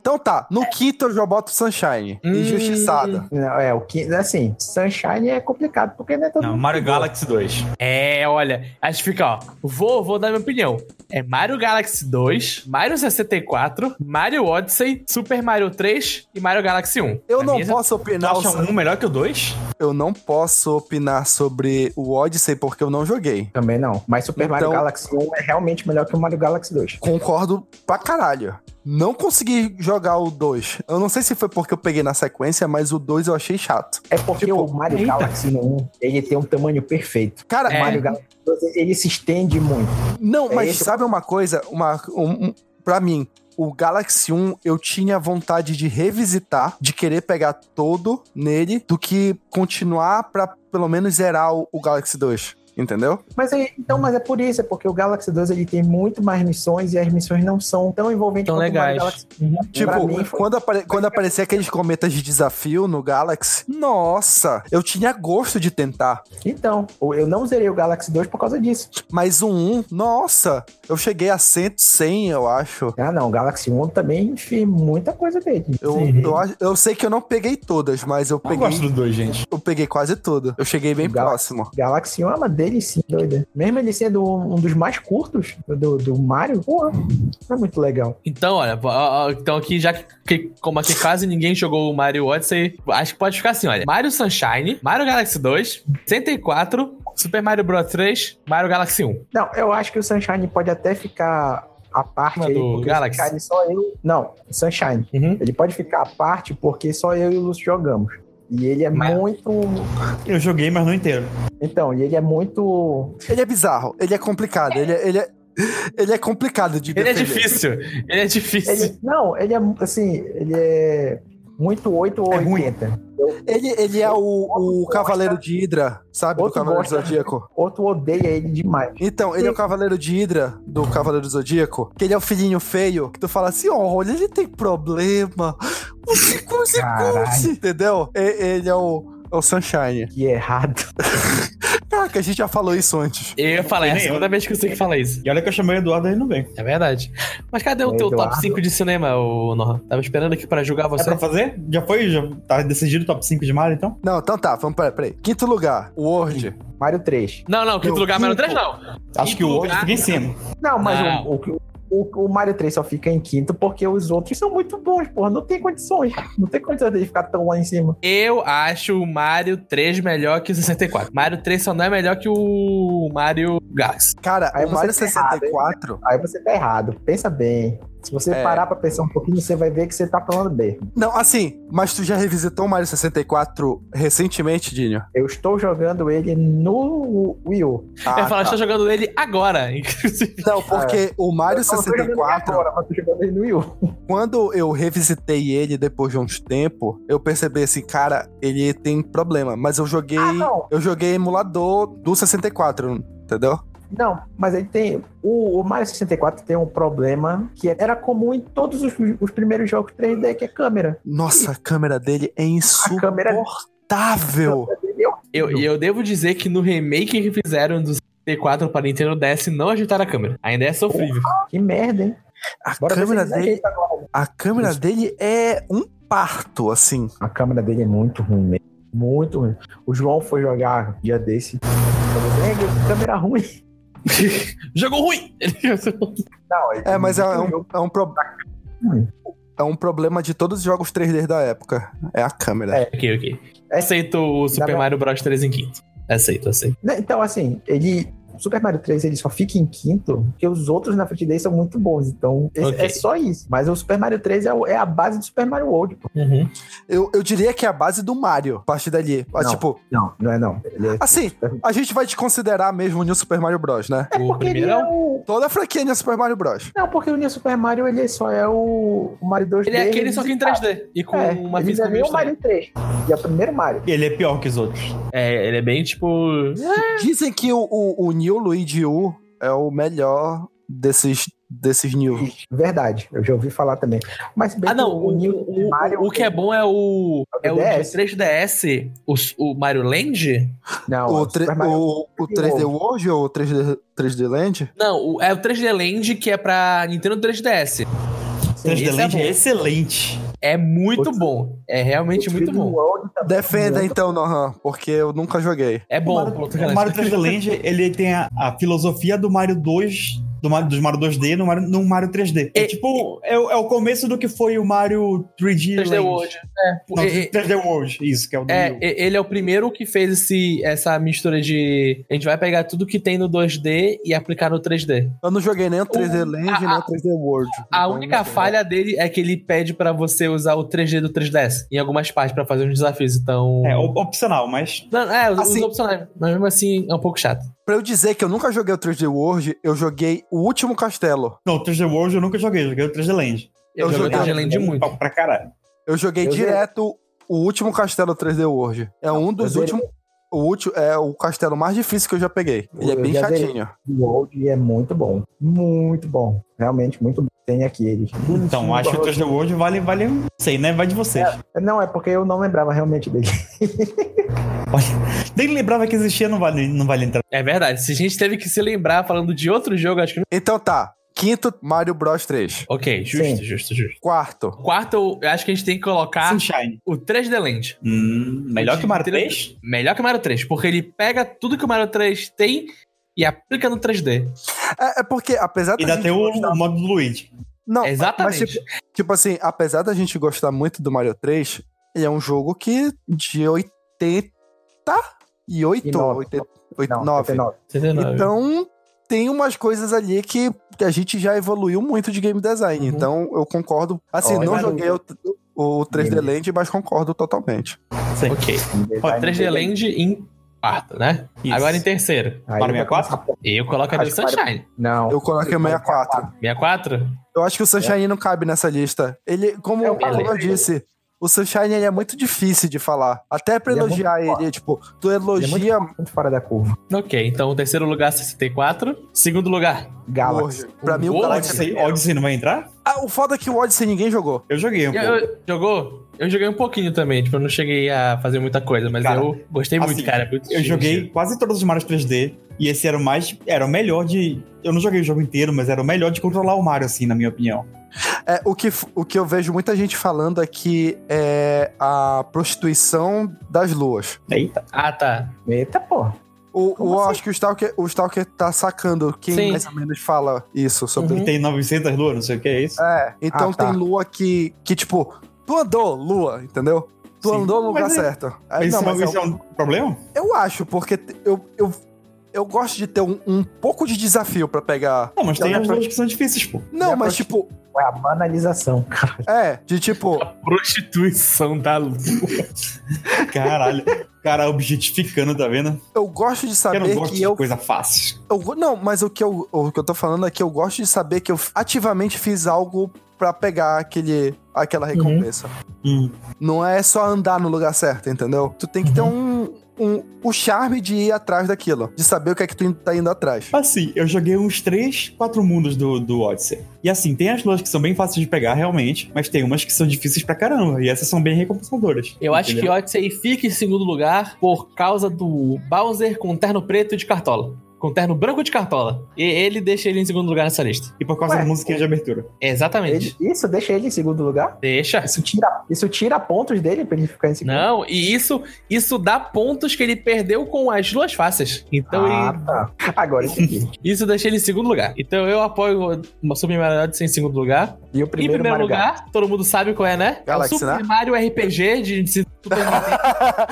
Speaker 1: Então tá, no quinto eu já boto Sunshine.
Speaker 3: É. Hum.
Speaker 1: Injustiçada.
Speaker 4: Não, é, o que. Assim, Sunshine é complicado, porque não é todo
Speaker 2: Não,
Speaker 4: mundo.
Speaker 2: Mario Galaxy 2.
Speaker 3: É, olha. Acho que fica, ó. Vou, vou dar minha opinião. É Mario Galaxy 2, Mario 64, Mario Odyssey, Super Mario 3 e Mario Galaxy É
Speaker 1: Eu
Speaker 3: 1. Pra
Speaker 1: não
Speaker 3: mim, essa-
Speaker 1: posso
Speaker 2: Tu
Speaker 1: opinar.
Speaker 2: acha um melhor que o 2?
Speaker 1: Eu não posso opinar sobre o Odyssey porque eu não joguei.
Speaker 4: Também não. Mas Super Mario
Speaker 1: Então-
Speaker 4: Galaxy 1 é realmente melhor que o Mario Galaxy 2.
Speaker 1: Concordo pra caralho. Não consegui jogar o 2. Eu não sei se foi porque eu peguei na sequência, mas o 2 eu achei chato.
Speaker 4: É porque
Speaker 1: Tipo,
Speaker 4: o Mario
Speaker 3: eita.
Speaker 4: Galaxy 1, ele tem um tamanho perfeito.
Speaker 1: Cara,
Speaker 3: É.
Speaker 4: O Mario Galaxy 2, ele se estende muito.
Speaker 1: Não,
Speaker 4: É
Speaker 1: mas
Speaker 4: esse-
Speaker 1: sabe uma coisa? Uma, um, um- pra mim, o Galaxy 1 eu tinha vontade de revisitar, de querer pegar todo nele, do que continuar pra pelo menos zerar o, o Galaxy 2. Entendeu?
Speaker 4: Mas é, então, mas é por isso, é porque o Galaxy 2 ele tem muito mais missões e as missões não são tão envolventes
Speaker 3: Tão
Speaker 4: quanto
Speaker 3: legais.
Speaker 4: o Mario Galaxy. um, né?
Speaker 1: Tipo,
Speaker 4: mim foi-
Speaker 1: quando, apare quando aparecer aqueles cometas de desafio no Galaxy, nossa, eu tinha gosto de tentar.
Speaker 4: Então, eu não zerei o Galaxy 2 por causa disso.
Speaker 1: Mas o 1, nossa, eu cheguei a 100, 100, eu acho.
Speaker 4: Ah, não, o Galaxy 1 também enfim, muita coisa dele.
Speaker 1: Eu, eu, acho- eu sei que eu não peguei todas, mas eu
Speaker 2: Eu
Speaker 1: peguei,
Speaker 2: gosto do 2, gente.
Speaker 1: eu peguei quase tudo. Eu cheguei bem
Speaker 4: Galaxy-
Speaker 1: próximo.
Speaker 4: Galaxy 1 é uma delícia, doida. Mesmo ele sendo um dos mais curtos do, do Mario, porra, é muito legal.
Speaker 3: Então, olha, ó, ó, então aqui, já que, que- como aqui quase ninguém jogou o Mario Odyssey, acho que pode ficar assim, olha. Mario Sunshine, Mario Galaxy 2, 64, Super Mario Bros 3, Mario Galaxy 1.
Speaker 4: Não, eu acho que o Sunshine pode até ficar à parte
Speaker 3: Mas
Speaker 4: aí,
Speaker 3: do
Speaker 4: porque
Speaker 3: Galaxy?
Speaker 4: o Sunshine só eu. Não, Sunshine.
Speaker 3: Uhum.
Speaker 4: Ele pode ficar à parte porque só eu e o Lúcio jogamos. E ele é
Speaker 3: Mas-
Speaker 4: muito.
Speaker 2: Eu joguei, mas não inteiro.
Speaker 4: Então, e ele é muito.
Speaker 1: Ele é bizarro, ele é complicado, ele é, ele é, ele é complicado de
Speaker 3: Ele é
Speaker 1: defender.
Speaker 3: difícil. Ele é difícil.
Speaker 4: Ele... Não, ele é assim, ele é muito 8 ou
Speaker 2: É ruim.
Speaker 4: 80.
Speaker 1: Ele, ele é o, o Cavaleiro de Hydra, sabe? Do
Speaker 4: Outro
Speaker 1: Cavaleiro
Speaker 4: gosta.
Speaker 1: Zodíaco.
Speaker 4: Outro odeia ele demais.
Speaker 1: Então, ele é o Cavaleiro de Hydra do Cavaleiro Zodíaco, que ele é o filhinho feio, que tu fala assim, ó, olha, ele tem problema. Use, use,
Speaker 4: Caralho.
Speaker 1: use, entendeu? E- Ele é o, é o Sunshine.
Speaker 4: Que errado.
Speaker 1: Caraca, a gente já falou isso antes.
Speaker 3: Eu ia falar, é a
Speaker 2: Nem eu.
Speaker 3: segunda vez que eu sei que fala isso.
Speaker 2: E olha que eu chamei o Eduardo e ele não vem.
Speaker 3: É verdade. Mas cadê o teu
Speaker 4: É, Eduardo.
Speaker 3: top 5 de cinema, ô Norra? Tava esperando aqui pra julgar
Speaker 2: É
Speaker 3: você.
Speaker 2: pra fazer? Já foi? Já tá decidido o top 5 de Mario, então?
Speaker 1: Não, então tá, vamos, peraí, peraí. Quinto lugar, o Word.
Speaker 4: Mario 3.
Speaker 3: Não, não, quinto
Speaker 1: Meu
Speaker 3: lugar, Mario
Speaker 1: quinto.
Speaker 3: 3 não.
Speaker 2: Acho que o World
Speaker 3: lugar.
Speaker 2: fica em cima.
Speaker 4: Não, mas
Speaker 3: Não.
Speaker 4: O, o- o- o Mario 3 só fica em quinto porque os outros são muito bons, porra. Não tem condições. Não tem condições de ficar tão lá em cima.
Speaker 3: Eu acho o Mario 3 melhor que o 64. Mario 3 só não é melhor que o Mario Galaxy.
Speaker 1: Cara,
Speaker 4: Aí
Speaker 1: o
Speaker 4: você
Speaker 1: Mario
Speaker 4: tá errado, hein?
Speaker 1: 64...
Speaker 4: Aí você tá errado. Pensa bem. Se você
Speaker 1: É.
Speaker 4: parar pra pensar um pouquinho, você vai ver que você tá falando bem.
Speaker 1: Não, assim, mas tu já revisitou o Mario 64 recentemente, Dinho?
Speaker 4: Eu estou jogando ele no Wii U.
Speaker 3: eu ia falar,
Speaker 1: tá.
Speaker 3: estou jogando ele agora, inclusive.
Speaker 1: Não, porque o Mario
Speaker 4: É. Eu não tô jogando ele
Speaker 1: 64,
Speaker 4: Agora, mas tô jogando ele no Wii U.
Speaker 1: quando eu revisitei ele depois de uns tempo, eu percebi assim, cara, ele tem problema. Mas eu joguei.
Speaker 4: Ah, não.
Speaker 1: eu joguei emulador do 64, entendeu?
Speaker 4: Não, mas ele tem. O, o Mario 64 tem um problema que era comum em todos os, os primeiros jogos 3D, que é câmera.
Speaker 1: Nossa, a câmera dele é
Speaker 4: A câmera-
Speaker 1: insuportável.
Speaker 3: Eu, e eu devo dizer que no remake que fizeram do T4 para Nintendo DS não ajeitaram a câmera. Ainda é sofrível.
Speaker 4: Que merda, hein?
Speaker 1: A
Speaker 4: Bora ver se
Speaker 1: câmera
Speaker 4: eles
Speaker 1: dele,
Speaker 4: ajeitam agora.
Speaker 1: a câmera dele é um parto, assim.
Speaker 4: A câmera dele é muito ruim mesmo. Muito ruim. O João foi jogar dia desse. Falou, "É, que câmera ruim.
Speaker 3: Jogou ruim!
Speaker 4: Não,
Speaker 1: É, mas é, um, é um pro-
Speaker 4: Hum.
Speaker 1: É um problema de todos os jogos 3D da época. É a câmera.
Speaker 4: É.
Speaker 3: ok, ok. Aceito o Super
Speaker 4: Dá pra-
Speaker 3: Mario Bros 3 em quinto. Aceito, aceito.
Speaker 4: Né, Então, assim, ele. Super Mario 3 ele só fica em quinto, porque os outros na frente dele são muito bons. Então, esse-
Speaker 3: Ok.
Speaker 4: é só isso. Mas o Super Mario 3 é, o- é a base do Super Mario World. pô.
Speaker 1: Eu, eu diria que é a base do Mario, a partir dali. Ah,
Speaker 4: Não.
Speaker 1: Tipo,
Speaker 4: Não, não é não. Ele é-
Speaker 1: assim, a gente vai desconsiderar mesmo o New Super Mario Bros, né?
Speaker 4: É
Speaker 3: O
Speaker 4: porque ele é
Speaker 3: primeiro.
Speaker 4: o.
Speaker 1: Toda a franquia é New Super Mario Bros.
Speaker 4: Não, porque o New Super Mario ele só é o, o Mario 2D.
Speaker 3: Ele é aquele só que em 3D. E com
Speaker 4: É,
Speaker 3: uma
Speaker 4: ele
Speaker 3: física
Speaker 4: não é nem
Speaker 3: meio
Speaker 4: o Mario
Speaker 3: estranha.
Speaker 4: 3. Ele é o primeiro Mario.
Speaker 2: Ele é pior que os outros.
Speaker 3: É, ele é bem tipo.
Speaker 1: Dizem que o, o, o New Luigi U é o melhor desses, desses New.
Speaker 4: Verdade, eu já ouvi falar também. Mas bem
Speaker 3: Ah, não.
Speaker 2: tipo
Speaker 4: que
Speaker 2: um
Speaker 3: O,
Speaker 4: New
Speaker 3: o, o, o que é bom é o. É o de
Speaker 4: 3D.
Speaker 3: 3DS, o, o Mario Land?
Speaker 4: Não,
Speaker 1: O,
Speaker 4: é o
Speaker 1: tre-
Speaker 4: Super Mario.
Speaker 1: o, o 3D World ou o 3D, 3D Land?
Speaker 3: Não, o- é o 3D Land que é pra Nintendo 3DS.
Speaker 4: Sim,
Speaker 2: 3D
Speaker 3: esse
Speaker 2: Land
Speaker 3: é
Speaker 2: é,
Speaker 3: bom.
Speaker 2: excelente.
Speaker 3: É muito
Speaker 4: Outro-
Speaker 3: bom. É realmente
Speaker 4: o
Speaker 3: muito
Speaker 4: 3D
Speaker 3: bom.
Speaker 4: World também é
Speaker 1: Defenda
Speaker 4: muito
Speaker 1: então, Nohan, porque eu nunca joguei.
Speaker 3: É bom.
Speaker 2: O Mario, o Mario 3D Land, ele tem a, a filosofia do Mario 2, do Mario, dos Mario 2D no Mario, no Mario 3D. É,
Speaker 3: É,
Speaker 2: tipo, é, o- é o começo do que foi o Mario 3D,
Speaker 3: 3D
Speaker 2: Land.
Speaker 3: World. É.
Speaker 2: Não,
Speaker 3: E- e-
Speaker 2: 3D World, isso, que tipo, é o do
Speaker 3: É,
Speaker 2: Wii U.
Speaker 3: e- ele é o primeiro que fez esse, essa mistura de. A gente vai pegar tudo que tem no 2D e aplicar no 3D.
Speaker 1: Eu não joguei nem o 3D Land,
Speaker 3: a-
Speaker 1: nem o 3D World.
Speaker 3: A
Speaker 1: Então,
Speaker 3: única
Speaker 1: não sei.
Speaker 3: falha dele é que ele pede pra você usar o 3D do 3DS em algumas partes pra fazer uns desafios. Então.
Speaker 2: É, op- opcional, mas
Speaker 3: Não, é, os, os
Speaker 1: Assim-
Speaker 3: opcionais. Mas mesmo assim é um pouco chato.
Speaker 1: Pra eu dizer que eu nunca joguei o 3D World, eu joguei o último castelo.
Speaker 2: não, o 3D World eu nunca joguei, joguei o 3D Land.
Speaker 1: Eu
Speaker 3: Eu, joguei
Speaker 1: joguei-
Speaker 3: o 3D Land muito.
Speaker 2: Pra, pra caralho.
Speaker 1: Eu joguei
Speaker 4: Eu
Speaker 1: direto o último castelo 3D World. É um dos
Speaker 4: zerei.
Speaker 1: últimos. O último é o castelo mais difícil que eu já peguei. Ele é
Speaker 4: Eu
Speaker 1: bem
Speaker 4: já zerei.
Speaker 1: chatinho.
Speaker 4: bom. O World é muito bom. Muito bom. Realmente muito bom. Tem aqui ele.
Speaker 2: Então, acho que o 3D World vale, vale, não sei, né? Vai de vocês.
Speaker 4: Não, é porque eu não lembrava realmente dele.
Speaker 2: Nem lembrava que existia, não vale, não vale entrar.
Speaker 3: É verdade. Se a gente teve que se lembrar falando de outro jogo, acho que.
Speaker 1: Então tá. Quinto, Mario Bros 3.
Speaker 3: Ok, justo,
Speaker 4: Sim.
Speaker 3: justo, justo.
Speaker 1: Quarto,
Speaker 3: Quarto, eu acho que a gente tem que colocar
Speaker 2: Sunshine.
Speaker 3: o 3D Land.
Speaker 2: Hum, melhor que o Mario
Speaker 3: Tira-
Speaker 2: 3?
Speaker 3: Melhor que o Mario 3, porque ele pega tudo que o Mario 3 tem e aplica no 3D.
Speaker 1: É, é porque, apesar da
Speaker 2: E dá
Speaker 1: gente
Speaker 2: tem o,
Speaker 1: gostar...
Speaker 2: o modo do Luigi.
Speaker 1: Não,
Speaker 3: Exatamente.
Speaker 1: mas tipo, tipo assim, apesar da gente gostar muito do Mario 3, ele é um jogo que de 88,
Speaker 4: E
Speaker 1: 8,
Speaker 4: nove.
Speaker 1: 8,
Speaker 4: Não,
Speaker 1: 9.
Speaker 4: 89.
Speaker 3: 69.
Speaker 1: Então, tem umas coisas ali que a gente já evoluiu muito de game design.
Speaker 3: Uhum.
Speaker 1: Então, eu concordo. Assim,
Speaker 4: Olha,
Speaker 1: não
Speaker 4: Maru.
Speaker 1: joguei o, o 3D Land, mas concordo totalmente.
Speaker 2: Sim.
Speaker 3: ok. Ó, 3D Land em quarto, né?
Speaker 2: Isso.
Speaker 3: Agora em terceiro.
Speaker 4: Aí
Speaker 2: Mario
Speaker 4: vai
Speaker 2: 64?
Speaker 4: começar-
Speaker 3: Eu coloco ali o
Speaker 4: Acho que
Speaker 3: Sunshine.
Speaker 4: Não.
Speaker 1: Eu coloquei o 64.
Speaker 3: 64?
Speaker 1: Eu acho que o Sunshine não cabe nessa lista. Ele, como,
Speaker 4: É o
Speaker 1: como eu
Speaker 3: Mario.
Speaker 1: disse, o Sunshine ele é muito difícil de falar. Até pra
Speaker 4: Ele é
Speaker 1: elogiar
Speaker 4: muito é
Speaker 1: ele, tipo, tu elogia
Speaker 4: Muito fora da curva.
Speaker 3: Ok, então terceiro lugar 64. Segundo lugar.
Speaker 4: Galaxy.
Speaker 1: World. Pra mim, o
Speaker 3: World?
Speaker 1: Galaxy.
Speaker 2: Odyssey, Odyssey não vai entrar?
Speaker 1: Ah, o foda é que o Odyssey ninguém jogou.
Speaker 2: Eu joguei um
Speaker 3: Eu-
Speaker 2: pouco.
Speaker 3: eu- jogou? Eu joguei um pouquinho também, tipo, eu não cheguei a fazer muita coisa, mas
Speaker 2: Cara,
Speaker 3: eu gostei muito,
Speaker 2: assim,
Speaker 3: cara. é muito
Speaker 2: Eu joguei
Speaker 3: divertido.
Speaker 2: quase todos os Mario 3D. E esse era o mais. Era o melhor de. Eu não joguei o jogo inteiro, mas era o melhor de controlar o Mario, assim, na minha opinião.
Speaker 1: É, o, que, f- o que eu vejo muita gente falando é que é a prostituição das luas.
Speaker 2: Eita.
Speaker 3: Ah, tá.
Speaker 4: Eita, porra.
Speaker 1: O,
Speaker 4: Como
Speaker 1: o-
Speaker 4: assim?
Speaker 1: acho que o Stalker, o Stalker tá sacando quem
Speaker 3: Sim.
Speaker 1: mais ou menos fala isso sobre.
Speaker 3: Uhum.
Speaker 2: Tem 900 luas, não sei o que é isso.
Speaker 1: É, então
Speaker 4: Ah, tá.
Speaker 1: tem lua que, que, tipo, tu andou, lua, entendeu? Tu
Speaker 2: Sim.
Speaker 1: andou no lugar
Speaker 2: Mas é-
Speaker 1: certo. É,
Speaker 2: isso
Speaker 1: não, mas
Speaker 2: isso
Speaker 1: eu,
Speaker 2: é um problema?
Speaker 1: eu acho, porque te- eu, eu, eu gosto de ter um, um pouco de desafio pra pegar.
Speaker 2: Não, mas
Speaker 1: Não,
Speaker 2: tem
Speaker 1: mas
Speaker 2: as
Speaker 1: pra-
Speaker 2: duas que são difíceis, pô.
Speaker 1: Não,
Speaker 4: Dá
Speaker 1: mas
Speaker 4: pra-
Speaker 1: tipo,
Speaker 4: Foi a banalização, cara.
Speaker 1: é, de tipo,
Speaker 3: Prostituição da lua.
Speaker 2: Caralho. Cara, objetificando, tá vendo?
Speaker 1: eu gosto de
Speaker 2: Tá Eu não
Speaker 1: saber
Speaker 2: gosto
Speaker 1: que
Speaker 2: de
Speaker 1: eu
Speaker 2: coisa fácil.
Speaker 1: Eu go- não, mas o que, eu, o que eu tô falando é que eu gosto de saber que eu ativamente fiz algo pra pegar aquele,
Speaker 3: Uhum.
Speaker 1: aquela recompensa.
Speaker 2: Hum.
Speaker 3: Uhum.
Speaker 1: Não é só andar no lugar certo, entendeu? Tu tem que ter um, um, o charme de ir atrás daquilo, de saber o que é que tu in- tá indo atrás.
Speaker 2: Assim, eu joguei uns 3, 4 mundos do, do Odyssey. E assim, tem as lojas que são bem fáceis de pegar, realmente, mas tem umas que são difíceis pra caramba. E essas são bem recompensadoras.
Speaker 3: Eu acho que
Speaker 2: Entendeu?
Speaker 3: Odyssey fica em segundo lugar por causa do Bowser com terno preto de cartola. Com terno branco de cartola. E ele deixa ele em segundo lugar nessa lista.
Speaker 2: E por causa
Speaker 4: Ué.
Speaker 2: da musiquinha de abertura.
Speaker 3: Exatamente.
Speaker 4: Ele- isso deixa ele em segundo lugar?
Speaker 3: Deixa.
Speaker 4: Isso tira, isso tira pontos dele pra ele ficar em segundo
Speaker 3: Não, e isso isso dá pontos que ele perdeu com as duas faces. Então
Speaker 4: Ah,
Speaker 3: ele-
Speaker 4: tá. Agora entendi.
Speaker 3: isso deixa ele em segundo lugar. Então eu apoio o Super Mario Odyssey em segundo lugar.
Speaker 4: E o
Speaker 3: Em
Speaker 4: primeiro,
Speaker 3: primeiro
Speaker 4: Mario Kart.
Speaker 3: lugar, todo mundo sabe qual é, né?
Speaker 1: Galaxy,
Speaker 3: é o Super
Speaker 1: né?
Speaker 3: Mario RPG de de Super Nintendo.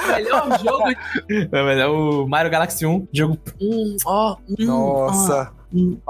Speaker 3: O melhor jogo. de- Não, mas é o Mario Galaxy 1. Jogo. Hum, ó, hum, ó.
Speaker 1: Nossa.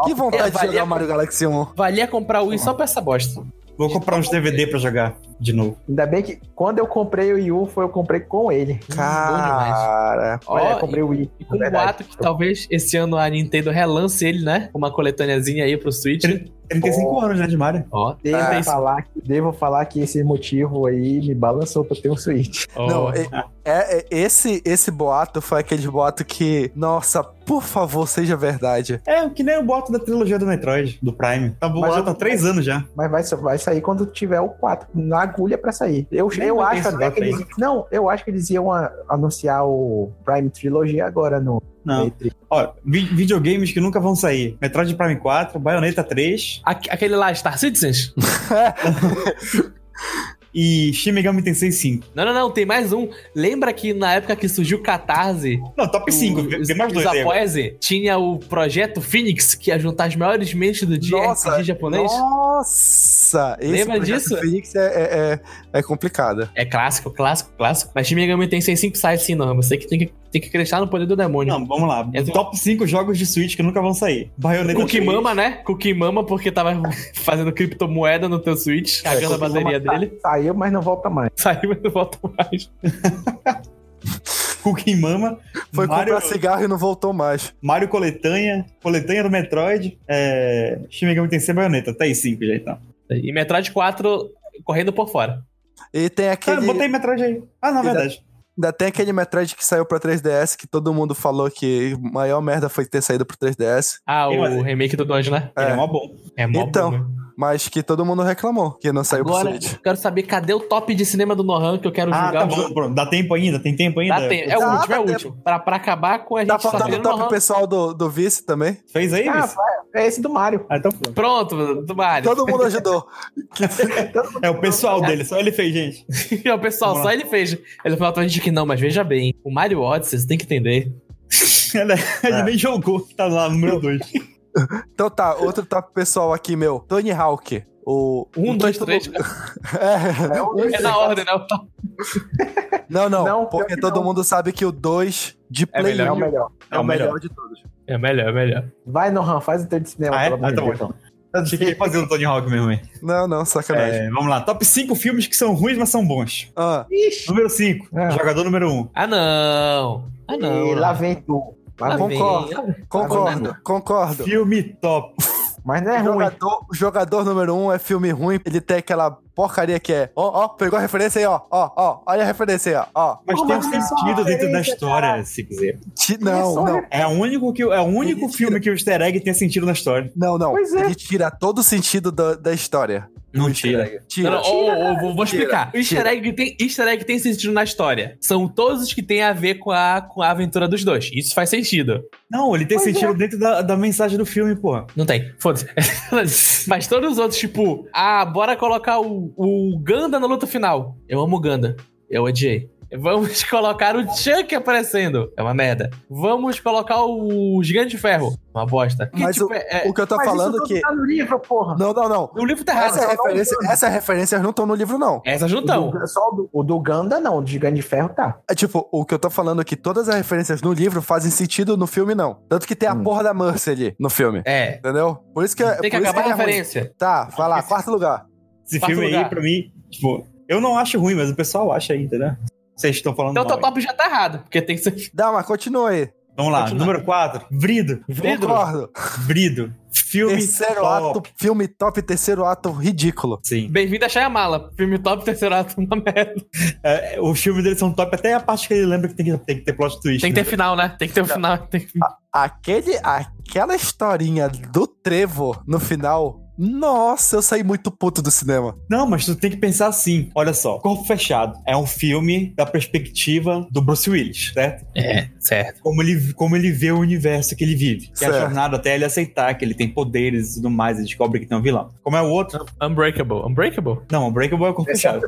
Speaker 1: Que vontade de
Speaker 3: Avalia-
Speaker 1: jogar Mario Galaxy 1.
Speaker 3: Valia comprar o Wii só pra essa bosta.
Speaker 2: Vou comprar uns DVD pra jogar de novo.
Speaker 4: Ainda bem que quando eu comprei o Wii U, foi eu comprei com ele.
Speaker 1: Cara.
Speaker 4: Olha,
Speaker 3: Ó,
Speaker 4: eu comprei o Wii.
Speaker 3: E
Speaker 4: na
Speaker 3: com o
Speaker 4: verdade.
Speaker 3: boato que talvez esse ano a Nintendo relance ele, né? Com uma coletâneazinha aí pro Switch.
Speaker 2: 35 anos, né, de Mario?
Speaker 3: Ó,
Speaker 4: Devo,
Speaker 3: trinta e cinco.
Speaker 4: falar, que- devo falar que esse motivo aí me balançou pra ter um Switch.
Speaker 1: Não,
Speaker 3: Ó.
Speaker 1: é, é- é- esse, esse boato foi aquele boato que, nossa, por favor, seja verdade.
Speaker 2: É, que nem o boto da trilogia do Metroid, do Prime. Tá bom,
Speaker 4: Mas
Speaker 2: já
Speaker 4: eu-
Speaker 2: tá 3 anos já.
Speaker 4: Mas vai, sa- vai sair quando tiver o 4, na agulha pra sair. Eu,
Speaker 2: Nem
Speaker 4: eu
Speaker 2: vai ter
Speaker 4: acho
Speaker 2: esse
Speaker 4: até que
Speaker 2: data aí.
Speaker 4: eles. Não, eu acho que eles iam a- anunciar o Prime Trilogy agora no
Speaker 2: Não.
Speaker 4: E3.
Speaker 2: Ó, vi- videogames que nunca vão sair. Metroid Prime 4, Bayonetta 3
Speaker 3: Aque- Aquele lá, Star Citizens?
Speaker 2: e Shin Megami Tensei 5.
Speaker 3: Não, não, não, tem mais um. Lembra que na época que surgiu o Catarse,
Speaker 2: Não, top 5.
Speaker 3: o-
Speaker 2: Tem mais
Speaker 3: os
Speaker 2: dois aí. agora.
Speaker 3: Apoese, tinha o projeto Phoenix, que ia juntar as maiores mentes do dia
Speaker 1: Nossa,
Speaker 3: RPG japonês?
Speaker 1: Nossa! Esse
Speaker 3: Lembra
Speaker 1: projeto
Speaker 3: disso?
Speaker 1: Phoenix é, é, é, é complicado.
Speaker 3: É clássico, clássico, clássico. Mas Shin Megami tem 65 sites sim, não. Você que tem que, tem que acreditar no poder do demônio.
Speaker 2: Não, vamos lá.
Speaker 3: Eu tô-
Speaker 2: Top 5 jogos de Switch que nunca vão sair. Bayonetta
Speaker 3: Cookie-mama, né? Cookie-mama porque tava fazendo criptomoeda no teu Switch, cagando a bateria
Speaker 2: tá-
Speaker 4: Sa-
Speaker 3: dele.
Speaker 4: Saiu, mas não volta mais.
Speaker 3: Saiu e não volta mais.
Speaker 2: Cookie Mama.
Speaker 1: Foi
Speaker 2: Mario,
Speaker 1: comprar cigarro e não voltou mais.
Speaker 2: Mario Coletanha. Coletanha do Metroid. É... Shin Megami Tensei Bayonetta. Tá aí 5 já então.
Speaker 3: E Metroid 4 correndo por fora.
Speaker 1: E tem
Speaker 2: Cara,
Speaker 1: aquele.
Speaker 2: botei Metroid aí. Ah, não, é
Speaker 1: Ele-
Speaker 2: verdade.
Speaker 1: Ainda tem aquele Metroid que saiu pra 3DS que todo mundo falou que a maior merda foi ter saído pro 3DS,
Speaker 3: Ah,
Speaker 2: Tem mais
Speaker 3: o
Speaker 2: aí.
Speaker 3: remake do Dungeon, né?
Speaker 2: Ele
Speaker 1: É.
Speaker 2: é mó bom.
Speaker 3: É mó
Speaker 1: Então,
Speaker 3: bom, né?
Speaker 1: mas que todo mundo reclamou que não saiu pro
Speaker 3: Agora,
Speaker 1: Switch.
Speaker 3: eu quero saber cadê o top de cinema do Nohan que eu quero
Speaker 2: Ah,
Speaker 3: julgar
Speaker 2: tá
Speaker 3: o um jogo.
Speaker 2: bom. Pronto. Dá tempo ainda? Tem tempo ainda?
Speaker 3: Dá tempo. É o
Speaker 1: Dá,
Speaker 3: último, é
Speaker 1: dá
Speaker 3: o
Speaker 1: tempo.
Speaker 3: último. Pra, pra acabar com a gente
Speaker 1: Tá
Speaker 3: só
Speaker 1: faltando o
Speaker 3: vendo
Speaker 1: top
Speaker 3: Nohan.
Speaker 1: pessoal do, do vice também?
Speaker 2: Fez aí,
Speaker 4: Ah,
Speaker 2: Vinícius?
Speaker 4: é esse do Mario.
Speaker 2: Ah, então pronto.
Speaker 3: Pronto, do Mario.
Speaker 1: Todo mundo ajudou.
Speaker 2: É o pessoal dele, só ele fez, gente.
Speaker 3: É o pessoal,
Speaker 2: Vamos
Speaker 3: só ele fez. Ele falou pra gente que não, mas veja bem. O Mario Odyssey, você tem que entender.
Speaker 2: Ele,
Speaker 1: É.
Speaker 2: ele nem jogou, tá lá, número 2.
Speaker 1: Então tá, outro top pessoal aqui, meu. Tony Hawk. O.
Speaker 3: Um,
Speaker 1: o
Speaker 3: dois,
Speaker 1: todo
Speaker 3: três.
Speaker 1: mundo- É.
Speaker 4: É, o-
Speaker 3: É na ordem, né?
Speaker 1: Não, não.
Speaker 4: Não,
Speaker 1: porque
Speaker 4: pior que
Speaker 1: todo
Speaker 4: não.
Speaker 1: mundo sabe que o 2 de Play
Speaker 4: é
Speaker 3: melhor.
Speaker 4: o
Speaker 1: um
Speaker 4: melhor.
Speaker 1: é o melhor de todos.
Speaker 3: É melhor, é melhor.
Speaker 4: Vai, Nohan, faz o teu de cinema,
Speaker 2: Ah, é?
Speaker 4: pelo amor
Speaker 2: Ah,
Speaker 4: de
Speaker 2: tá
Speaker 4: Deus.
Speaker 2: bom. Achei que ia fazer o Tony Hawk mesmo, hein?
Speaker 1: Não, não, sacanagem.
Speaker 2: É, vamos lá. Top 5 filmes que são ruins, mas são
Speaker 3: É.
Speaker 2: bons.
Speaker 1: Ah,
Speaker 2: Número 5,
Speaker 4: É.
Speaker 2: jogador número 1. Um.
Speaker 3: Ah, não. Ah, não.
Speaker 4: E lá vem tu. Lá
Speaker 3: Lá
Speaker 4: vem.
Speaker 3: vem.
Speaker 1: concordo. concordo, concordo.
Speaker 2: Filme top.
Speaker 4: Mas não é ruim.
Speaker 1: Jogador, o jogador número um é filme ruim, ele tem aquela porcaria que é, ó, ó, pegou a referência aí, ó, ó, ó, olha a referência aí, ó, ó.
Speaker 2: Mas
Speaker 4: Como
Speaker 2: tem um
Speaker 4: assim?
Speaker 2: sentido dentro da
Speaker 4: Referência,
Speaker 2: história,
Speaker 4: caralho.
Speaker 2: se quiser.
Speaker 1: Ti-
Speaker 4: Isso,
Speaker 1: não, não,
Speaker 4: olha.
Speaker 2: É o único, que, é o único
Speaker 1: Ele tira-
Speaker 2: filme que o easter egg tem sentido na história.
Speaker 1: não, não.
Speaker 4: Pois é.
Speaker 1: Ele tira todo o sentido da- da história.
Speaker 2: Não
Speaker 1: O easter
Speaker 2: tira.
Speaker 1: egg.
Speaker 3: Não,
Speaker 1: Tira.
Speaker 3: não, ô, ô, vou, vou
Speaker 1: Tira.
Speaker 3: explicar. O easter
Speaker 1: Tira.
Speaker 3: egg, tem, easter egg tem sentido na história. São todos os que têm a ver com a, com a aventura dos dois. Isso faz sentido.
Speaker 2: Não, ele tem
Speaker 4: Pois
Speaker 2: sentido dentro da, da mensagem do filme, porra.
Speaker 3: Não tem. Foda-se. Mas todos os outros, tipo, ah, bora colocar o, o Ganda na luta final. Eu amo o Ganda. Eu odiei. Vamos colocar o Chuck aparecendo. É uma merda. Vamos colocar o Gigante de Ferro. Uma bosta. Que,
Speaker 1: Mas
Speaker 3: tipo, é- é-
Speaker 1: O que eu tô
Speaker 4: Mas isso
Speaker 1: falando
Speaker 4: tudo
Speaker 1: que...
Speaker 4: tá no livro, porra.
Speaker 1: Não, não, não.
Speaker 3: o livro tá errado.
Speaker 1: Essa
Speaker 3: Essas
Speaker 1: referência, essas referências não estão no livro, não.
Speaker 3: não
Speaker 4: O
Speaker 3: estão.
Speaker 4: do- só o do, o do Ganda, não. O do Gigante de Ferro tá.
Speaker 1: É tipo, o que eu tô falando é que todas as referências no livro fazem sentido no filme, não. Tanto que tem a
Speaker 4: Hum.
Speaker 1: porra da Mercy ali no filme.
Speaker 3: É.
Speaker 1: Entendeu? Por isso que é.
Speaker 3: Tem que
Speaker 1: por isso
Speaker 3: acabar
Speaker 1: ele
Speaker 3: a
Speaker 1: é ruim.
Speaker 3: referência.
Speaker 1: Tá, vai lá, quarto lugar.
Speaker 2: Esse
Speaker 3: Quarto
Speaker 2: filme
Speaker 3: lugar.
Speaker 2: aí, pra mim, tipo, eu não acho ruim, mas o pessoal acha aí, entendeu? Vocês estão falando
Speaker 3: Então
Speaker 2: mal.
Speaker 3: teu top já tá errado, porque tem que ser.
Speaker 1: Dá, mas continua aí.
Speaker 2: Vamos lá,
Speaker 3: Continua.
Speaker 2: número 4, Vrido.
Speaker 3: Vidro.
Speaker 1: Concordo.
Speaker 2: Vrido. Filme
Speaker 1: Terceiro
Speaker 2: top.
Speaker 1: ato, filme top, terceiro ato ridículo.
Speaker 2: Sim.
Speaker 3: Bem-vindo a Shyamala. Filme top, terceiro ato, uma merda.
Speaker 2: É, os filmes dele são top, até a parte que ele lembra que tem que, tem que ter plot twist.
Speaker 3: Tem que ter
Speaker 2: né?
Speaker 3: final, né? Tem que ter um final. tem que-
Speaker 1: Aquele, aquela historinha do trevo no final. Nossa, eu saí muito puto do cinema.
Speaker 2: Não, mas tu tem que pensar assim. Olha só, Corpo Fechado é um filme da perspectiva do Bruce Willis, certo?
Speaker 3: É, certo.
Speaker 2: Como ele, como ele vê o universo que ele vive. Que é a
Speaker 1: Certo.
Speaker 2: jornada até ele aceitar que ele tem poderes e tudo mais, e descobre que tem um vilão. Como é o outro?
Speaker 3: Unbreakable. Unbreakable?
Speaker 2: Não, Breakable é o Corpo Fechado.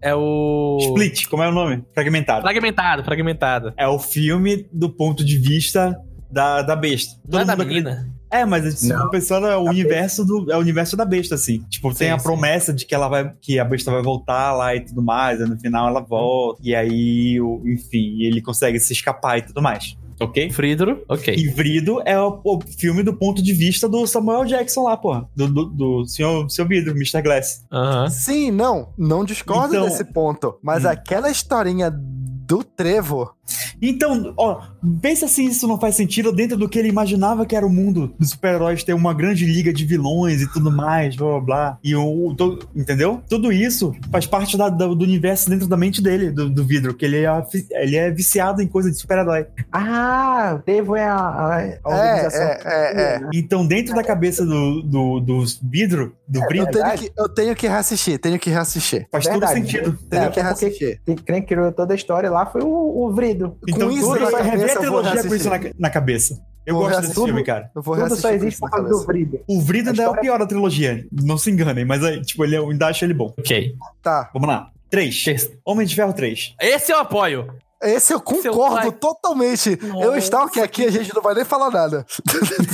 Speaker 3: É o.
Speaker 2: Split, como é o nome? Fragmentado.
Speaker 3: Fragmentado, fragmentado.
Speaker 2: É o filme do ponto de vista da, da besta.
Speaker 3: Não é da
Speaker 2: mundo acredita-
Speaker 3: menina?
Speaker 2: É, mas eu
Speaker 4: Não.
Speaker 2: fico pensando, é o universo do. É o universo da besta, assim. Tipo, tem
Speaker 3: Tá Sim,
Speaker 2: a
Speaker 3: sim.
Speaker 2: promessa de que ela vai. Que a besta vai voltar lá e tudo mais. Aí no final ela volta. E aí, o- enfim, ele consegue se escapar e tudo mais. Ok?
Speaker 3: Fridro, ok.
Speaker 2: E Vrido é o, o filme do ponto de vista do Samuel Jackson lá, porra. Do, do, do senhor, senhor Vidro, Mr. Glass.
Speaker 3: Aham.
Speaker 1: Sim, não, não discordo
Speaker 2: Então-
Speaker 1: desse ponto. Mas
Speaker 2: Hum.
Speaker 1: aquela historinha do trevo.
Speaker 2: Então, ó, pensa se isso não faz sentido dentro do que ele imaginava que era o mundo dos super-heróis ter uma grande liga de vilões e tudo mais, blá blá blá. E o. o to- entendeu? Tudo isso faz parte da- da- do universo dentro da mente dele, do, do vidro, que ele é, afi- ele é viciado em coisa de super-herói.
Speaker 4: Ah, o Devo é a, a, a
Speaker 1: É,
Speaker 4: organização. né?
Speaker 1: é, é, é.
Speaker 2: Então, dentro da cabeça do, do, do vidro, do
Speaker 1: Eu
Speaker 2: vidro,
Speaker 1: tenho, que, eu tenho que reassistir, tenho que reassistir.
Speaker 2: faz
Speaker 4: verdade.
Speaker 2: todo sentido.
Speaker 1: Tenho
Speaker 4: É,
Speaker 1: que
Speaker 4: porque-
Speaker 1: reassistir.
Speaker 4: Quem- Quem criou toda a história lá foi o, o Vrido.
Speaker 2: Então,
Speaker 1: isso
Speaker 2: tudo
Speaker 1: na
Speaker 2: vai rever
Speaker 1: cabeça,
Speaker 2: a
Speaker 1: eu vou
Speaker 2: trilogia com isso na,
Speaker 1: reassistir.
Speaker 2: na cabeça. Eu
Speaker 1: Vou
Speaker 2: gosto
Speaker 1: reassistir
Speaker 2: desse
Speaker 1: tudo.
Speaker 2: filme, cara.
Speaker 1: Eu vou
Speaker 4: Tudo
Speaker 1: reassistir.
Speaker 4: só
Speaker 1: com
Speaker 4: existe
Speaker 1: isso na
Speaker 4: por causa do
Speaker 1: cabeça.
Speaker 4: Vrido.
Speaker 2: O Vrido
Speaker 4: A
Speaker 2: ainda é o
Speaker 4: história-
Speaker 2: pior da trilogia. Não se enganem, mas é, tipo, ele é- ainda acho ele bom.
Speaker 3: Ok.
Speaker 1: Tá.
Speaker 2: Vamos lá. 3. Homem de Ferro 3.
Speaker 3: Esse eu apoio.
Speaker 1: Esse eu concordo
Speaker 3: pai.
Speaker 1: totalmente. Eu
Speaker 3: Nossa,
Speaker 1: estou que aqui a gente não vai nem falar nada.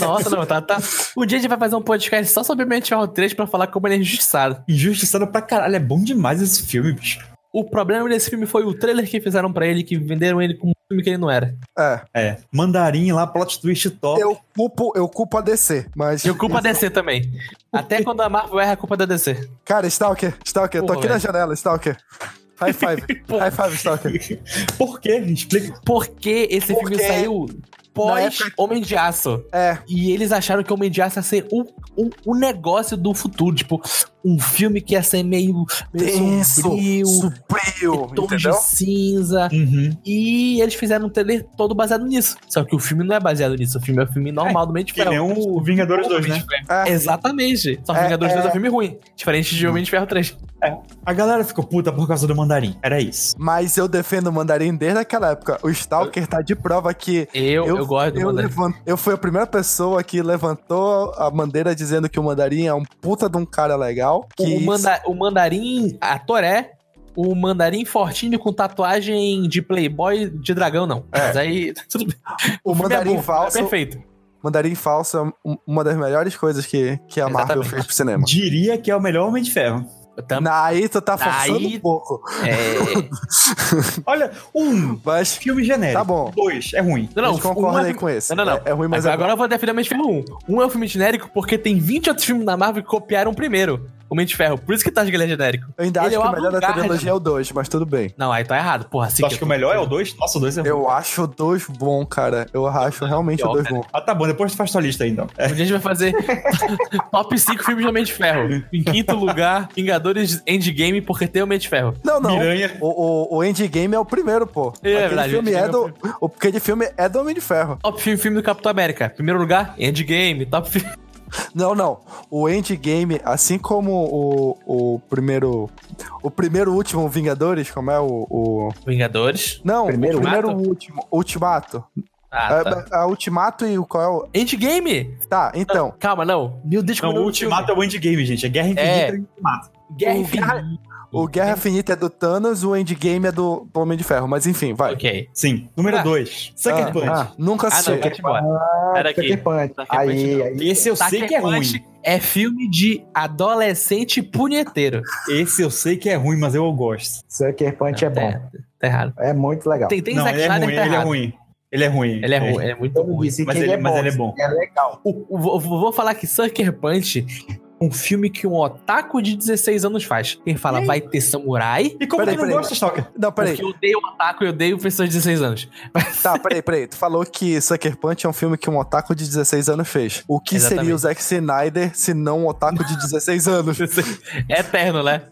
Speaker 3: Nossa, não, tá, tá. Um dia a gente vai fazer um podcast só sobre Mente Hall 3 pra falar como ele é injustiçado.
Speaker 2: Injustiçado pra caralho. É bom demais esse filme, bicho.
Speaker 3: O problema desse filme foi o trailer que fizeram pra ele, que venderam ele como um filme que ele não era.
Speaker 1: É.
Speaker 2: É. Mandarim lá, plot twist top.
Speaker 1: Eu culpo, eu culpo a DC, mas.
Speaker 3: E o culpa da DC também. Até quando a Marvel erra, a culpa é da DC.
Speaker 1: Cara, Stalker, Stalker, eu tô
Speaker 3: Porra,
Speaker 1: aqui na
Speaker 3: velho.
Speaker 1: janela, Stalker. High five. High five, Stalker.
Speaker 2: Por quê? Explica.
Speaker 3: Por que esse
Speaker 1: Por
Speaker 3: filme
Speaker 1: quê?
Speaker 3: saiu pós
Speaker 1: Na
Speaker 3: Homem de Aço?
Speaker 1: É,
Speaker 3: E eles acharam que o Homem de Aço ia ser o, o, o negócio do futuro. Tipo, um filme que ia ser meio, meio
Speaker 1: denso,
Speaker 3: sombrio,
Speaker 1: sombrio,
Speaker 3: tons de
Speaker 1: entendeu?
Speaker 3: cinza.
Speaker 2: Uhum.
Speaker 3: E eles fizeram um trailer todo baseado nisso. Só que o filme não é baseado nisso. O filme é um filme normal do meio de
Speaker 2: Que
Speaker 3: ferro.
Speaker 2: nem o é um Vingadores 2, né?
Speaker 1: É.
Speaker 3: Exatamente. Só que
Speaker 1: É,
Speaker 3: Vingadores
Speaker 1: é.
Speaker 3: 2 é um filme ruim. Diferente de Homem de Ferro 3.
Speaker 2: né? A galera ficou puta por causa do Mandarim. Era isso.
Speaker 1: Mas eu defendo o Mandarim desde aquela época. O Stalker tá de prova que.
Speaker 3: Eu, eu, gosto do
Speaker 1: eu,
Speaker 3: Mandarim.
Speaker 1: levan- eu fui a primeira pessoa que levantou a bandeira dizendo que o Mandarim é um puta de um cara legal. Que
Speaker 3: O,
Speaker 1: isso-
Speaker 3: manda, o Mandarim, a Toré, o Mandarim fortinho com tatuagem de playboy de dragão, não. Mas aí, tudo bem.
Speaker 1: o
Speaker 3: filme
Speaker 1: É.
Speaker 3: é
Speaker 1: Mandarim
Speaker 3: bom,
Speaker 1: falso.
Speaker 3: É perfeito.
Speaker 1: Mandarim falso é um- uma das melhores coisas que, que a Marvel
Speaker 3: Exatamente.
Speaker 1: fez pro cinema.
Speaker 2: Diria que é o melhor Homem de Ferro.
Speaker 3: Eu também.
Speaker 1: Na- Aí tu tá forçando
Speaker 3: Aí-
Speaker 1: um pouco.
Speaker 3: É...
Speaker 2: Olha, um
Speaker 1: Mas
Speaker 2: filme genérico.
Speaker 1: Tá bom.
Speaker 2: Dois, é ruim.
Speaker 3: Não,
Speaker 1: não,
Speaker 3: não,
Speaker 1: concorda
Speaker 3: um é-
Speaker 1: aí com esse.
Speaker 3: Não, não, não.
Speaker 1: É, é ruim, mas é
Speaker 3: agora eu vou defender o Homem de Ferro 1. Um é um filme genérico porque tem 20 outros filmes da Marvel que copiaram primeiro o Homem de Ferro. Por isso que tá que ele é genérico.
Speaker 1: Eu ainda
Speaker 3: Ele
Speaker 1: acho
Speaker 3: é
Speaker 1: que
Speaker 3: o
Speaker 1: o melhor da
Speaker 3: avant-garde.
Speaker 1: trilogia é o 2, mas tudo bem.
Speaker 3: Não, aí tá errado. Porra, assim
Speaker 2: Tu acha que o melhor é o dois? Nossa, o dois é ruim.
Speaker 1: Eu acho o 2 bom, cara. Eu acho realmente o
Speaker 3: pior, né?
Speaker 1: 2
Speaker 3: cara.
Speaker 1: bom.
Speaker 2: Ah, tá bom. Depois tu faz tua lista aí, então.
Speaker 3: Um dia a gente vai fazer top 5 filmes do Homem de Ferro. Em quinto lugar, Vingadores Endgame, porque tem o Homem de Ferro.
Speaker 1: Não, não.
Speaker 2: Miranha.
Speaker 1: O, o, o Endgame é o primeiro, pô.
Speaker 3: É
Speaker 1: aquele
Speaker 3: verdade,
Speaker 1: filme
Speaker 3: o
Speaker 1: é
Speaker 3: Endgame é
Speaker 1: do, o,
Speaker 3: o
Speaker 1: aquele filme é do Homem de Ferro.
Speaker 3: Top filme, filme do Capitão América. Primeiro lugar, Endgame. Top filme.
Speaker 1: Não, não. O Endgame, assim como o, o primeiro. O primeiro último Vingadores, como é o. o-
Speaker 3: Vingadores.
Speaker 1: Não,
Speaker 4: Primeiro
Speaker 1: o primeiro último. Ultimato.
Speaker 3: Ah, tá.
Speaker 1: É, é, Ultimato e o qual é o.
Speaker 3: Endgame?
Speaker 1: Tá, então.
Speaker 3: Calma, não. Meu Deus,
Speaker 2: Não, o
Speaker 3: como é nome do
Speaker 2: Ultimato é o Endgame, gente. É Guerra Infinita
Speaker 3: É.
Speaker 2: e Ultimato.
Speaker 3: filme? Guerra
Speaker 1: o
Speaker 3: Infinita.
Speaker 2: Ah,
Speaker 1: O Guerra Infinita é do Thanos, o Endgame é do, do Homem de Ferro. Mas enfim, vai.
Speaker 3: Ok.
Speaker 2: Sim. Número
Speaker 3: Ah.
Speaker 2: dois. Sucker
Speaker 1: Ah,
Speaker 2: Punch.
Speaker 1: ah, nunca
Speaker 3: Ah,
Speaker 1: assisti.
Speaker 3: não, Cat Bora. Pera aqui.
Speaker 4: É, Sucker Punch.
Speaker 3: Sucker Punch
Speaker 4: Aí,
Speaker 3: não.
Speaker 4: aí.
Speaker 2: Esse eu sei
Speaker 3: Sucker
Speaker 2: que é
Speaker 3: Punch
Speaker 2: ruim.
Speaker 3: É filme de adolescente punheteiro.
Speaker 2: Esse eu sei que é ruim, mas eu gosto.
Speaker 4: Sucker Punch é
Speaker 3: Tá-
Speaker 4: bom.
Speaker 3: Tá errado.
Speaker 4: É muito legal.
Speaker 3: Tem, tem
Speaker 2: não,
Speaker 3: Zack
Speaker 2: ele é
Speaker 3: Snyder
Speaker 2: ruim,
Speaker 3: que tá
Speaker 2: ele é
Speaker 3: errado.
Speaker 2: ruim. Ele é ruim.
Speaker 3: Ele é ruim, ele é muito
Speaker 4: Todo mundo
Speaker 3: ruim.
Speaker 4: disse
Speaker 2: Mas
Speaker 4: que
Speaker 2: ele- mas ele é
Speaker 4: disse
Speaker 2: bom.
Speaker 4: que É legal.
Speaker 3: O- o- vou, vou falar que Sucker Punch um filme que um otaku de 16 anos faz. Quem fala, vai ter samurai?
Speaker 2: E como
Speaker 1: Peraí,
Speaker 2: tu não
Speaker 1: peraí.
Speaker 2: gosta, Stalker?
Speaker 1: Não, peraí.
Speaker 3: Porque eu odeio otaku e odeio pessoas de 16 anos. Mas
Speaker 1: Tá, peraí, peraí. Tu falou que Sucker Punch é um filme que um otaku de 16 anos fez. O que seria o
Speaker 3: Exatamente.
Speaker 1: Zack Snyder se não um otaku de 16 anos?
Speaker 3: é eterno, né?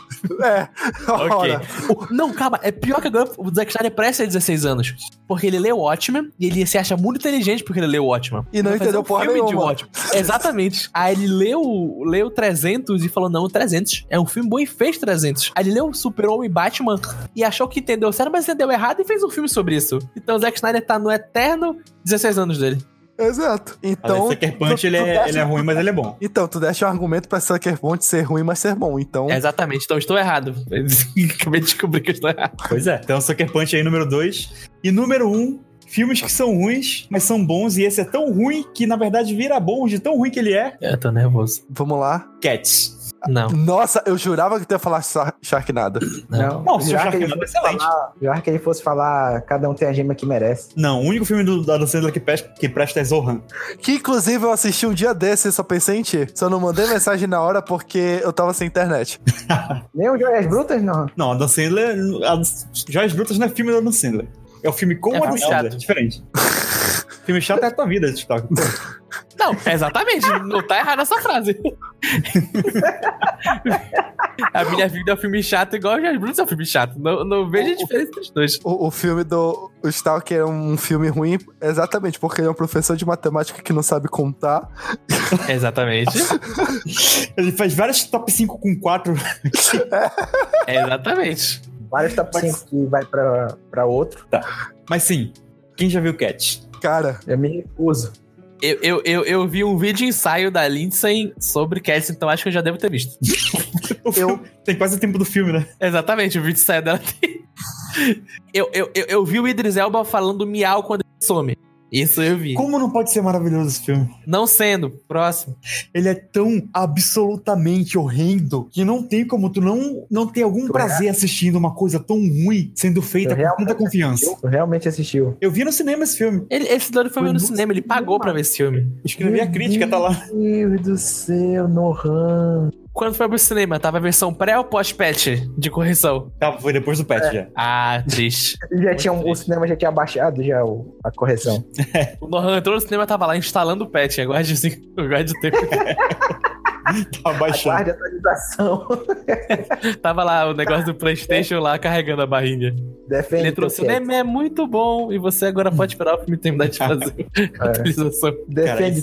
Speaker 1: É.
Speaker 3: Ok.
Speaker 1: Ora.
Speaker 3: O- não, calma, é pior que agora o Zack Snyder parece ter 16 anos. Porque ele lê o Watchmen e ele se acha muito inteligente porque ele lê o Watchmen.
Speaker 1: E não
Speaker 3: Vai fazer
Speaker 1: entendeu
Speaker 3: um
Speaker 1: porra
Speaker 3: filme de
Speaker 1: nenhuma.
Speaker 3: Watchmen. Exatamente. Aí ele leu, leu 300 e falou: Não, 300 é um filme bom e fez 300. Aí ele leu Super-Homem e Batman e achou que entendeu certo, mas entendeu errado e fez um filme sobre isso. Então o Zack Snyder tá no eterno 16 anos dele.
Speaker 1: Exato.
Speaker 2: Então,
Speaker 1: Então.
Speaker 2: Sucker Punch,
Speaker 1: tu-
Speaker 2: ele
Speaker 1: tu
Speaker 2: é,
Speaker 1: desce-
Speaker 2: ele é ruim, mas ele é bom.
Speaker 1: Então, tu deixa um argumento pra Sucker Punch ser ruim, mas ser bom. Então.
Speaker 3: Exatamente, então eu estou errado. Acabei de descobrir que eu estou errado.
Speaker 2: Pois é. Então, Sucker Punch aí, número 2. E número 1, um, filmes que são ruins, mas são bons. E esse é tão ruim que, na verdade, vira bom de tão ruim que ele é.
Speaker 3: Eu tô nervoso.
Speaker 1: Vamos lá.
Speaker 2: Cats.
Speaker 3: Não.
Speaker 1: Nossa, eu jurava que tu ia falar Sar- Sharknado.
Speaker 4: Não,
Speaker 2: Não, se o
Speaker 4: já, que ele
Speaker 2: Sharknado é
Speaker 4: fosse
Speaker 2: excelente.
Speaker 3: tá
Speaker 4: falar, já que ele fosse falar, cada um tem a gema que merece.
Speaker 2: Não, o único filme do, da Adam Sandler que, pesca- que presta é Zohan.
Speaker 1: Que inclusive eu assisti um dia desse e só pensei em ti. Só não mandei mensagem na hora porque eu tava sem internet.
Speaker 4: Nem o Joias Brutas, não.
Speaker 2: Não, Adam Sandler... Adam- Joias Brutas não é filme do Adam Sandler. É o filme com
Speaker 3: É
Speaker 2: o Adam
Speaker 3: filme chato.
Speaker 2: Sandler. Diferente. filme chato é a tua vida, Stalker.
Speaker 3: Não, exatamente. não tá errada essa frase. a minha vida é um filme chato, igual o Jorge Bruno é um filme chato. Não, não vejo a diferença dos dois.
Speaker 1: O, o filme do o Stalker é um filme ruim, exatamente porque ele é um professor de matemática que não sabe contar.
Speaker 3: Exatamente.
Speaker 2: Ele faz vários top 5 com 4.
Speaker 3: Exatamente.
Speaker 4: Vários top 5 que vai pra, pra outro.
Speaker 2: Mas sim, quem já viu Cats?
Speaker 1: Cara,
Speaker 4: Eu me recuso.
Speaker 3: Eu, eu, eu, eu vi um vídeo ensaio da Lindsay sobre Cats, então acho que eu já devo ter visto.
Speaker 2: O filme- Tem quase o tempo do filme, né?
Speaker 3: Exatamente, o vídeo ensaio dela tem. Eu, eu, eu, eu vi o Idris Elba falando miau quando ele some. Isso eu vi.
Speaker 2: Como não pode ser maravilhoso esse filme?
Speaker 3: Não sendo, próximo.
Speaker 2: Ele é tão absolutamente horrendo que não tem como tu não, não ter algum
Speaker 4: Tu é
Speaker 2: prazer assistindo uma coisa tão ruim sendo feita
Speaker 4: Tu
Speaker 2: com
Speaker 4: realmente
Speaker 2: tanta confiança.
Speaker 4: Tu realmente assistiu.
Speaker 2: Eu vi no cinema esse filme.
Speaker 3: Ele, esse dono foi ver no cinema, ele pagou pra ver esse filme.
Speaker 2: Escrevi a crítica, tá lá.
Speaker 4: Meu Deus do céu, Nohan.
Speaker 3: Quando foi pro cinema, tava a versão pré ou pós-patch de correção?
Speaker 2: Tá, foi depois do
Speaker 4: É.
Speaker 2: patch já.
Speaker 3: Ah, triste.
Speaker 4: Já tinha, um- o cinema já tinha baixado já o- a correção.
Speaker 3: o Nohan entrou no cinema, tava lá instalando o patch. Aguarde assim, aguarde o tempo.
Speaker 2: Tá baixando.
Speaker 4: Aguarde a atualização.
Speaker 3: tava lá o negócio do Playstation lá, carregando a barrinha.
Speaker 4: Defende.
Speaker 3: Ele entrou no
Speaker 4: teu Cats.
Speaker 3: cinema, é muito bom. E você agora pode esperar o filme terminar de fazer a atualização.
Speaker 4: Defende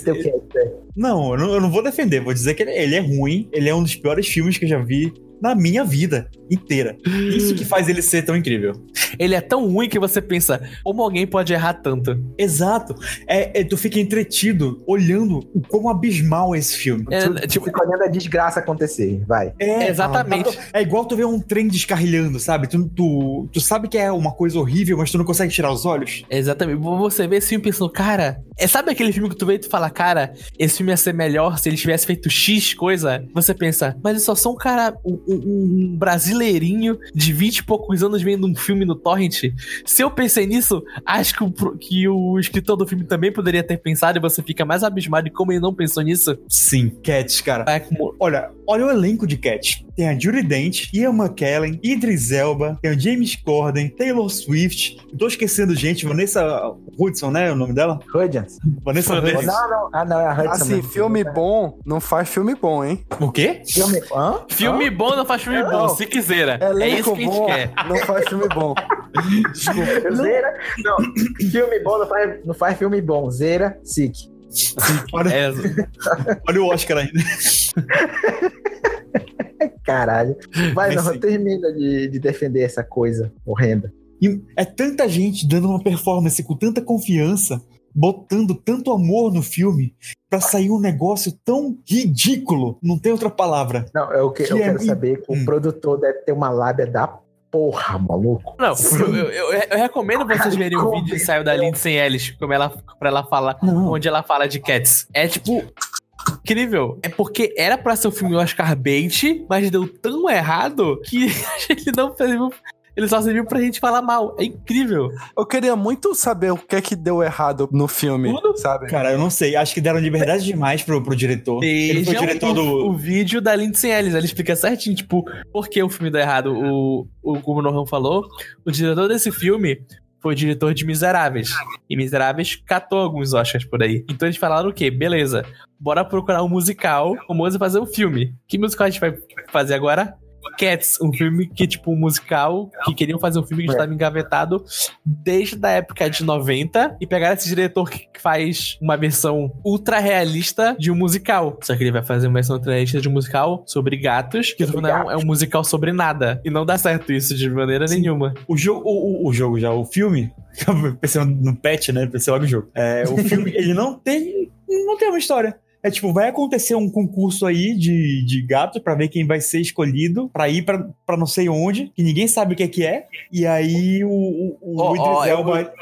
Speaker 2: Cara,
Speaker 4: teu
Speaker 2: esse-
Speaker 4: cat, velho.
Speaker 2: Não eu, não, eu não vou defender. Vou dizer que ele, ele é ruim. Ele é um dos piores filmes que eu já vi na minha vida inteira. Isso que faz ele ser tão incrível.
Speaker 3: Ele é tão ruim que você pensa, como alguém pode errar tanto?
Speaker 2: Exato. É, é- tu fica entretido olhando o quão abismal é esse filme.
Speaker 3: É, tipo,
Speaker 4: Escolhendo a desgraça acontecer, vai.
Speaker 2: É,
Speaker 3: Exatamente.
Speaker 2: cara, É igual tu ver um trem descarrilhando, sabe? Tu, tu, tu sabe que é uma coisa horrível, mas tu não consegue tirar os olhos.
Speaker 3: Exatamente. Você vê esse filme pensando, cara. É, sabe aquele filme que tu vê e tu fala, cara, esse filme ia ser melhor se ele tivesse feito X coisa? Você pensa, mas eu só sou um cara, um, um- um brasileirinho de 20 e poucos anos vendo um filme no Torrent. Se eu pensei nisso, acho que o, pro- que o escritor do filme também poderia ter pensado e você fica mais abismado de como ele não pensou nisso.
Speaker 2: Sim, Cats, cara.
Speaker 3: Vai como-
Speaker 2: Olha, olha o elenco de Cats. Tem a Judy Dent, Ian McKellen, Idris Elba, tem o James Corden, Taylor Swift. Tô esquecendo gente, Vanessa Hudson, né? É o nome dela?
Speaker 4: Hudgens.
Speaker 2: Vanessa
Speaker 3: Vanessa.
Speaker 2: Hudson.
Speaker 4: Não, não. Ah, não, é a Hudson.
Speaker 1: assim,
Speaker 4: mesmo.
Speaker 1: filme bom não faz filme bom, hein?
Speaker 2: O quê?
Speaker 4: Filme. Hã?
Speaker 3: Filme bom não faz filme
Speaker 1: Não.
Speaker 3: bom, se quiser. É isso
Speaker 1: Elenco
Speaker 3: que a gente
Speaker 1: bom
Speaker 3: quer.
Speaker 1: não faz filme bom. Desculpa.
Speaker 4: Eu Zera. Não, filme bom não faz, não faz filme bom. Zera, Sick.
Speaker 2: Olha,
Speaker 3: É,
Speaker 2: olha o Oscar ainda.
Speaker 4: Caralho. Vai,
Speaker 2: Mas
Speaker 4: não,
Speaker 2: sim.
Speaker 4: termina de, de defender essa coisa horrenda.
Speaker 2: E é tanta gente dando uma performance com tanta confiança, botando tanto amor no filme, pra sair um negócio tão ridículo. Não tem outra palavra.
Speaker 4: Não, eu, que, eu
Speaker 2: Que é
Speaker 4: quero
Speaker 2: muito-
Speaker 4: saber que
Speaker 2: Hum.
Speaker 4: o produtor deve ter uma lábia da porra, maluco.
Speaker 3: Não, eu, eu- eu- eu recomendo vocês verem o vídeo de ensaio da Lindsay Ellis, como ela, pra ela falar,
Speaker 2: Não.
Speaker 3: onde ela fala de Cats. É tipo. Incrível. É porque era pra ser um filme Oscar bait, mas deu tão errado que ele não fez. Ele só serviu pra gente falar mal. É incrível.
Speaker 1: Eu queria muito saber o que é que deu errado no filme,
Speaker 3: Tudo?
Speaker 1: sabe?
Speaker 2: Cara, eu não sei. Acho que deram liberdade demais pro, pro diretor. Ele foi
Speaker 3: Vejam
Speaker 2: diretor
Speaker 3: o,
Speaker 2: do.
Speaker 3: é um o vídeo da Lindsay Ellis. Ela explica certinho, tipo, por que o filme dá errado. O, o como o Norman falou, o diretor desse filme foi o diretor de Miseráveis. E Miseráveis catou alguns Oscars por aí. Então eles falaram o quê? Beleza, bora procurar um musical, o Mozart fazer um filme. Que musical a gente vai fazer agora? Cats, um filme que, tipo, um musical, que queriam fazer um filme que estava engavetado desde a época de 90 e pegaram esse diretor que que faz uma versão ultra realista de um musical. Só que ele vai fazer uma versão ultra realista de um musical sobre gatos, que não é um, é um musical sobre nada. E não dá certo isso de maneira
Speaker 2: Sim.
Speaker 3: nenhuma.
Speaker 2: O jogo, o, o- o jogo já, o filme, eu pensei no pet, né? Pensei logo no jogo. É, o filme, ele não tem, não tem uma história. É tipo, vai acontecer um concurso aí de, de gatos pra ver quem vai ser escolhido pra ir pra, pra não sei onde, que ninguém sabe o que é que é. E aí o, o, o
Speaker 3: Ó,
Speaker 2: Idris
Speaker 3: ó, é
Speaker 2: Elba.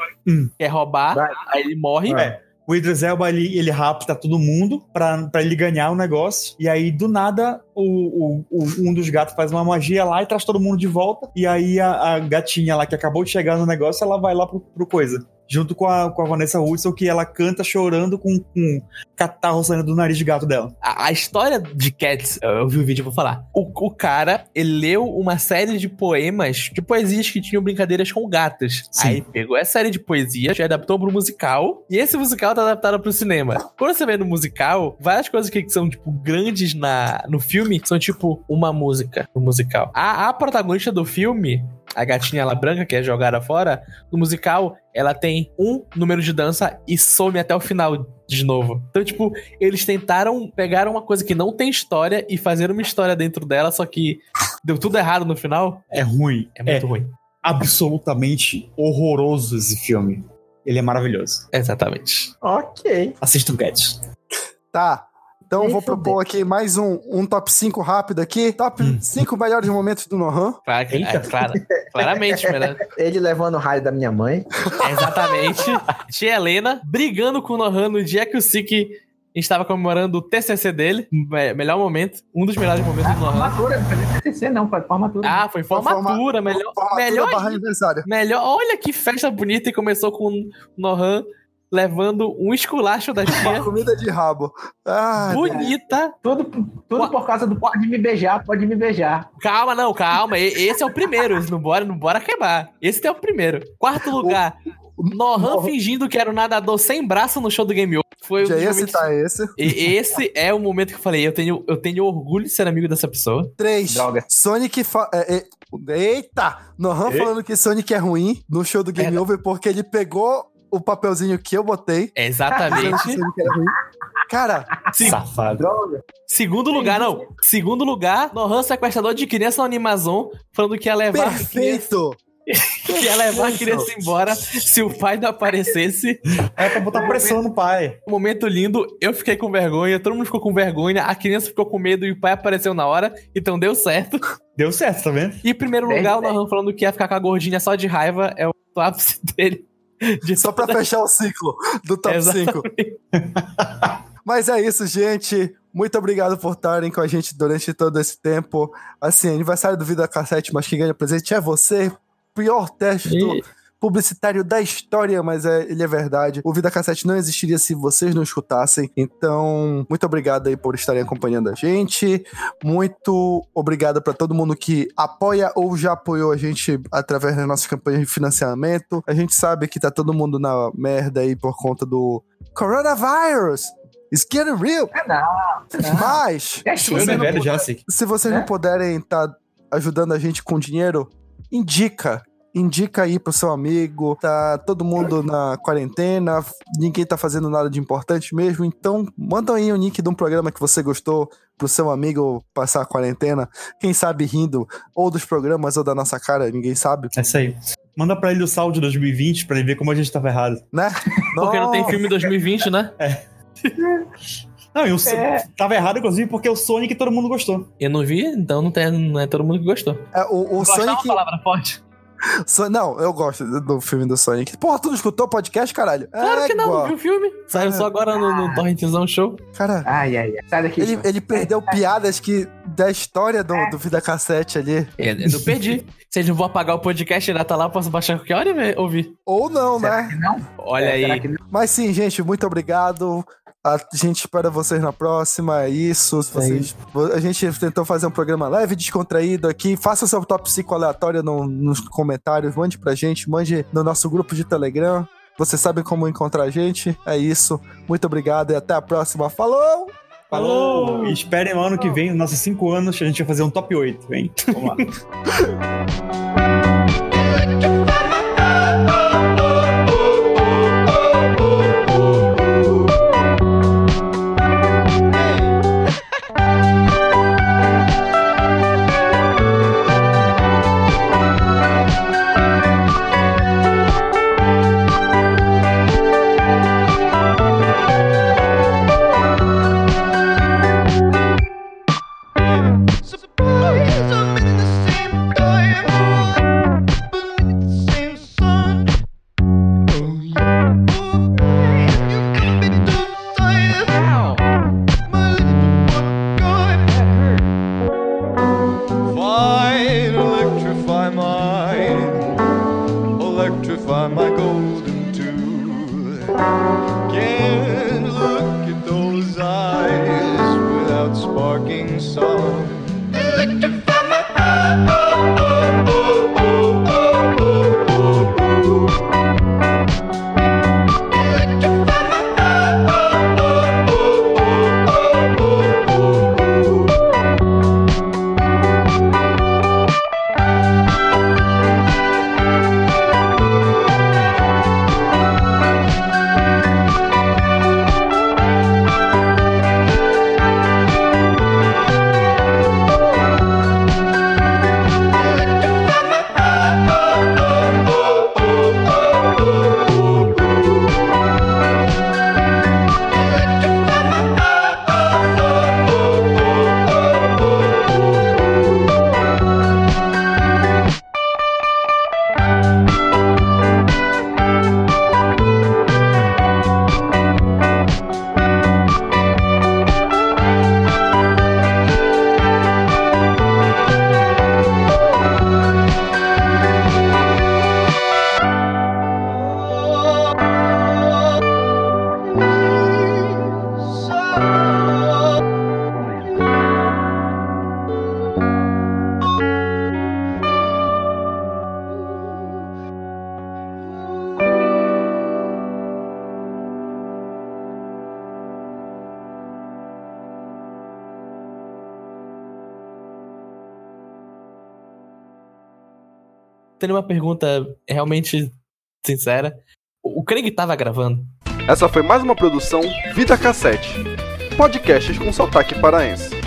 Speaker 3: Quer roubar,
Speaker 4: Vai.
Speaker 3: aí ele morre.
Speaker 2: É. O Idris Elba, ele, ele rapta todo mundo pra, pra ele ganhar o negócio. E aí, do nada, o, o- o- um dos gatos faz uma magia lá e traz todo mundo de volta. E aí, a, a gatinha lá que acabou de chegar no negócio, ela vai lá pro, pro coisa. Junto com a, com a Vanessa Hudson, que ela canta chorando com, com catarro saindo do nariz de gato dela.
Speaker 3: A, a história de Cats, eu, eu vi o vídeo e vou falar. O, o cara, ele leu uma série de poemas, de poesias que tinham brincadeiras com gatos.
Speaker 2: Sim.
Speaker 3: Aí pegou essa série de poesias, já adaptou pro musical, e esse musical tá adaptado pro cinema. Quando você vê no musical, várias coisas que são, tipo, grandes na, no filme, são, tipo, uma música no musical. A, a protagonista do filme, a gatinha lá branca, que é jogada fora, no musical, ela tem um número de dança e some até o final de novo. Então, tipo, eles tentaram pegar uma coisa que não tem história e fazer uma história dentro dela, só que deu tudo errado no final.
Speaker 2: É ruim.
Speaker 3: É muito ruim.
Speaker 2: absolutamente horroroso esse filme. Ele é maravilhoso.
Speaker 3: Exatamente.
Speaker 4: Ok.
Speaker 2: Assistam Cats.
Speaker 1: Tá. Então eu vou
Speaker 4: Nem fudeu.
Speaker 1: propor aqui mais um, um top 5 rápido aqui. Top
Speaker 2: Hum.
Speaker 1: 5 melhores momentos do Nohan.
Speaker 3: Claro, que-
Speaker 2: Eita.
Speaker 3: é, claro, claramente, melhor.
Speaker 4: Ele levando o raio da minha mãe.
Speaker 3: É exatamente. Tia Helena brigando com o Nohan no dia que o Siki estava comemorando o TCC dele. Me- melhor momento. Um dos melhores momentos do Nohan.
Speaker 4: Formatura, não foi nem TCC não, foi formatura.
Speaker 3: Ah, foi
Speaker 1: forma-
Speaker 3: formatura. Melhor,
Speaker 1: Formatura
Speaker 3: melhor
Speaker 1: barra aniversário.
Speaker 3: Melhor, olha que festa bonita e começou com o Nohan levando um esculacho da tia.
Speaker 1: Comida de rabo. Ah,
Speaker 3: bonita.
Speaker 4: Tudo, tudo por causa do pode me beijar, pode me beijar.
Speaker 3: Calma, não, calma. E- Esse é o primeiro. Não bora, não bora quebrar. Esse é o primeiro. Quarto lugar, Nohan fingindo que era um nadador sem braço no show do Game Over. Foi um
Speaker 1: já
Speaker 3: dos
Speaker 1: ia
Speaker 3: momentos-
Speaker 1: citar esse.
Speaker 3: E- Esse é o momento que eu falei, eu tenho, eu tenho orgulho de ser amigo dessa pessoa.
Speaker 1: 3.
Speaker 4: Droga.
Speaker 1: Sonic. Fa é, é- eita! Nohan
Speaker 2: E-
Speaker 1: falando que Sonic é ruim no show do Game
Speaker 3: Pera.
Speaker 1: Over porque ele pegou o papelzinho que eu botei.
Speaker 3: É
Speaker 1: dizendo que
Speaker 3: Exatamente.
Speaker 1: Sonic era ruim. Cara,
Speaker 3: Sim.
Speaker 2: Safado.
Speaker 4: Droga.
Speaker 3: Segundo lugar, não. Segundo lugar, Nohan sequestrador de criança no Animazon, falando que ia
Speaker 4: É
Speaker 3: levar a criança,
Speaker 1: perfeito!
Speaker 3: que ia levar a criança embora se o pai não aparecesse.
Speaker 2: É pra botar pressão no pai.
Speaker 3: Um momento lindo, eu fiquei com vergonha, todo mundo ficou com vergonha, a criança ficou com medo e o pai apareceu na hora, então deu certo.
Speaker 2: Deu certo, tá vendo?
Speaker 3: E em primeiro
Speaker 4: Bem,
Speaker 3: lugar, o
Speaker 4: bem.
Speaker 3: Nahan falando que ia ficar com a gordinha só de raiva, é o ápice dele. De
Speaker 1: Só pra fechar o ciclo do top
Speaker 3: Exatamente.
Speaker 1: 5. Mas é isso, gente. Muito obrigado por estarem com a gente durante todo esse tempo. Assim, aniversário do Vida Cassete, mas quem ganha presente é você. Pior teste do- publicitário da história, mas é- ele é verdade. O Vida Cassete não existiria se vocês não escutassem. Então, muito obrigado aí por estarem acompanhando a gente. Muito obrigado para todo mundo que apoia ou já apoiou a gente através das nossas campanhas de financiamento. A gente sabe que tá todo mundo na merda aí por conta do coronavirus. It's getting real.
Speaker 4: É não.
Speaker 1: Mas,
Speaker 4: É
Speaker 2: Eu
Speaker 4: chega.
Speaker 2: é
Speaker 1: não
Speaker 2: velho já, sei.
Speaker 1: se vocês
Speaker 4: Né?
Speaker 1: não puderem estar ajudando a gente com dinheiro, indica. Indica aí pro seu amigo. Tá todo mundo na quarentena, f- ninguém tá fazendo nada de importante mesmo. Então, manda aí o link de um programa que você gostou pro seu amigo passar a quarentena. Quem sabe rindo, ou dos programas, ou da nossa cara, ninguém sabe,
Speaker 2: É isso aí. Manda pra ele o saldo de 2020 pra ele ver como a gente tava errado.
Speaker 1: né?
Speaker 3: Porque não tem
Speaker 1: Nossa,
Speaker 3: filme em 2020, né?
Speaker 2: Não, eu so-
Speaker 4: É.
Speaker 2: tava errado, inclusive, porque o Sonic todo mundo gostou.
Speaker 3: Eu não vi, então não, tem, não é todo mundo que gostou.
Speaker 1: é, o, o
Speaker 3: Gostar é uma
Speaker 1: Sonic.
Speaker 3: palavra forte?
Speaker 1: Son- não, eu gosto do- do filme do Sonic. Porra, tu não escutou o podcast, caralho?
Speaker 3: Claro que não, não
Speaker 1: Égua. Ah.
Speaker 3: viu o filme. Saiu só agora no, no Torrentzão Show.
Speaker 1: Cara,
Speaker 4: Ai, ai, ai. Sai daqui.
Speaker 1: Ele,
Speaker 4: senhor.
Speaker 1: ele perdeu piadas que da história do, do Vida Cassete ali.
Speaker 3: Eu, É, eu não perdi. Vocês não vão apagar o podcast, ainda tá lá, eu posso baixar qualquer hora e ver- ouvir.
Speaker 1: Ou não, né?
Speaker 3: Olha aí.
Speaker 1: Mas sim, gente, muito obrigado. A gente espera vocês na próxima. É isso. Se vocês, vo- a gente tentou fazer um programa leve, descontraído aqui. Faça seu top 5 aleatório no- nos comentários. Mande pra gente, mande no nosso grupo de Telegram. Vocês sabem como encontrar a gente. É isso. Muito obrigado e até a próxima. Falou!
Speaker 2: Falou! E esperem lá ano que vem, nos nossos 5 anos, a gente vai fazer um top 8, hein? Vamos lá.
Speaker 8: Fine, electrify my electrify my golden tooth. Can't look at those eyes without sparking some. Electrify my
Speaker 3: Tendo uma pergunta realmente sincera. O Craig tava gravando?
Speaker 9: Essa foi mais uma produção Vida Cassete, podcasts com sotaque paraense.